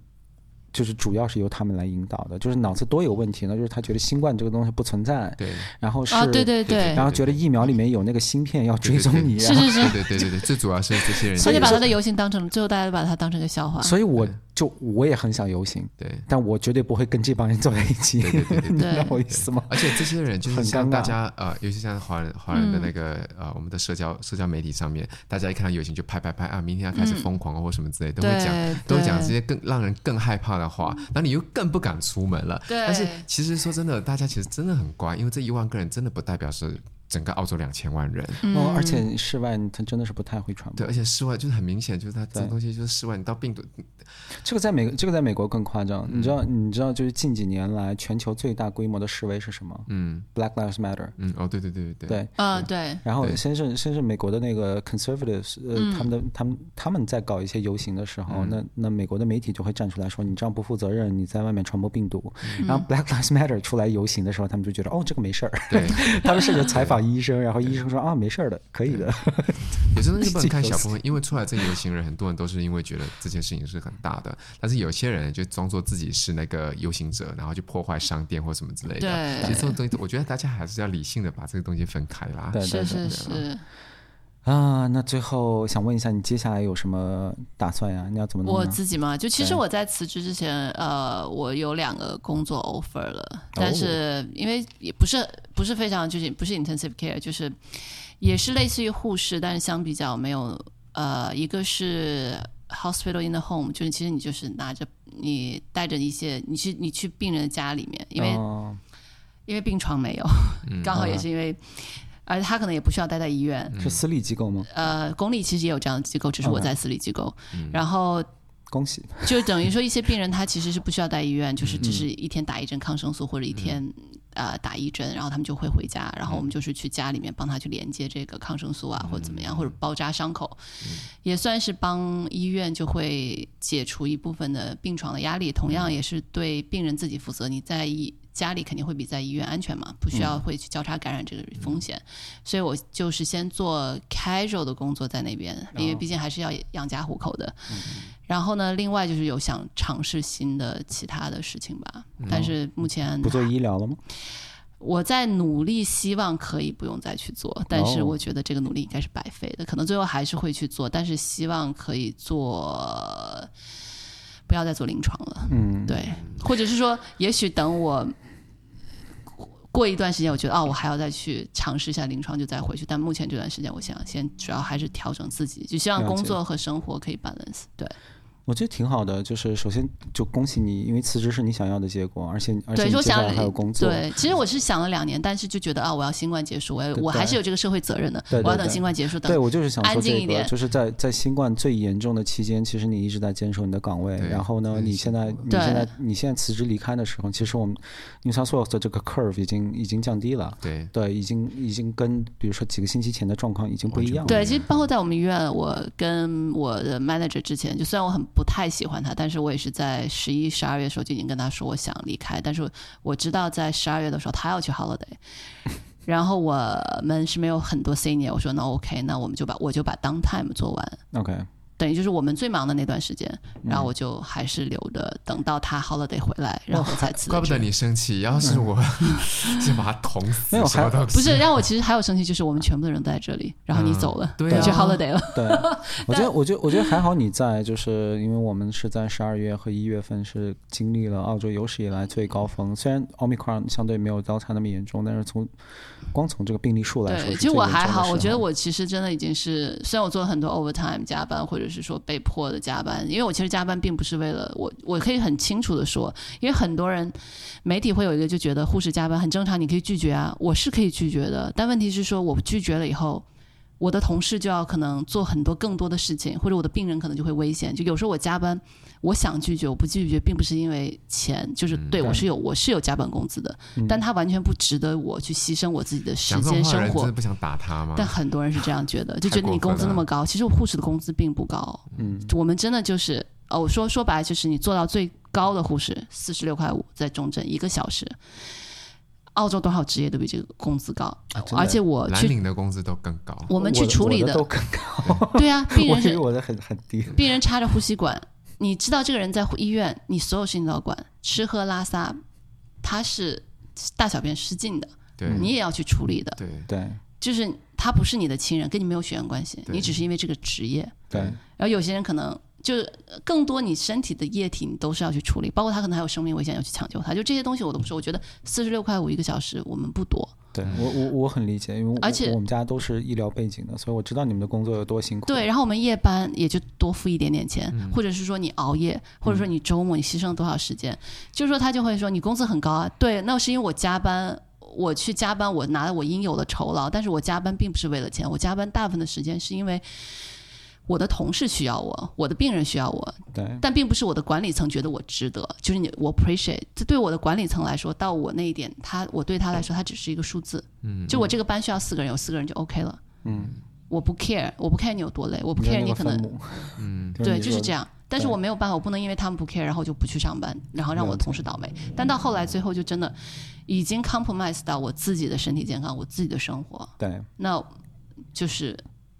S2: 就是主要是由他们来引导的，就是脑子多有问题呢，就是他觉得新冠这个东西不存在，
S1: 对。
S2: 然后是，
S3: 啊，对对
S1: 对
S3: 对
S2: 然，后觉得疫苗里面有那个芯片要追踪你，
S3: 是
S2: 然后
S3: 是是，
S1: 对对对对，最主要是这些人，
S3: 所以把他的游行当成，最后大家都把它当成一个笑话。
S2: 所以我就我也很想游行，
S1: 对。
S2: 但我绝对不会跟这帮人坐在一起，
S1: 对对对对
S2: 你
S3: 对
S2: 懂我意思吗？
S1: 而且这些人就是
S2: 很
S1: 像
S2: 尴尬
S1: 大家呃，尤其像华人华人
S3: 嗯
S1: 的那个、呃，我们的社交社交媒体上面，大家一看到游行就拍拍拍啊，明天要开始疯狂哦或什么之类，都会
S3: 嗯对
S1: 讲
S3: 对嗯
S1: 都会讲这些更让人更害怕的话，然后你又更不敢出门了。
S3: 对
S1: 但是其实说真的，大家其实真的很乖，因为这一万个人真的不代表是整个澳洲两千万人。
S3: 嗯
S2: 哦，而且室外它真的是不太会传播。
S1: 对，而且室外就是很明显，就是它这东西就是室外，你到病毒，
S2: 这个在美这个在美国更夸张。
S1: 嗯
S2: 你知道你知道就是近几年来全球最大规模的示威是什么？
S1: 嗯
S2: ，Black Lives Matter。
S1: 嗯，哦，对对对对
S2: 对，
S3: 啊，对，
S2: 然后
S1: 对
S2: 先是先是美国的那个 conservatives，呃，
S3: 嗯
S2: 他们的他们他们在搞一些游行的时
S1: 嗯
S2: 候，那那美国的媒体就会站出来说你这样不负责任，你在外面传播病毒。
S3: 嗯
S2: 然后 Black Lives Matter 出来游行的时候，他们就觉得哦这个没事儿，
S1: 对，
S2: 他们甚至采访医生，然后医生说啊没事儿的，可以的。
S1: 有些东西不能看小部分，因为出来这个游行人，很多人都是因为觉得这件事情是很大的，但是有些人就装作自己是那个游行者，然后去破坏商店或什么之类的。
S3: 嗯对
S1: 其实这种东西，我觉得大家还是要理性的把这个东西分开啦。
S2: 对对
S3: 是
S2: 对
S3: 是是。
S2: 啊，那最后想问一下你接下来有什么打算呀？你要怎么弄
S3: 我
S2: 呢？
S3: 自己嘛，就其实我在辞职之前，呃，我有两个工作 offer 了，但是因为也不是不是非常就是不是 intensive care，就是也是类似于护士，但是相比较没有呃，一个是 hospital in the home，就是其实你就是拿着你带着一些你去你去病人的家里面，因为、
S2: 哦
S3: 因为病床没有， 刚好也是因为，而且他可能也不需要待在医院。
S1: 嗯
S2: 是私立机构吗？
S3: 呃，公立其实也有这样的机构，只是我
S2: OK
S3: 在私立机构。然后嗯
S2: 恭喜，
S3: 就等于说一些病人他其实是不需要带医院，就是只是一天打一针抗生素或者一天、呃打一针，然后他们就会回家，然后我们就是去家里面帮他去连接这个抗生素啊，或者怎么样，或者包扎伤口，也算是帮医院就会解除一部分的病床的压力，同样也是对病人自己负责。你在医家里肯定会比在医院安全嘛，不需要会去交叉感染这个风险，所以我就是先做 casual 的工作在那边，因为毕竟还是要养家糊口的。然后呢，另外就是有想尝试新的其他的事情吧，但是目前
S2: 不做医疗了吗？
S3: 我在努力，希望可以不用再去做，但
S2: 哦
S3: 是我觉得这个努力应该是白费的，可能最后还是会去做，但是希望可以做，不要再做临床了，
S2: 嗯，
S3: 对，或者是说，也许等我。过一段时间，我觉得哦，我还要再去尝试一下临床，就再回去。但目前这段时间，我想先主要还是调整自己，就希望
S2: 了解
S3: 工作和生活可以 balance。对，
S2: 我觉得挺好的，就是首先就恭喜你，因为辞职是你想要的结果，而且而且
S3: 对，
S2: 你
S3: 说
S2: 接下
S3: 想
S2: 来还有工作，
S3: 对，其实我是想了两年，但是就觉得啊，我要新冠结束，我要
S2: 对
S3: 我还是
S2: 对
S3: 有这个社会责任的，
S2: 对对
S3: 我要等
S2: 对
S3: 新冠结束，
S2: 对
S3: 等
S2: 我就是想说
S3: 安静
S2: 这
S3: 一
S2: 个，
S3: 点
S2: 就是在在新冠最严重的期间，其实你一直在坚守你的岗位，
S1: 对
S2: 然后呢，
S1: 对
S2: 你
S1: 辛
S2: 现在
S1: 苦了
S2: 你
S3: 对
S2: 现在你现在辞职离开的时候，其实我们 New South Wales 的这个 curve 已经已经降低了。
S1: 对，
S2: 对，已经已经跟比如说几个星期前的状况已经不一样了。
S3: 对，其实包括在我们医院，我跟我的 manager 之前，就虽然我很不太喜欢他，但是我也是在十一、十二月的时候就已经跟他说我想离开，但是我知道在十二月的时候他要 去 holiday，然后我们是没有很多 senior，我说那 OK，那我们就把我就把 downtime 做完，
S2: OK，
S3: 等于就是我们最忙的那段时间，然
S1: 嗯
S3: 后我就还是留着，等到他 holiday 回来，然后再辞
S1: 怪不得
S3: 职。
S1: 你生气，要是我 就把他捅死，
S2: 没有
S1: 什么
S2: 还
S1: 都
S3: 嗯 不是，让我其实还有生气，就是我们全部的人都在这里，然后你走了，
S1: 对
S3: 你去
S1: 啊
S3: holiday 了，
S2: 对，我觉得，我觉得，我觉得还好，你在，就是因为我们是在十二月和一月份是经历了澳洲有史以来最高峰，虽然 Omicron 相对没有 Delta 那么严重，但是从光从这个病例数来说，
S3: 对，其实我还好，我觉得我其实真的已经是，虽然我做了很多 overtime 加班，或者是说被迫的加班，因为我其实加班并不是为了我，我可以很清楚的说，因为很多人媒体会有一个就觉得护士加班很正常，你可以拒绝啊，我是可以拒绝的，但问题是说我拒绝了以后。我的同事就要可能做很多更多的事情，或者我的病人可能就会危险。就有时候我加班，我想拒绝，我不拒绝，并不是因为钱，就是对我是有我是有加班工资的，但他完全不值得我去牺牲我自己的时
S1: 讲这
S3: 间
S1: 种话的
S3: 生
S1: 人
S3: 活
S1: 真的。不想打他吗？
S3: 但很多人是这样觉得，
S1: 啊
S3: 就
S1: 太
S3: 觉得
S1: 过
S3: 你工
S1: 分
S3: 资那
S1: 了
S3: 么高，其实护士的工资并不高。嗯，我们真的就是，呃，我说说白了就是你做到最高的护士四十六块五，在重症一个小时。澳洲多少职业都比这个工资高，
S2: 真的
S3: 而且我
S1: 蓝
S3: 哦去
S1: 领的工资都更高，
S3: 我们去处理
S2: 我的都更高，
S3: 对啊，病
S2: 我
S3: 人
S2: 以为
S3: 是
S2: 我的很很 低。
S3: 病人插着呼吸管，你知道这个人在医院，你所有事情都要管，吃喝拉撒，他是大小便失禁的，
S1: 对
S3: 你也要去处理的，
S1: 对
S2: 对
S3: 就是他不是你的亲人，跟你没有血缘关系，
S1: 对
S3: 你只是因为这个职业，
S2: 对
S3: 然后有些人可能就是更多你身体的液体，你都是要去处理，包括他可能还有生命危险要去抢救他，就这些东西我都不说。我觉得四十六块五一个小时我们不多，
S2: 对，我我我很理解，因为我
S3: 而且
S2: 我们家都是医疗背景的，所以我知道你们的工作有多辛苦。
S3: 对，然后我们夜班也就多付一点点钱，或者是说你熬夜，或者说你周末你牺牲多少时间，就是说他就会说你工资很高啊，对，那是因为我加班。我去加班，我拿了我应有的酬劳，但是我加班并不是为了钱，我加班大部分的时间是因为我的同事需要我，我的病人需要我，
S2: 对，
S3: 但并不是我的管理层觉得我值得，就是你我 appreciate，这对我的管理层来说，到我那一点，他我对他来说，他只是一个数字，嗯，就我这个班需要四个人，有四个人就 OK 了，
S2: 嗯，
S3: 我不 care，我不 care 你有多累，我不
S2: 你
S3: care
S2: 看那
S3: 你
S2: 个
S3: 可
S2: 分
S3: 能
S2: 母
S1: 嗯
S2: 就是
S3: 对，
S2: 你
S3: 就是
S2: 说
S3: 这样。但是
S2: 对
S3: 我没有办法，我不能因为他们不 care，然后我就不去上班，然后让我
S2: 了
S3: 的
S2: 解
S3: 同事倒霉。但到后来，最后就真的已经 compromise 到我自己的身体健康，我自己的生活。
S2: 对，
S3: 那就是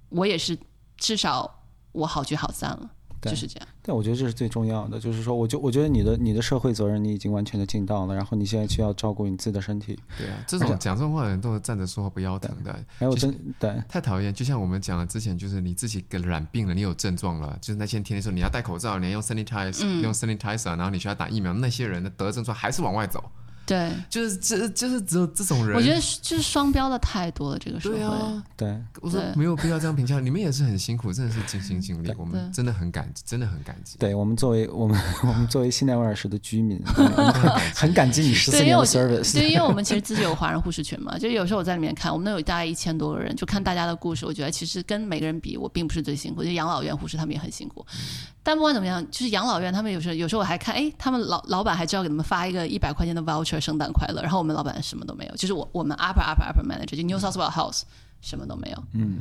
S3: 我也是，至少我好聚好散了，
S2: 对
S3: 就是这样。
S2: 但我觉得这是最重要的，就是说，我就我觉得你的你的社会责任你已经完全的尽到了，然后你现在需要照顾你自己的身体。
S1: 对啊，这种讲这种话的人都是站着说话不腰疼的，
S2: 还有
S1: 就是
S2: 真对
S1: 太讨厌。就像我们讲的之前，就是你自己给染病了，你有症状了，就是那些天天说你要戴口罩，你要用 sanitize，、用 sanitizer，然后你需要打疫苗，那些人的得了症状还是往外走，
S3: 对，
S1: 就是这就是只有这种人。
S3: 我觉得是就是双标的太多了，这个社
S1: 对
S3: 会。
S1: 啊，
S2: 对，
S1: 我说
S3: 对
S1: 没有必要这样评价，你们也是很辛苦，真的是尽心尽力，我们
S3: 对
S1: 真的很感激，真的很感激。
S2: 对我们作为我们我们作为西奈维尔市的居 民，对我们很很感激你十四
S3: 对，因为
S2: 年的
S3: 我觉
S2: service。
S3: 对，因为我们其实自己有华人护士群嘛，就有时候我在里面看，我们那有大概一千多个人，就看大家的故事，我觉得其实跟每个人比，我并不是最辛苦，就养老院护士他们也很辛苦。
S2: 嗯
S3: 但不管怎么样，就是养老院他们有时候有时候我还看，哎，他们老老板还知道给他们发一个一百块钱的 voucher 圣诞快乐，然后我们老板什么都没有，就是我我们 upper upper upper manager 就 New South Wales House 什么都没有。嗯，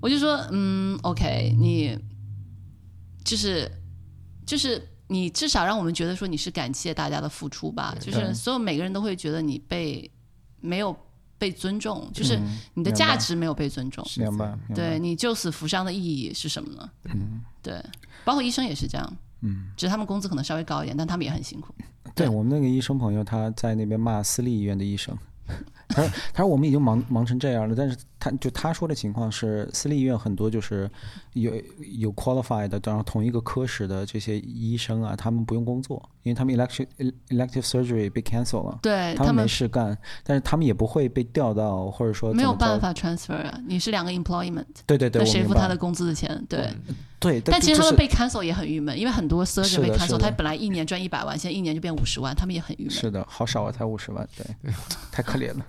S3: 我就说，嗯，OK，你就是就是你至少让我们觉得说你是感谢大家的付出吧，就是
S2: 对
S3: 所有每个人都会觉得你被没有被尊重，就是
S2: 嗯
S3: 你的
S2: 明
S3: 价
S2: 白
S3: 值没有被尊重，
S2: 明白，明白嗯
S3: 对你救死扶伤的意义是什么呢？对，包括医生也是这样，嗯，只是他们工资可能稍微高一点，但他们也很辛苦。
S2: 对我们那个医生朋友，他在那边骂私立医院的医生，他说他说我们已经忙忙成这样了，但是他就他说的情况是，私立医院很多就是有有 qualified 的，然后同一个科室的这些医生啊，他们不用工作，因为他们 elective elective surgery 被 cancel 了，
S3: 对
S2: 他们没
S3: 呃们
S2: 事干，但是他们也不会被调到或者说
S3: 没有
S2: 怎么着
S3: 办，法 transfer 啊，你是两个 employment，
S2: 对对对，
S3: 那
S2: 我
S3: 谁
S2: 明
S3: 付
S2: 白
S3: 他的工资的钱？对，
S2: 对，
S3: 但其实
S2: 就
S3: 他们
S2: 是
S3: 被 cancel 也很郁闷，因为很多 surgeon
S2: 是
S3: 被
S2: 的是的
S3: cancel，他本来一年赚一百万，现在一年就变五十万，他们也很郁闷。
S2: 是的，好少啊，才五十万，对， 太可怜了。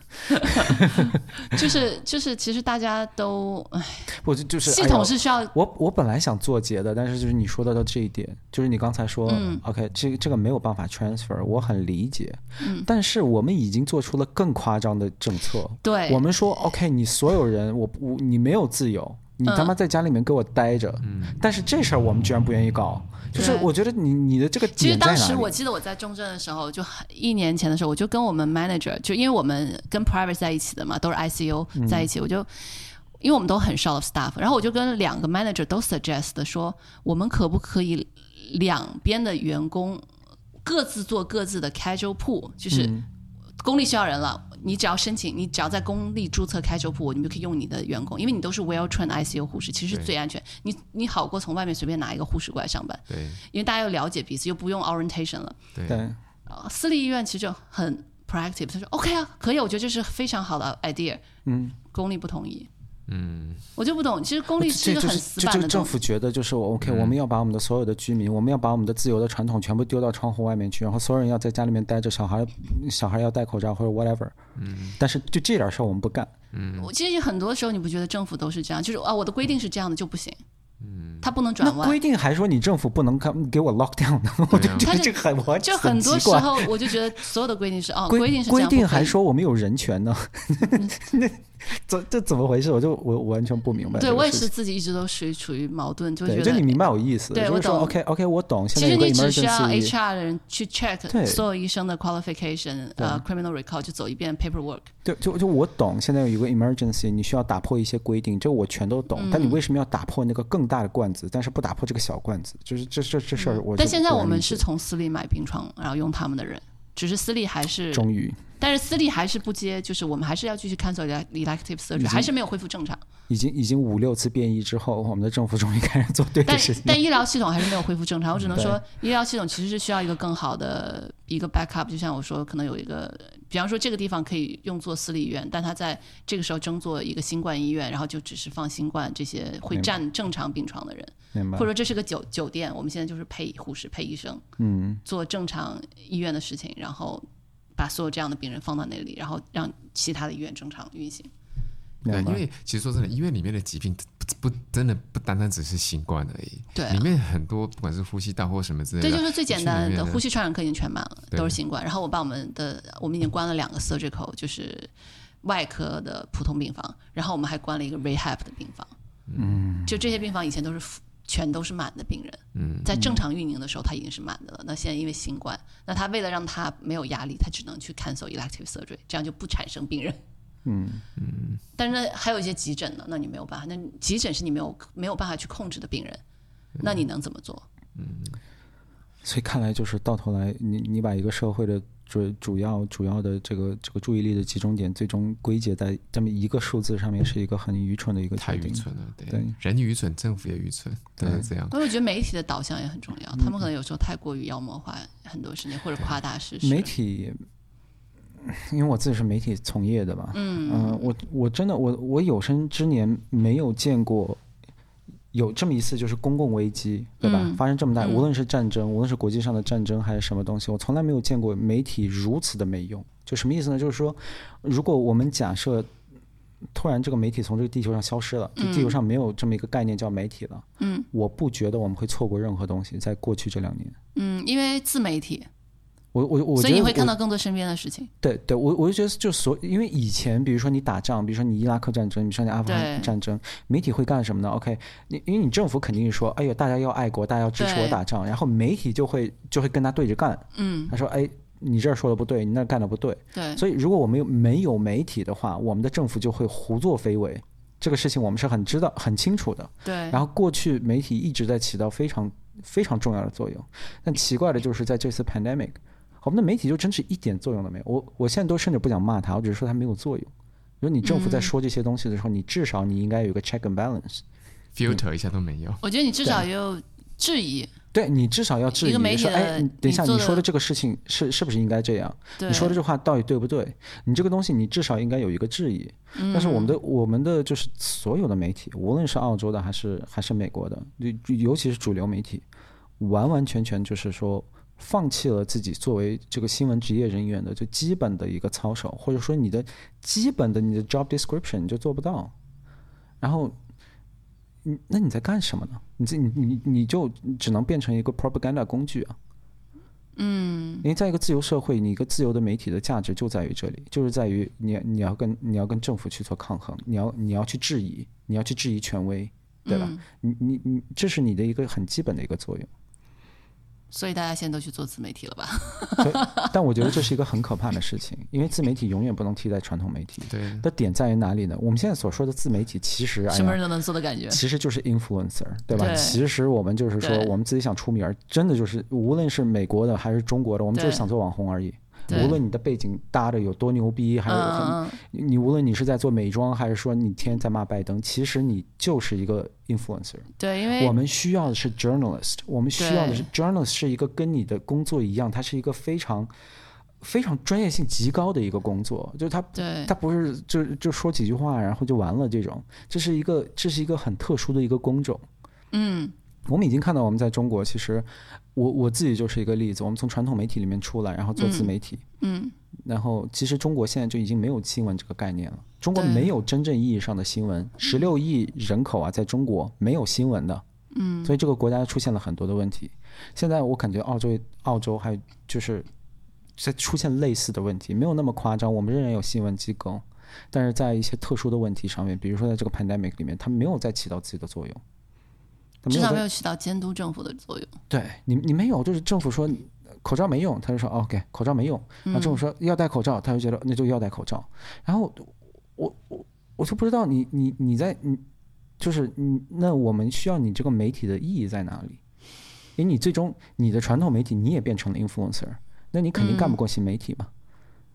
S3: 就是就是，其实大家都唉
S2: 我就就是
S3: 系
S2: 哎
S3: 统
S2: 呦
S3: 是需要
S2: 我我本来想做结的，但是就是你说到的这一点，就是你刚才说、o
S3: 嗯
S2: k 这个这个没有办法 transfer，我很理解，
S3: 嗯
S2: 但是我们已经做出了更夸张的政策，
S3: 对，
S2: 我们说 OK，你所有人，我不我你没有自由，你他
S3: 嗯
S2: 妈在家里面给我待着，但是这事儿我们居然不愿意搞，就是
S3: 对
S2: 我觉得你你的这个
S3: 其实
S2: 点在哪
S3: 当
S2: 里？
S3: 时我记得我在中正的时候，就很一年前的时候，我就跟我们 manager，就因为我们跟 private 在一起的嘛，都是
S2: 嗯
S3: ICU 在一起，我就因为我们都很 short of staff，然后我就跟两个 manager 都 suggest 的说，我们可不可以两边的员工各自做各自的 casual pool，就是
S2: 嗯
S3: 公立需要人了。你只要申请，你只要在公立注册 casual pool，你就可以用你的员工，因为你都是 well trained ICU 护士，其实是
S1: 对
S3: 最安全。你你好过从外面随便拿一个护士过来上班。
S1: 对
S3: 因为大家又了解彼此，又不用 orientation 了。
S1: 对，
S2: 对
S3: 呃私立医院其实就很 proactive，他说 OK 啊，可以，我觉得这是非常好的 idea。
S2: 嗯，哦
S3: 公立不同意，
S1: 嗯，
S3: 我就不懂。其实公立
S2: 这
S3: 是一个
S2: 这
S3: 很
S2: 就是
S3: 死
S2: 这
S3: 板
S2: 就是
S3: 的
S2: 政
S3: 东西。
S2: 府觉得就是我 OK，我们要把我们的所有的居民，我们要把我们的自由的传统全部丢到窗户外面去，然后所有人要在家里面待着，小孩小孩要戴口罩或者 whatever。嗯，但是就这点事儿我们不干。
S3: 我其实很多时候你不觉得政府都是这样，就是啊，我的规定是这样的就不行，嗯，他不能
S2: 那
S3: 转弯
S2: 规。定还说你政府不能看给我 lock down 的，我就觉得
S3: 但是
S2: 这个很我
S3: 就很多
S2: 奇
S3: 时
S2: 怪
S3: 候，我就觉得所有的规定是哦，规
S2: 规
S3: 定是这样，
S2: 定
S3: 不可
S2: 还
S3: 以
S2: 说我们有人权 呢，那怎这怎么回事？我就我我完全不明白这
S3: 对
S2: 个
S3: 我
S2: 事
S3: 也
S2: 情。
S3: 是自己一直都属于处于矛盾，就
S2: 对，
S3: 觉
S2: 就
S3: 得
S2: 你明白我意思，
S3: 对
S2: 就
S3: 我
S2: 是说
S3: 懂
S2: OK OK，我懂。现
S3: 其
S2: 在
S3: 实
S2: 有个
S3: 你只需要
S2: emergency，
S3: HR 的人去 check
S2: 对
S3: 所有医生的 qualification，呃，criminal record 就走一遍 paperwork，
S2: 对，就就我懂，现在有一个 emergency，你需要打破一些规定，这我全都懂。但你
S3: 嗯
S2: 为什么要打破那个更大的罐子，但是不打破这个小罐子？就是这这这事儿，我就
S3: 嗯但现在
S2: 不
S3: 我
S2: 能
S3: 们
S2: 理
S3: 是
S2: 解
S3: 从私立买病床，然后用他们的人，只是私立还是，
S2: 终于
S3: 但是私立还是不接，就是我们还是要继续 cancel elective surgery，还是没有恢复正常。
S2: 已经已经五六次变异之后，我们的政府终于开始做 对的
S3: 但
S2: 事情。
S3: 但医疗系统还是没有恢复正常。我只能说，医疗系统其实是需要一个更好的一个 backup。就像我说，可能有一个，比方说这个地方可以用作私立医院，但它在这个时候争做一个新冠医院，然后就只是放新冠这些会
S2: 明白
S3: 占正常病床的人，
S2: 明白
S3: 或者？说这是个酒酒店，我们现在就是配护士、配医生
S2: 嗯，
S3: 做正常医院的事情，然后把所有这样的病人放到那里，然后让其他的医院正常运行。
S1: 对，
S2: 明
S1: 因
S2: 白
S1: 为其实说真的，医院里面的疾病不不真的不单单只是新冠而已，
S3: 对啊
S1: 里面很多不管是呼吸道或什么之类的，
S3: 这就是最简单
S1: 去里
S3: 的，
S1: 面
S3: 呼吸传染科已经全满了，
S1: 对
S3: 都是新冠。然后我把我们的，我们已经关了两个 surgical，就是外科的普通病房，然后我们还关了一个 rehab 的病房。嗯，就这些病房以前都是 f- 全都是满的病人。嗯，在正常运营的时候，它已经是满的了。那现在因为新冠，那他为了让他没有压力，他只能去 cancel elective surgery，这样就不产生病人。嗯嗯，但是呢还有一些急诊呢，那你没有办法，那你急诊是你没有没有办法去控制的病人，那你能怎么做？
S2: 所以看来就是到头来，你你把一个社会的主主要主要的这个这个注意力的集中点，最终归结在这么一个数字上面，是一个很愚蠢的一个
S1: 太
S2: 决
S1: 愚
S2: 定。
S1: 蠢了，对，
S2: 对
S1: 人愚蠢，政府也愚蠢，都是这样。
S3: 但我觉得媒体的导向也很重要，他们可能有时候太过于妖魔化很多事情，或者夸大事实。
S2: 媒体，因为我自己是媒体从业的吧，嗯、我我真的我我有生之年没有见过。有这么一次就是公共危机，对吧？
S3: 嗯
S2: 发生这么大，
S3: 嗯
S2: 无论是战争，无论是国际上的战争还是什么东西，我从来没有见过媒体如此的没用。就什么意思呢？就是说，如果我们假设突然这个媒体从这个地球上消失了，就地
S3: 嗯
S2: 球上没有这么一个概念叫媒体了，嗯，我不觉得我们会错过任何东西。在过去这两年，
S3: 嗯，因为自媒体，
S2: 我我我觉得
S3: 所以你会
S2: 我
S3: 看到更多身边的事情。
S2: 对对，我我就觉得就所，因为以前比如说你打仗，比如说你伊拉克战争，比如说你阿富汗
S3: 对
S2: 战争，媒体会干什么呢？OK，你因为你政府肯定是说，哎呦，大家要爱国，大家要支持我
S3: 对
S2: 打仗，然后媒体就会就会跟他对着干，
S3: 嗯，
S2: 他说，哎，你这儿说的不对，你那儿干的不对，
S3: 对，
S2: 所以如果我们有没有媒体的话，我们的政府就会胡作非为，这个事情我们是很知道、很清楚的。
S3: 对，
S2: 然后过去媒体一直在起到非常非常重要的作用，但奇怪的就是在这次 pandemic，我们的媒体就真是一点作用都没有。我我现在都甚至不想骂他，我只是说他没有作用。如果你政府
S3: 嗯
S2: 在说这些东西的时候，你至少你应该有一个 check and balance，
S1: filter 一下都没有，
S3: 我觉得你至少也有质疑，
S2: 对你至少要质
S3: 一个媒
S2: 疑
S3: 体
S2: 说，
S3: 的
S2: 哎，你等一下，
S3: 你做
S2: 你
S3: 的
S2: 说的这个事情是是不是应该这样？
S3: 对，
S2: 你说的这话到底对不对？你这个东西你至少应该有一个质疑。但是我们的我们的就是所有的媒体，无论是澳洲的还是还是美国的，就就尤其是主流媒体，完完全全就是说放弃了自己作为这个新闻职业人员的最基本的一个操守，或者说你的基本的你的 job description 你就做不到，然后。你那你在干什么呢？你这你你你就只能变成一个 propaganda 工具啊！因为在一个自由社会，你一个自由的媒体的价值就在于这里，就是在于你你要跟你要跟政府去做抗衡，你要你要去质疑，你要去质疑权威，对吧？
S3: 嗯
S2: 你你你，这是你的一个很基本的一个作用。
S3: 所以大家现在都去做自媒体了吧？
S2: 但我觉得这是一个很可怕的事情，因为自媒体永远不能替代传统媒体。
S1: 对，
S2: 的点在于哪里呢？我们现在所说的自媒体，其实哎
S3: 什么
S2: 呀，
S3: 人都能做的感觉。
S2: 其实就是 influencer，对吧？
S3: 对
S2: 其实我们就是说
S3: 对，
S2: 我们自己想出名儿，真的就是无论是美国的还是中国的，我们就是
S3: 对
S2: 想做网红而已。
S3: 对
S2: 无论你的背景搭的有多牛逼，还
S3: 嗯
S2: 是很
S3: 嗯，
S2: 你你无论你是在做美妆，还是说你天天在骂拜登，其实你就是一个 influencer。
S3: 嗯对，因
S2: 我
S3: 为
S2: 们需要的是 journalist，我们需要的是 journalist 是一个跟你的工作一样，它是一个非常非常专业性极高的一个工作，就是它
S3: 对
S2: 它不是就就说几句话然后就完了这种，这是一个这是一个很特殊的一个工种。
S3: 嗯，
S2: 我们已经看到，我们在中国，其实我我自己就是一个例子。我们从传统媒体里面出来，然后做自媒体，
S3: 嗯，
S2: 然后其实中国现在就已经没有新闻这个概念了。中国
S3: 对
S2: 没有真正意义上的新闻，十六亿人口啊，在中国没有新闻的，嗯，所以这个国家出现了很多的问题。现在我感觉澳洲澳洲还有就是在出现类似的问题，没有那么夸张，我们仍然有新闻机构。但是在一些特殊的问题上面，比如说在这个 pandemic 里面，它没有再起到自己的作用，它
S3: 至少
S2: 在
S3: 没有起到监督政府的作用。
S2: 对你，你没有，就是政府说口罩没用，他就说 OK，口罩没用。然后政府说要戴口罩，他就觉得那就要戴口罩。然后我我我就不知道你你你在你就是你那我们需要你这个媒体的意义在哪里？因为你最终你的传统媒体你也变成了 influencer，那你肯定干不过新媒体嘛？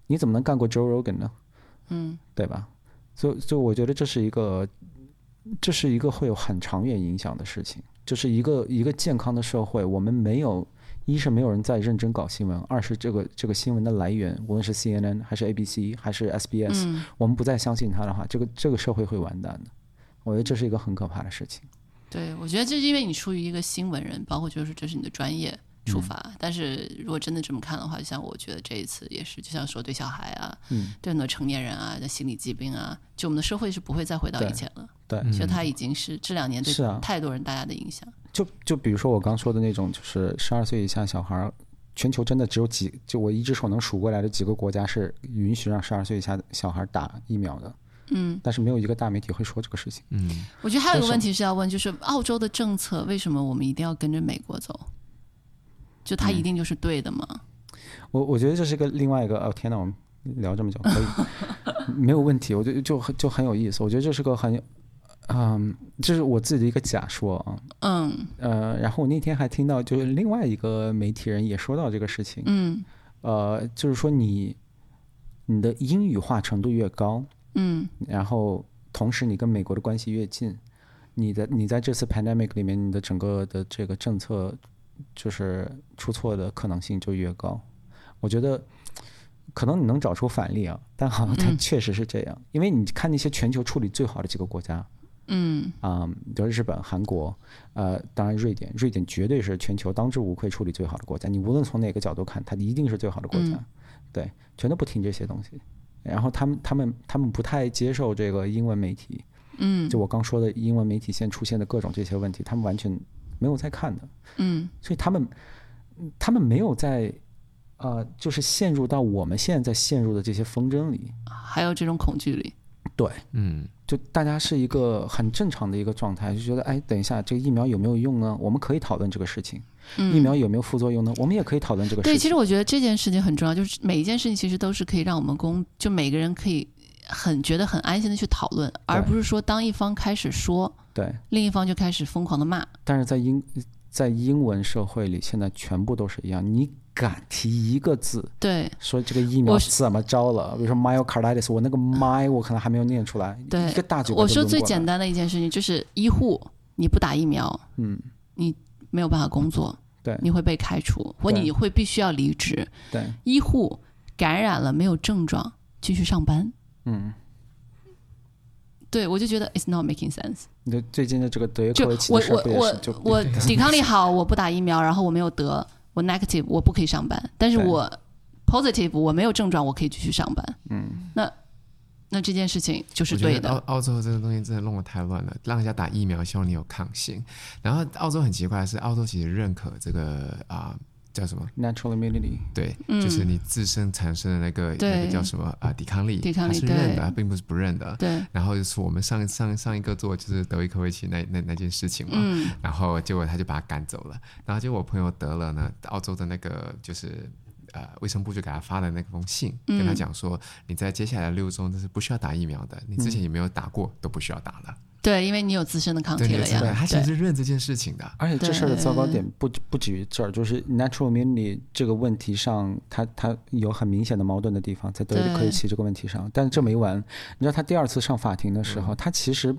S2: 你怎么能干过 Joe Rogan 呢？嗯，对吧？所以所以我觉得这是一个这是一个会有很长远影响的事情。就是一个一个健康的社会，我们没有，一是没有人在认真搞新闻，二是这个这个新闻的来源，无论是 CNN 还是 ABC 还是 SBS，、我们不再相信它的话，这个这个社会会完蛋的。我觉得这是一个很可怕的事情。
S3: 对，我觉得这是因为你出于一个新闻人，包括就是这是你的专业，
S2: 嗯
S3: 出发。但是如果真的这么看的话，就像我觉得这一次也是，就像说对小孩啊，
S2: 嗯
S3: 对很多成年人啊的心理疾病啊，就我们的社会是不会再回到以前了。
S2: 对，嗯
S3: 其实它已经是这两年对
S2: 是啊
S3: 太多人大家的影响。
S2: 就就比如说我刚说的那种，就是十二岁以下小孩儿，全球真的只有几，就我一只手能数过来的几个国家是允许让十二岁以下的小孩儿打疫苗的。嗯，但是没有一个大媒体会说这个事情。
S1: 嗯
S3: 我觉得还有一个问题是要问，就是澳洲的政策为什么我们一定要跟着美国走？就
S2: 嗯
S3: 它一定就是对的吗？
S2: 我我觉得这是个另外一个，哦天哪，我们聊这么久可以，没有问题，我觉得就很就很有意思。我觉得这是个很，嗯，这是我自己的一个假说啊。
S3: 嗯
S2: 呃，然后我那天还听到，就是另外一个媒体人也说到这个事情，
S3: 嗯
S2: 呃，就是说你你的英语化程度越高，
S3: 嗯
S2: 然后同时你跟美国的关系越近，你的你在这次 pandemic 里面，你的整个的这个政策就是出错的可能性就越高。我觉得可能你能找出反例啊，但好像它确实是这样，因为你看那些全球处理最好的几个国家。
S3: 嗯
S2: 啊、比如日本、韩国，呃，当然瑞典，瑞典绝对是全球当之无愧处理最好的国家。你无论从哪个角度看，它一定是最好的国家。对，全都不听这些东西。然后他们、他们、他们不太接受这个英文媒体，
S3: 嗯
S2: 就我刚说的英文媒体现在出现的各种这些问题，他们完全没有在看的。
S3: 嗯
S2: 所以他们他们没有在呃，就是陷入到我们现在陷入的这些纷争里。
S3: 还有这种恐惧力。
S2: 对，
S1: 嗯
S2: 就大家是一个很正常的一个状态，就觉得哎，等一下，这个疫苗有没有用呢？我们可以讨论这个事情。
S3: 嗯
S2: 疫苗有没有副作用呢？我们也可以讨论这个事
S3: 对，
S2: 情。
S3: 其实我觉得这件事情很重要，就是每一件事情其实都是可以让我们公，就每个人可以很觉得很安心的去讨论，而不是说当一方开始说，
S2: 对，
S3: 另一方就开始疯狂的骂。
S2: 但是在英在英文社会里，现在全部都是一样，你敢提一个字
S3: 对
S2: 说这个疫苗
S3: 我是
S2: 怎么着了？比如说 myocarditis，我那个 my 我可能还没有念出来，
S3: 对
S2: 一个大嘴巴
S3: 我
S2: 就
S3: 说
S2: 抡
S3: 最
S2: 过来
S3: 简单的一件事情就是医护，你不打疫苗，
S2: 嗯，
S3: 你没有办法工作，
S2: 对
S3: 你会被开除，或
S2: 对
S3: 你会必须要离职。
S2: 对，
S3: 医护感染了没有症状，继续上班。
S2: 嗯，
S3: 对，我就觉得 it's not making sense。
S2: 你就最近的这个德约
S3: 就
S2: 科维奇
S3: 我
S2: 的事儿
S3: 我
S2: 不也是就
S3: 我我抵抗力好，我不打疫苗，然后我没有得，我 negative，我不可以上班。但是
S2: 对
S3: 我 positive，我没有症状，我可以继续上班。
S2: 嗯，
S3: 那那这件事情就是
S1: 我觉
S3: 对
S1: 得澳哦
S3: 的。
S1: 澳洲这个东西真的弄得太乱了，让人家打疫苗，希望你有抗性。然后澳洲很奇怪的是，澳洲其实认可这个啊、叫什么？
S2: natural immunity，
S1: 对，
S3: 嗯
S1: 就是你自身产生的那个
S3: 对
S1: 那个叫什么啊、抵抗力，
S3: 抵抗力
S1: 它是认
S3: 对
S1: 的，它并不是不认的。
S3: 对，
S1: 然后就是我们上上上一个做就是德维科维奇那那那件事情嘛，
S3: 嗯
S1: 然后结果他就把他赶走了。然后结果我朋友得了呢，澳洲的那个就是呃卫生部就给他发了那封信，
S3: 嗯
S1: 跟他讲说，你在接下来六周这是不需要打疫苗的，你之前也没有打过，都不需要打了。
S3: 对，因为你有自身的抗
S1: 对
S3: 体
S1: 对
S3: 嗯了
S1: 对，
S3: 呀
S1: 他。其实是认这件事情的。
S2: 而且这事儿的糟糕点不不止于这儿，就是 natural immunity 这个问题上，它它有很明显的矛盾的地方，在德约科维奇这个问题上。但是这没完，你知道他第二次上法庭的时候，他其实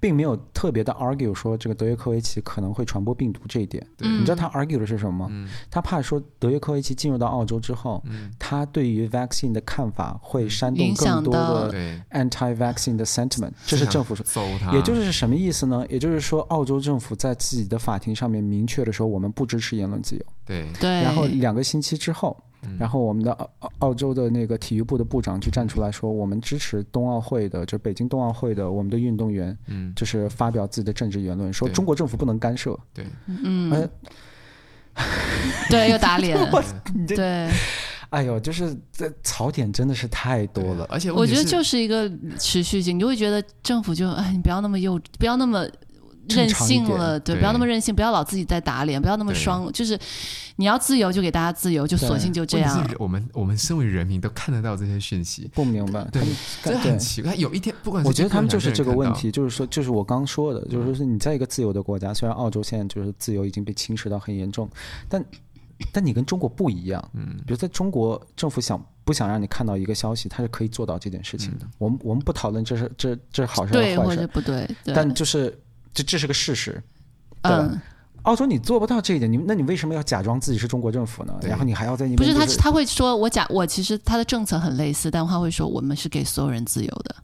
S2: 并没有特别的 argue 说这个德约科维奇可能会传播病毒这一点。
S3: 嗯
S2: 你知道他 argue 的是什么吗？他怕说德约科维奇进入到澳洲之后，他对于 vaccine 的看法会煽动
S3: 影响
S2: 更多
S3: 到
S2: 的
S1: 对，
S2: anti-vaccine 的 sentiment，这是政府说。
S1: 搜他，
S2: 也就是什么意思呢？也就是说，澳洲政府在自己的法庭上面明确的说，我们不支持言论自由。
S1: 对
S3: 对，
S2: 然后两个星期之后，然后我们的澳澳澳洲的那个体育部的部长就站出来说，我们支持冬奥会的，就北京冬奥会的我们的运动员，
S1: 嗯
S2: 就是发表自己的政治言论，说
S1: 对
S2: 中国政府不能干涉。
S1: 对，
S2: 嗯，
S3: 对又打脸。
S2: 你这，
S3: 对，
S2: 哎呦，就是这槽点真的是太多了。
S1: 啊而且
S3: 我
S1: 问题
S3: 觉得
S1: 是
S3: 就是一个持续性，你就会觉得政府就哎，你不要那么幼，不要那么任性了，对，
S1: 对
S3: 不要那么任性，不要老自己在打脸，不要那么
S1: 对
S3: 双，就是你要自由就给大家自由，就索性就这
S1: 问题
S3: 样。
S1: 是我们我们身为人民都看得到这些讯息，
S2: 不明白，
S1: 对，这
S2: 他们
S1: 很
S2: 对，
S1: 奇怪。有一天，不管是
S2: 我觉得他们
S1: 一
S2: 就
S1: 个人
S2: 是这个问
S1: 还是
S2: 题，就是说，就是我刚说的，就是说你在一个自由的国家，虽然澳洲现在就是自由已经被侵蚀到很严重，但但你跟中国不一样，嗯，比如在中国政府想不想让你看到一个消息，他是可以做到这件事情的。我们我们不讨论这是这这是好事还
S3: 对
S2: 是坏
S3: 或者
S2: 事，
S3: 不对，对
S2: 但就是这这是个事实。对吧
S3: 嗯，
S2: 澳洲你做不到这一点，你那你为什么要假装自己是中国政府呢？
S1: 对
S2: 然后你还要在那
S3: 不是
S2: 边、
S3: 他
S2: 是
S3: 他会说，我假我其实他的政策很类似，但他会说我们是给所有人自由的，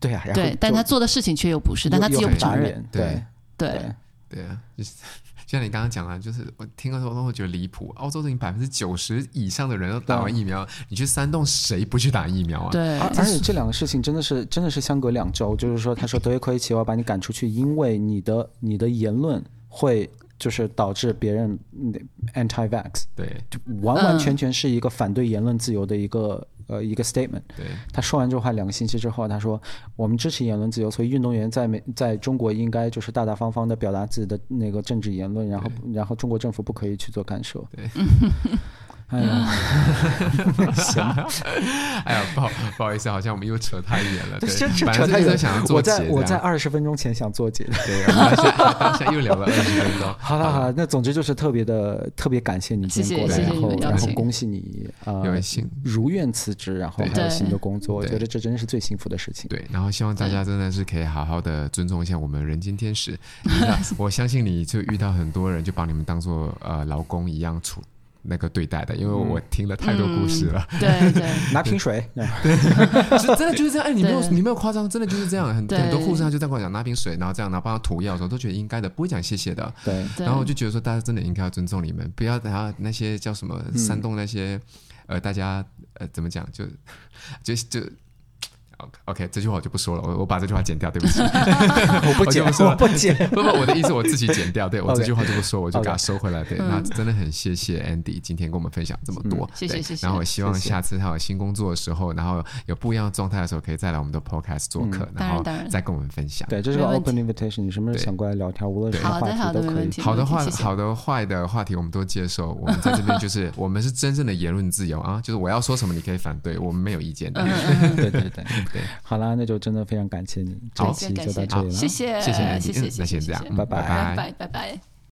S2: 对啊呀、然后
S3: 对，但
S2: 就
S3: 他做的事情却又不是，但
S2: 又
S3: 他自己
S2: 又
S3: 又
S2: 很
S3: 不承
S2: 打
S3: 认，
S2: 脸，
S1: 对
S3: 对
S2: 对。
S1: 对啊，就是 像你刚刚讲了，就是我听到说，哦我觉得离谱。澳洲已经百分之九十以上的人都打完疫
S2: 嗯
S1: 苗，你去山洞谁不去打疫苗啊？
S3: 对，
S2: 而且这两个事情真的是真的是相隔两周，就是说，他说德约科维奇我要把你赶出去，因为你的你的言论会就是导致别人 anti-vax，
S1: 对，
S2: 就完完
S1: 嗯
S2: 全全是一个反对言论自由的一个、呃一个 statement。
S1: 对，
S2: 他说完这话两个星期之后，他说我们支持言论自由，所以运动员在美在中国应该就是大大方方的表达自己的那个政治言论，然后然后中国政府不可以去做干涉。
S1: 对， 嗯
S2: 哎呀， 行，
S1: 哎呀，不好不好意思，好像我们又扯太远了。对，
S2: 扯
S1: 本来
S2: 扯太
S1: 就是
S2: 远
S1: 想要。做
S2: 我
S1: 结啊这
S2: 在
S1: 样，
S2: 我在二十分钟前想做结。
S1: 对，我们现在到现在又聊了二十分钟。
S2: 好了好了，那总之就是特别的特别感谢你今天过来，
S1: 谢谢谢谢
S2: 然后
S1: 你们邀
S2: 然后
S3: 请
S2: 恭喜你啊，
S1: 有
S2: 呃
S1: 幸
S2: 如愿辞职，然后
S1: 对
S2: 还有新的工作，我
S1: 对
S2: 觉得这真是最幸福的事情。
S1: 对，然后希望大家真的是可以好好的尊重一下我们人间天使。 那我相信你就遇到很多人就把你们当做呃劳工一样处那个对待的，因为
S2: 嗯
S1: 我听了太多故事了，
S3: 对对，
S2: 拿瓶水，
S1: 是真的就是这样。哎，你没有
S3: 对
S1: 你没有夸张，真的就是这样。很
S3: 对
S1: 很多护士他就在跟我讲拿瓶水，然后这样，然后帮他涂药的时候都觉得应该的，不会讲谢谢的。
S2: 对，
S3: 对
S1: 然后我就觉得说，大家真的应该要尊重你们，不要等下那些叫什么煽动那些，呃，大家呃怎么讲，就 就就，OK OK，这句话我就不说了，我我把这句话剪掉，对不起，
S2: 我不
S1: 就
S2: 剪，
S1: 不说了
S2: 我不剪。
S1: 不不，我的意思我自己剪掉， 对我
S2: OK
S1: 这句话就不说，我就给它收回来。对，那真的很谢谢 Andy 今天跟我们分享这么多，
S3: 嗯谢谢
S1: 对
S3: 谢谢
S1: 然后我希望
S2: 谢谢
S1: 下次他有新工作的时候，然后有不一样的状态的时候，可以再来我们的 Podcast 做客，
S3: 嗯
S1: 然
S3: 当然
S1: 后
S3: 当然
S1: 再跟我们分享。
S2: 对，这是个
S3: 没问题
S2: open invitation，你什么时
S1: 对
S2: 候想过来聊天，无论什么
S3: 好
S2: 话
S3: 的好
S2: 题
S3: 的，
S2: 都
S3: 没
S2: 可以
S3: 问。题，
S1: 好的
S3: 没问
S1: 话，
S3: 题谢谢
S1: 好的坏的话题我们都接受。我们在这边就是我们是真正的言论自由啊，就是我要说什么你可以反对，我们没有意见的。
S3: 嗯
S2: 对对对
S1: 对，
S2: 好啦，那就真的非常感谢你，这
S1: 好
S2: 期就到这里
S3: 感
S2: 了。
S3: 谢谢
S1: 谢谢
S3: 谢谢
S1: Andy，
S3: 哎谢谢，
S1: 嗯那先这样
S3: 谢谢
S1: 嗯
S2: 拜拜
S3: 拜拜拜拜。